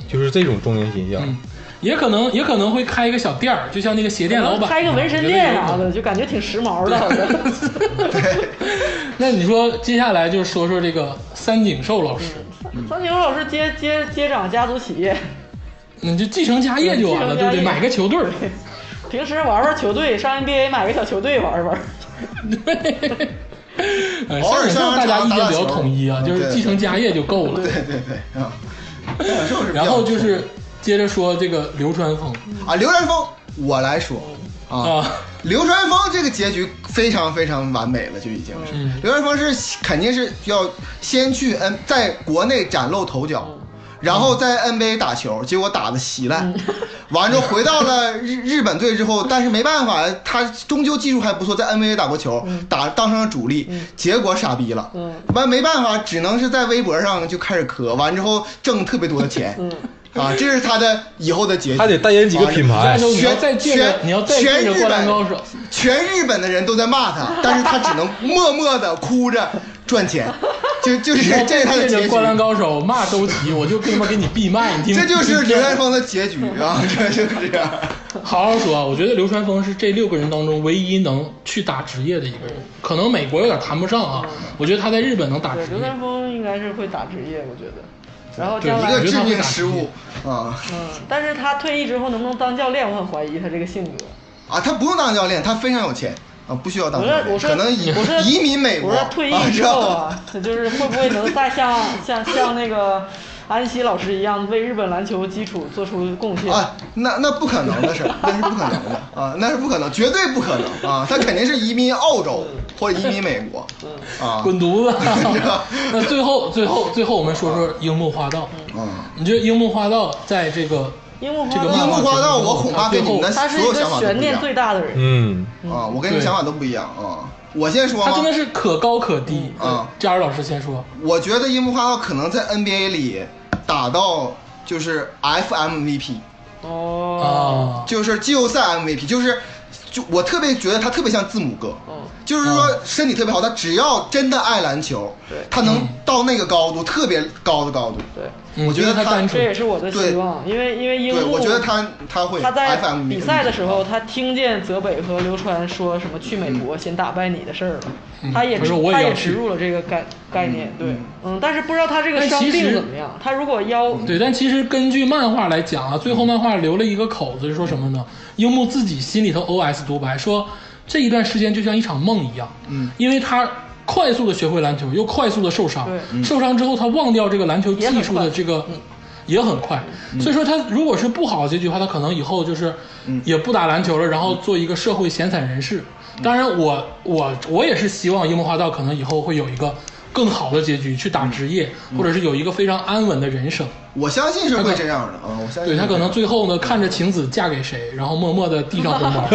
Speaker 3: 就是这种中年现象。
Speaker 1: 嗯也可能也可能会开一个小店儿，就像那个鞋店老板
Speaker 2: 开个纹身
Speaker 1: 我觉得
Speaker 2: 店
Speaker 1: 有
Speaker 2: 啊
Speaker 1: 可
Speaker 2: 啥
Speaker 1: 能
Speaker 2: 的，就感觉挺时髦的。好 像
Speaker 1: 那你说接下来就说说这个三井寿老师，
Speaker 2: 嗯张景老师接接接掌家族企业，
Speaker 1: 你就继承家业就完了，
Speaker 2: 继承家业
Speaker 1: 对不对？买个球队 儿，
Speaker 2: 平时玩玩球队，上 NBA 买个小球队玩玩。
Speaker 1: 对。呃
Speaker 4: 偶尔
Speaker 1: 三井寿
Speaker 4: 上上
Speaker 1: 大家
Speaker 4: 场
Speaker 1: 意
Speaker 4: 打
Speaker 1: 见
Speaker 4: 打
Speaker 1: 比较
Speaker 4: 球嗯
Speaker 1: 统一啊，就是
Speaker 4: 对
Speaker 1: 继承家业就够了。
Speaker 4: 对对对 啊，感受是比较
Speaker 1: 然后就是接着说这个流川枫
Speaker 4: 啊，刘传峰，我来说啊，
Speaker 1: 啊，
Speaker 4: 刘传峰这个结局非常非常完美了，就已经是。
Speaker 1: 嗯，
Speaker 4: 刘传峰是肯定是要先去 N 在国内崭露头角，然后在 NBA 打球，结果打的稀烂， 完之后回到了日日本队之后，但是没办法，他终究技术还不错，在 NBA 打过球，打当上了主力，结果傻逼了，
Speaker 2: 嗯
Speaker 4: 完没办法，只能是在微博上就开始磕，完之后挣特别多的钱，啊，这是他的以后的结局，
Speaker 3: 还得代言几个品
Speaker 1: 但
Speaker 3: 牌
Speaker 1: 是，你要
Speaker 4: 全
Speaker 1: 再借着
Speaker 4: 哎全
Speaker 1: 你要再借
Speaker 4: 全
Speaker 1: 着《
Speaker 4: 日
Speaker 1: 灌篮
Speaker 4: 本
Speaker 1: 高手》，
Speaker 4: 全日本的人都在骂他，但是他只能默默的哭着赚钱，就就是
Speaker 1: 你要
Speaker 4: 哎这
Speaker 1: 再
Speaker 4: 是他的
Speaker 1: 借着
Speaker 4: 结
Speaker 1: 《
Speaker 4: 局
Speaker 1: 灌，篮高手》骂周琦，我就他妈给你闭麦，你听。
Speaker 4: 这就是刘兰芳的结局啊，这就是这样。
Speaker 1: 好好说啊，我觉得流川枫是这六个人当中唯一能去打职业的一个人，可能美国有点谈不上啊，我觉得他在日本能打职
Speaker 2: 对，刘
Speaker 1: 业。
Speaker 2: 三峰应该是会打职业，我觉得。然后
Speaker 1: 对
Speaker 2: 将
Speaker 4: 一
Speaker 2: 来
Speaker 4: 个，致命失误啊
Speaker 2: 嗯，但是他退役之后能不能当教练，我很怀疑他这个性格。
Speaker 4: 啊！他不用当教练，他非常有钱啊，不需要当
Speaker 2: 我
Speaker 4: 教
Speaker 2: 说，我
Speaker 4: 练，
Speaker 2: 说，
Speaker 4: 可能移
Speaker 2: 我说
Speaker 4: 移民美国
Speaker 2: 我说退役之后啊，他就是会不会能再像像像那个安西老师一样，为日本篮球基础做出贡献？
Speaker 4: 啊，那那不可能的事儿，那是不可能的啊，那是不可能，绝对不可能啊！他肯定是移民澳洲或者移民美国
Speaker 2: 嗯
Speaker 4: 啊，
Speaker 1: 滚犊 子！
Speaker 4: 吧
Speaker 1: 那最后最后最后我们说说樱木花道，
Speaker 4: 嗯。
Speaker 1: 你觉得樱木花道在这个
Speaker 2: 樱木
Speaker 1: 这
Speaker 2: 花
Speaker 1: 个
Speaker 4: 樱
Speaker 1: 漫
Speaker 4: 木
Speaker 1: 画
Speaker 2: 道，
Speaker 1: 结束之后
Speaker 4: 花道，我恐怕跟你们的
Speaker 2: 他是
Speaker 4: 所
Speaker 2: 一
Speaker 4: 有
Speaker 2: 个
Speaker 4: 想法都
Speaker 2: 悬
Speaker 4: 不一
Speaker 2: 念
Speaker 4: 样
Speaker 2: 最大的人。
Speaker 3: 嗯，
Speaker 4: 啊！我跟你
Speaker 1: 对
Speaker 4: 们想法都不一样啊！我先说
Speaker 1: 他真的
Speaker 4: 啊，
Speaker 1: 是可高可低
Speaker 4: 嗯啊
Speaker 1: 佳儿老师先说，
Speaker 4: 我觉得樱木花道可能在 NBA 里打到就是 FMVP，嗯
Speaker 2: 哦，
Speaker 1: 啊，
Speaker 4: 就是季后赛 MVP，就是就我特别觉得他特别像字母哥，
Speaker 2: 嗯，
Speaker 4: 就是
Speaker 1: 哦
Speaker 4: 说身体特别好，他只要真的爱篮球
Speaker 2: 对，
Speaker 4: 他能到那个高度，特别高的高度。
Speaker 2: 对，
Speaker 1: 嗯
Speaker 4: 我觉得
Speaker 1: 他
Speaker 4: 他
Speaker 1: 单
Speaker 2: 这也
Speaker 1: 纯，
Speaker 2: 是我的希望，因为因为樱
Speaker 4: 对，
Speaker 2: 木，
Speaker 4: 我觉得他他会
Speaker 2: 他在
Speaker 4: FMVP
Speaker 2: 比赛的时候，他听见泽北和流川说什么去美国先打败你的事儿了，
Speaker 1: 嗯
Speaker 2: 他也
Speaker 1: 他说我也
Speaker 2: 他
Speaker 1: 要
Speaker 2: 也
Speaker 1: 去
Speaker 2: 植入了这个概概念，对
Speaker 4: 嗯，
Speaker 2: 嗯，但是不知道他这个
Speaker 1: 但
Speaker 2: 伤
Speaker 1: 其
Speaker 2: 病
Speaker 1: 实
Speaker 2: 怎么样，他如果腰
Speaker 1: 对，但其实根据漫画来讲啊，最后漫画留了一个口子，是说什么呢？樱木自己心里头 OS 独白说，这一段时间就像一场梦一样，
Speaker 4: 嗯，
Speaker 1: 因为他快速的学会篮球，又快速的受伤
Speaker 2: 对，
Speaker 1: 受伤之后他忘掉这个篮球技术的这个也很快，嗯所以说他如果是不好的结局的话，他可能以后就是也不打篮球了，然后做一个社会闲散人士。当然我，我我也是希望樱木花道可能以后会有一个更好的结局，去打职业，或者是有一个非常安稳的人生。
Speaker 4: 我相信是会这样的啊，我相信
Speaker 1: 对他
Speaker 4: 是
Speaker 1: 可能
Speaker 4: 会
Speaker 1: 最后呢，看着晴子嫁给谁，然后默默的递上红包。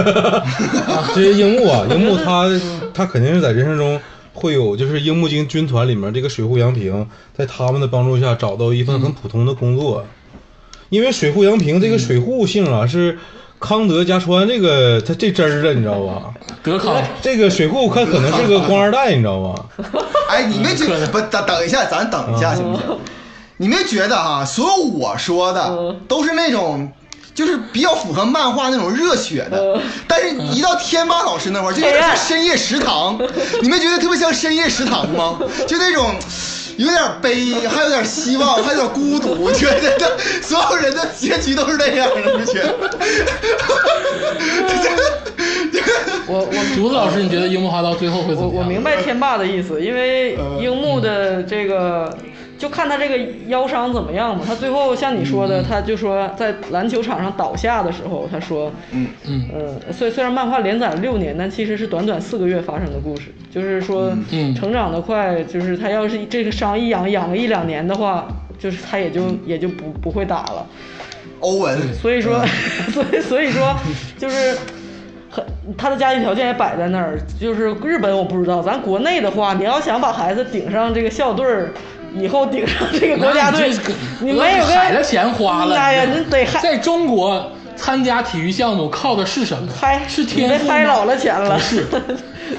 Speaker 3: 这些樱木啊，樱木他他肯定是在人生中会有，就是樱木军军团里面这个水户洋平，在他们的帮助下找到一份
Speaker 4: 嗯
Speaker 3: 很普通的工作，因为水户洋平这个水户姓啊是康德家川这个他这汁儿的，你知道吧？
Speaker 1: 德康，
Speaker 3: 这个水户他可能是个官二代，你知道吧？
Speaker 4: 哎，你没觉不等等一下，咱等一下行不行？你没觉得哈、所有我说的都是那种，就是比较符合漫画那种热血的，但是一到天霸老师那块儿，就有点像深夜食堂，你没觉得特别像深夜食堂吗？就那种。有点悲，还有点希望，还有点孤独，觉得 他所有人的结局都是那样的，你觉得？
Speaker 2: 我我
Speaker 1: 竹子老师，你觉得樱木花道最后会怎
Speaker 2: 我
Speaker 1: 么样？呃嗯
Speaker 2: 我明白天霸的意思，因为樱木的这个。就看他这个腰伤怎么样嘛。他最后像你
Speaker 1: 嗯
Speaker 2: 说的，他就说在篮球场上倒下的时候，他说，
Speaker 4: 嗯
Speaker 1: 嗯
Speaker 2: 嗯，虽虽然漫画连载了六年，但其实是短短四个月发生的故事。就是说，
Speaker 1: 嗯
Speaker 2: 成长的快，就是他要是这个伤一养养个一两年的话，就是他也就也就不不会打了。
Speaker 4: 欧文，
Speaker 2: 所以说，
Speaker 1: 嗯
Speaker 2: 所以所以说，就是很他的家庭条件也摆在那儿。就是日本我不知道，咱国内的话，你要想把孩子顶上这个校队儿，以后顶上这个国家队
Speaker 1: 那你这，
Speaker 2: 你没有个
Speaker 1: 海的钱花了，
Speaker 2: 哎呀，
Speaker 1: 你
Speaker 2: 你
Speaker 1: 知道
Speaker 2: 得还
Speaker 1: 在中国参加体育项目靠的是什么？
Speaker 2: 嗨
Speaker 1: 是天赋
Speaker 2: 你
Speaker 1: 吗
Speaker 2: 被嗨老了钱了
Speaker 1: 不是，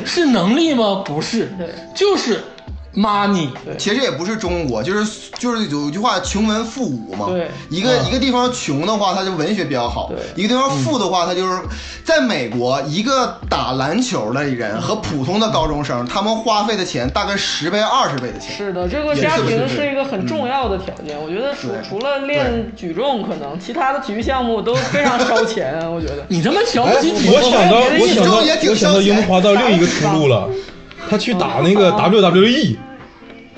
Speaker 1: 是能力吗？不是
Speaker 2: 对，
Speaker 1: 就是 money，
Speaker 4: 其实也不是中国，就是就是有一句话“穷文富武”嘛。
Speaker 2: 对嗯
Speaker 4: 一个、一个地方穷的话，它就文学比较好；
Speaker 2: 对
Speaker 4: 一个地方富的话，它就是在美国，一个打篮球的
Speaker 2: 嗯
Speaker 4: 人和普通的高中生，他们花费的钱大概十倍、二十倍的钱。
Speaker 2: 是的，这个
Speaker 4: 也
Speaker 2: 家
Speaker 4: 是
Speaker 2: 庭
Speaker 4: 是是
Speaker 2: 是一个
Speaker 1: 嗯
Speaker 2: 很重要的条件。我觉得除
Speaker 4: 对
Speaker 2: 除了练举重，可能其他的体育项目都非常烧钱啊。我觉得
Speaker 1: 你他妈瞧 不
Speaker 3: 哎，
Speaker 1: 起体育
Speaker 3: 我想到
Speaker 2: 没有别的
Speaker 3: 我
Speaker 2: 意思
Speaker 3: 想到
Speaker 4: 这也挺
Speaker 3: 我想到
Speaker 4: 消遣
Speaker 3: 樱木花道另一个出路 了，他去打那个 WWE，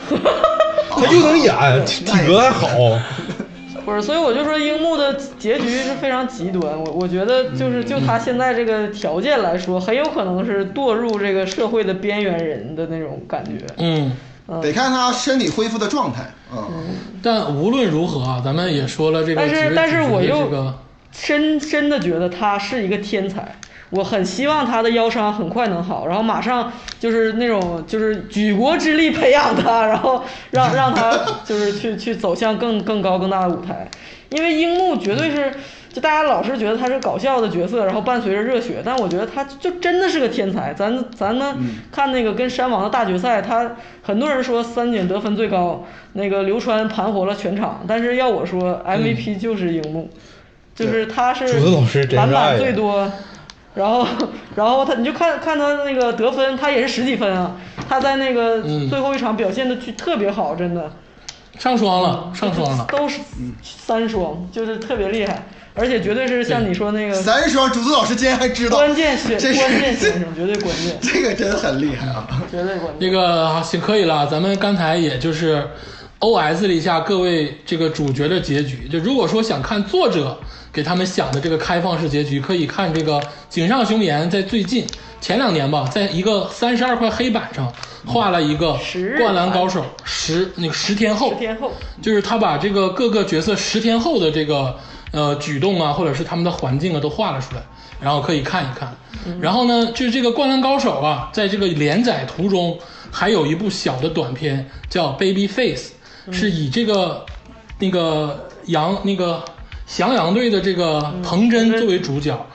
Speaker 3: 他又能演，体体格还好，
Speaker 2: 不是，所以我就说樱木的结局是非常极端。我我觉得就是就他现在这个条件来说，很有可能是堕入这个社会的边缘人的那种感觉。
Speaker 1: 嗯，
Speaker 4: 得看他身体恢复的状态。嗯，
Speaker 1: 但无论如何啊，咱们也说了这个
Speaker 2: 但
Speaker 1: 几
Speaker 2: 是
Speaker 1: 位主角的这个，
Speaker 2: 但是我又深深的觉得他是一个天才，我很希望他的腰伤很快能好，然后马上就是那种就是举国之力培养他，然后让让他就是去去走向更更高更大的舞台，因为樱木绝对是。就大家老是觉得他是搞笑的角色，然后伴随着热血，但我觉得他就真的是个天才。咱咱们看那个跟山王的大决赛，他很多人说三井得分最高，那个流川盘活了全场，但是要我说 MVP 就是樱木。就是他是
Speaker 3: 竹子老师真是
Speaker 2: 篮
Speaker 3: 爱
Speaker 2: 板
Speaker 3: 呀
Speaker 2: 最多，然后然后他你就看看他那个得分，他也是十几分啊，他在那个最后一场表现的就特别好，真的
Speaker 1: 上双了，
Speaker 2: 嗯
Speaker 1: 上双了。
Speaker 2: 都是三双，就是特别厉害，而且绝对是像你说那个
Speaker 4: 三双竹子老师竟然还知道，
Speaker 2: 关键选
Speaker 4: 这是
Speaker 2: 关键选手，绝对关键，
Speaker 4: 这个真的很厉害啊！
Speaker 2: 绝对关
Speaker 1: 那
Speaker 2: 键。
Speaker 1: 个好行可以了，咱们刚才也就是 O S 了一下各位这个主角的结局。就如果说想看作者给他们想的这个开放式结局，可以看这个井上雄彦在最近前两年吧，在一个三十二块黑板上画了一个
Speaker 2: 十日
Speaker 1: 《灌篮高手》十那个十天后
Speaker 2: 十，天后，
Speaker 1: 就是他把这个各个角色十天后的这个呃举动啊，或者是他们的环境啊，都画了出来，然后可以看一看。
Speaker 2: 嗯
Speaker 1: 然后呢，就是这个《灌篮高手》啊，在这个连载途中，还有一部小的短片叫《Baby Face》，是
Speaker 2: 嗯
Speaker 1: 以这个那个杨那个翔阳队的这个
Speaker 2: 嗯
Speaker 1: 彭真作为主角，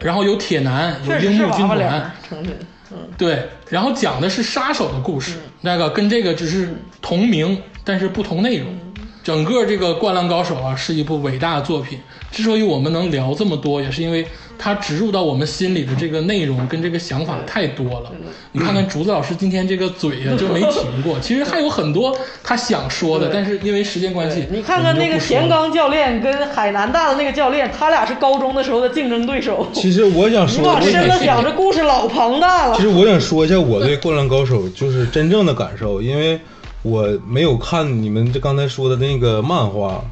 Speaker 1: 然后有铁男，有
Speaker 2: 确
Speaker 1: 樱
Speaker 2: 实是
Speaker 1: 木
Speaker 2: 娃
Speaker 1: 军
Speaker 2: 娃脸
Speaker 1: 团
Speaker 2: 儿，，成真，嗯，
Speaker 1: 对，然后讲的是杀手的故事，那个跟这个只是同
Speaker 2: 嗯
Speaker 1: 名，但是不同内容。整个这个《灌篮高手》啊，是一部伟大的作品。之所以我们能聊这么多，也是因为它植入到我们心里的这个内容跟这个想法太多了。
Speaker 2: 嗯
Speaker 1: 你看看竹子老师今天这个嘴呀、就没停 过，其实还有很多他想说的，
Speaker 2: 对
Speaker 1: 但是因为时间关系，
Speaker 2: 你看看
Speaker 1: 我们
Speaker 2: 那
Speaker 1: 就
Speaker 2: 个
Speaker 1: 不说
Speaker 2: 田
Speaker 1: 了
Speaker 2: 刚教练跟海南大的那个教练，他俩是高中的时候的竞争对手。
Speaker 3: 其实我 想
Speaker 2: 你
Speaker 3: 说，
Speaker 2: 往
Speaker 3: 我
Speaker 2: 深
Speaker 3: 想
Speaker 2: 了想，这故事老庞大了
Speaker 3: 其。实我想说一下我对《灌篮高手》就是真正的感受，因为我没有看你们这刚才说的那个漫画，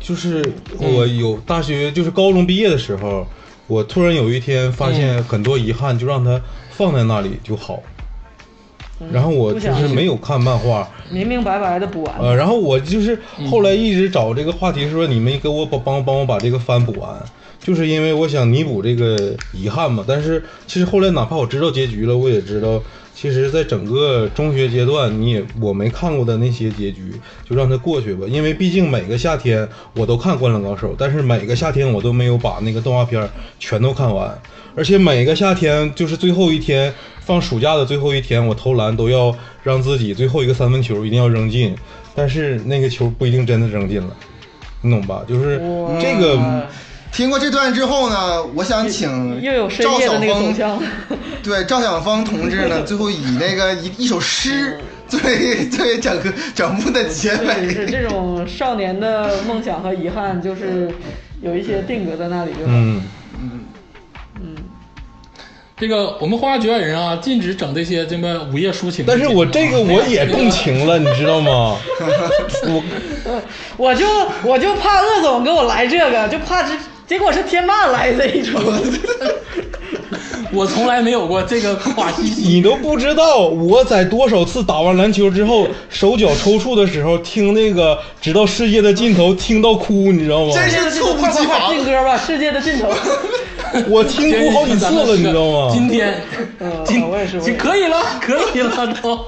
Speaker 3: 就是我有大学就是高中毕业的时候，我突然有一天发现很多遗憾，就让它放在那里就好。然后我
Speaker 2: 嗯不
Speaker 3: 就
Speaker 2: 想
Speaker 3: 是没有看漫画，
Speaker 2: 明明白白的补完。
Speaker 3: 呃，然后我就是后来一直找这个话题说，你们给我帮帮帮我把这个番补完，就是因为我想弥补这个遗憾嘛。但是其实后来哪怕我知道结局了，我也知道，其实在整个中学阶段，你也我没看过的那些结局，就让它过去吧。因为毕竟每个夏天我都看《灌篮高手》，但是每个夏天我都没有把那个动画片儿全都看完，而且每个夏天就是最后一天。放暑假的最后一天，我投篮都要让自己最后一个三分球一定要扔进，但是那个球不一定真的扔进了，你懂吧？就是
Speaker 2: 哇
Speaker 3: 这个，
Speaker 4: 听过这段之后呢，我想请
Speaker 2: 又有深
Speaker 4: 赵
Speaker 2: 夜
Speaker 4: 晓
Speaker 2: 的那个走
Speaker 4: 峰
Speaker 2: 向，
Speaker 4: 对赵晓峰同志呢，最后以那个一一首诗作为作为整个整部的结
Speaker 2: 确实是
Speaker 4: 尾。
Speaker 2: 这种少年的梦想和遗憾，就是有一些定格在那里就好。
Speaker 3: 嗯，
Speaker 1: 这个我们花局外人啊，禁止整这些这么午夜抒情的
Speaker 3: 但
Speaker 1: 节目啊。
Speaker 3: 是我这个我 也共情了，你知道吗？
Speaker 2: 我就我就怕鄂总给我来这个，就怕这结果是天霸来这一种。
Speaker 1: 我从来没有过这个跨西 西。
Speaker 3: 你都不知道我在多少次打完篮球之后，手脚抽搐的时候，听那个直到世界的尽头，听到哭，你知道吗？
Speaker 4: 真是猝不
Speaker 2: 快快
Speaker 4: 及
Speaker 2: 快
Speaker 4: 防
Speaker 2: 进歌吧，世界的尽头。
Speaker 3: 我听哭好几次了，你知道
Speaker 1: 今
Speaker 3: 吗？
Speaker 1: 天，
Speaker 2: 嗯
Speaker 1: 今
Speaker 2: 我也是我也是
Speaker 1: 可以了，可以了都。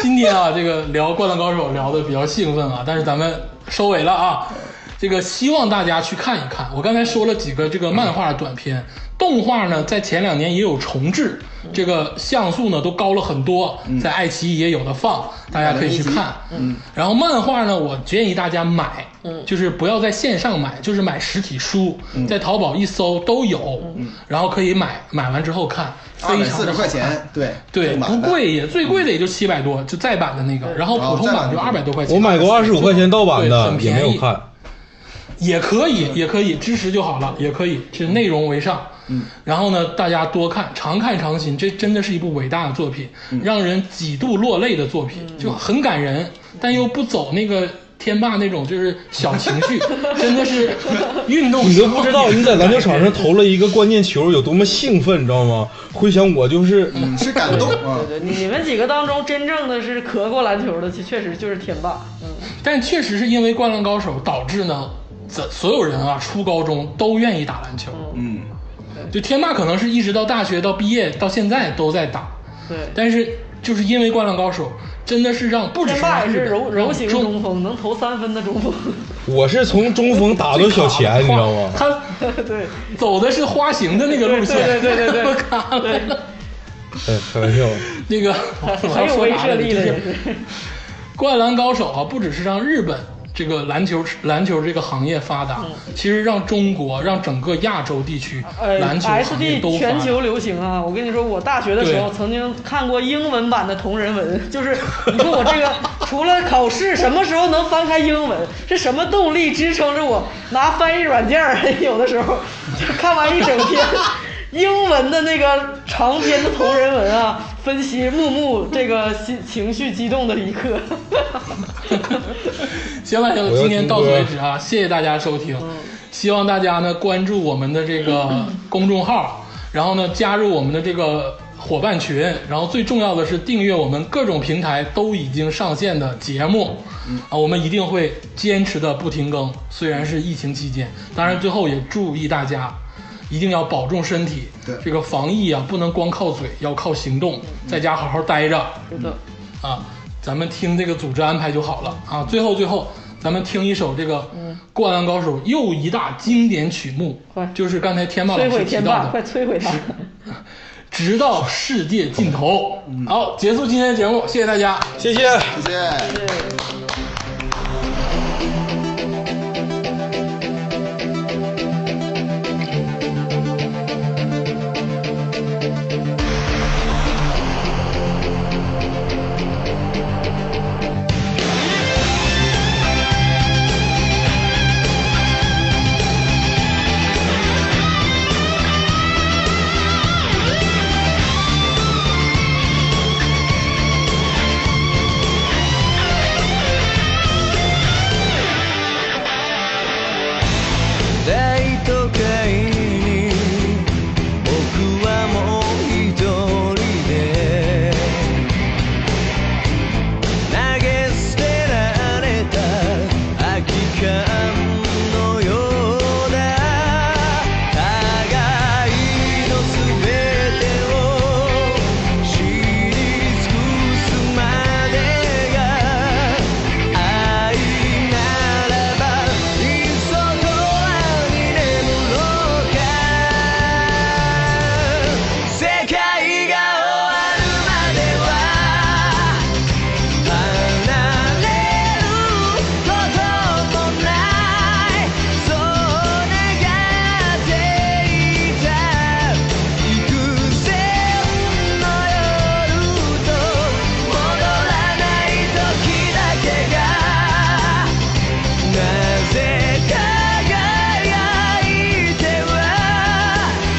Speaker 1: 今天啊，这个聊《灌篮高手》聊的比较兴奋啊，但是咱们收尾了啊。这个希望大家去看一看，我刚才说了几个这个漫画短片，动画呢，在前两年也有重置，
Speaker 2: 嗯
Speaker 1: 这个像素呢都高了很多，在爱奇艺也有的放，大家可以去看。嗯，然后漫画呢，我建议大家买，嗯，就是不要在线上买，就是买实体书，
Speaker 3: 嗯
Speaker 1: 在淘宝一搜都有，然后可以买，买完之后
Speaker 3: 啊
Speaker 1: 看，
Speaker 4: 二
Speaker 1: 非
Speaker 4: 百
Speaker 1: 常
Speaker 4: 四
Speaker 1: 的
Speaker 4: 十块钱，对
Speaker 1: 对，
Speaker 4: 正版
Speaker 1: 不
Speaker 4: 的
Speaker 1: 贵也，最贵的也就七百多，就再版的那个，
Speaker 3: 嗯
Speaker 1: 然后普通版就二百多块钱。
Speaker 3: 我买过二十五块钱盗版
Speaker 1: 对
Speaker 3: 的
Speaker 1: 很，
Speaker 3: 也
Speaker 1: 便宜
Speaker 3: 没有看。
Speaker 1: 也可以，也可以，支持就好了，也可以是内容为上。嗯，然后呢，大家多看，常看常新，这真的是一部伟大的作品，让人几度落泪的作品，就很感人，但又不走那个天霸那种就是小情绪，真的是运动。
Speaker 3: 你都不知道你在篮球场上投了一个关键球有多么兴奋，你知道吗？回想我就是，
Speaker 4: 是感 动啊
Speaker 2: 对。对，你你们几个当中真正的是磕过篮球的，其确实就是天霸。嗯，
Speaker 1: 但确实是因为《灌篮高手》导致呢，咱所有人啊，初高中都愿意打篮球。
Speaker 4: 嗯，
Speaker 1: 就天霸可能是一直到大学到毕业到现在都在打，
Speaker 2: 对。
Speaker 1: 但是就是因为《灌篮高手》，真的是让不只
Speaker 2: 天
Speaker 1: 是
Speaker 2: 霸也
Speaker 1: 日
Speaker 2: 是
Speaker 1: 本
Speaker 2: 柔柔型
Speaker 1: 让中
Speaker 2: 中锋，能投三分的中锋。
Speaker 3: 我是从中锋打到小前，你知 道吗？
Speaker 1: 他
Speaker 2: 对，
Speaker 1: 走的是花形的那个路线，
Speaker 2: 对对对对对对
Speaker 1: 卡了
Speaker 3: 哎，开玩笑，
Speaker 1: 那个
Speaker 2: 很有威慑力
Speaker 1: 就
Speaker 2: 的
Speaker 1: 是
Speaker 2: 也是。
Speaker 1: 灌篮高手啊，不只是让日本这个篮球篮球这个行业发达，
Speaker 2: 嗯
Speaker 1: 其实让中国让整个亚洲地区
Speaker 2: 呃
Speaker 1: 篮球行业都
Speaker 2: ，SD
Speaker 1: 发
Speaker 2: 全
Speaker 1: 达。
Speaker 2: 球流行啊！我跟你说，我大学的时候
Speaker 1: 对
Speaker 2: 曾经看过英文版的同人文， 就是你说我这个除了考试，什么时候能翻开英文？是什么动力支撑着我拿翻译软件儿？ 有的时候就看完一整 篇英文的那个长篇的同人文啊，分析木木这个心 情绪激动的一 刻。
Speaker 1: 行了行了，
Speaker 3: 我要
Speaker 1: 今天
Speaker 3: 听
Speaker 1: 到此
Speaker 3: 歌
Speaker 1: 为止啊，谢谢大家收听，希望大家呢关注我们的这个公众号，然后呢加入我们的这个伙伴群，然后最重要的是订阅我们各种平台都已经上线的节目，
Speaker 3: 嗯
Speaker 1: 啊，我们一定会坚持的不停更，虽然是疫情期间，当然最后也注意大家。一定要保重身体，
Speaker 4: 对
Speaker 1: 这个防疫啊，不能光靠嘴，要靠行动，在家好好待着。
Speaker 2: 是的，
Speaker 1: 啊，咱们听这个组织安排就好了啊。最后最后，咱们听一首这个《灌篮高手》又一大经典曲目
Speaker 2: 嗯快，
Speaker 1: 就是刚才天霸老
Speaker 2: 摧毁
Speaker 1: 师提
Speaker 2: 天霸，
Speaker 1: 到
Speaker 2: 快
Speaker 1: 的
Speaker 2: 摧毁他！
Speaker 1: “直到世界尽头”。
Speaker 2: 嗯
Speaker 1: 好，结束今天的节目，谢谢大家。
Speaker 3: 谢谢。
Speaker 4: 谢谢。
Speaker 2: 对
Speaker 6: 大都会に僕はもう一人で投げ捨てられた空き缶のような互いの全てを知り尽くすまでが愛ならばいっそ永遠に眠るか世界が終わるまでは離れることもないそう願っていた幾千の夜と戻らない時だけがなぜ輝いては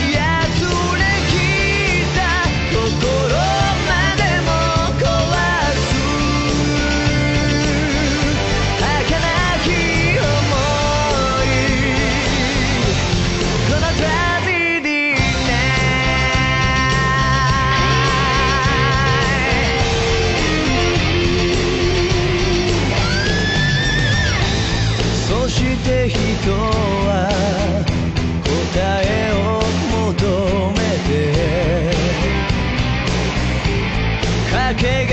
Speaker 6: 奴れきた心までも壊す儚き想いこの旅にねそして人は答えを求めてかけが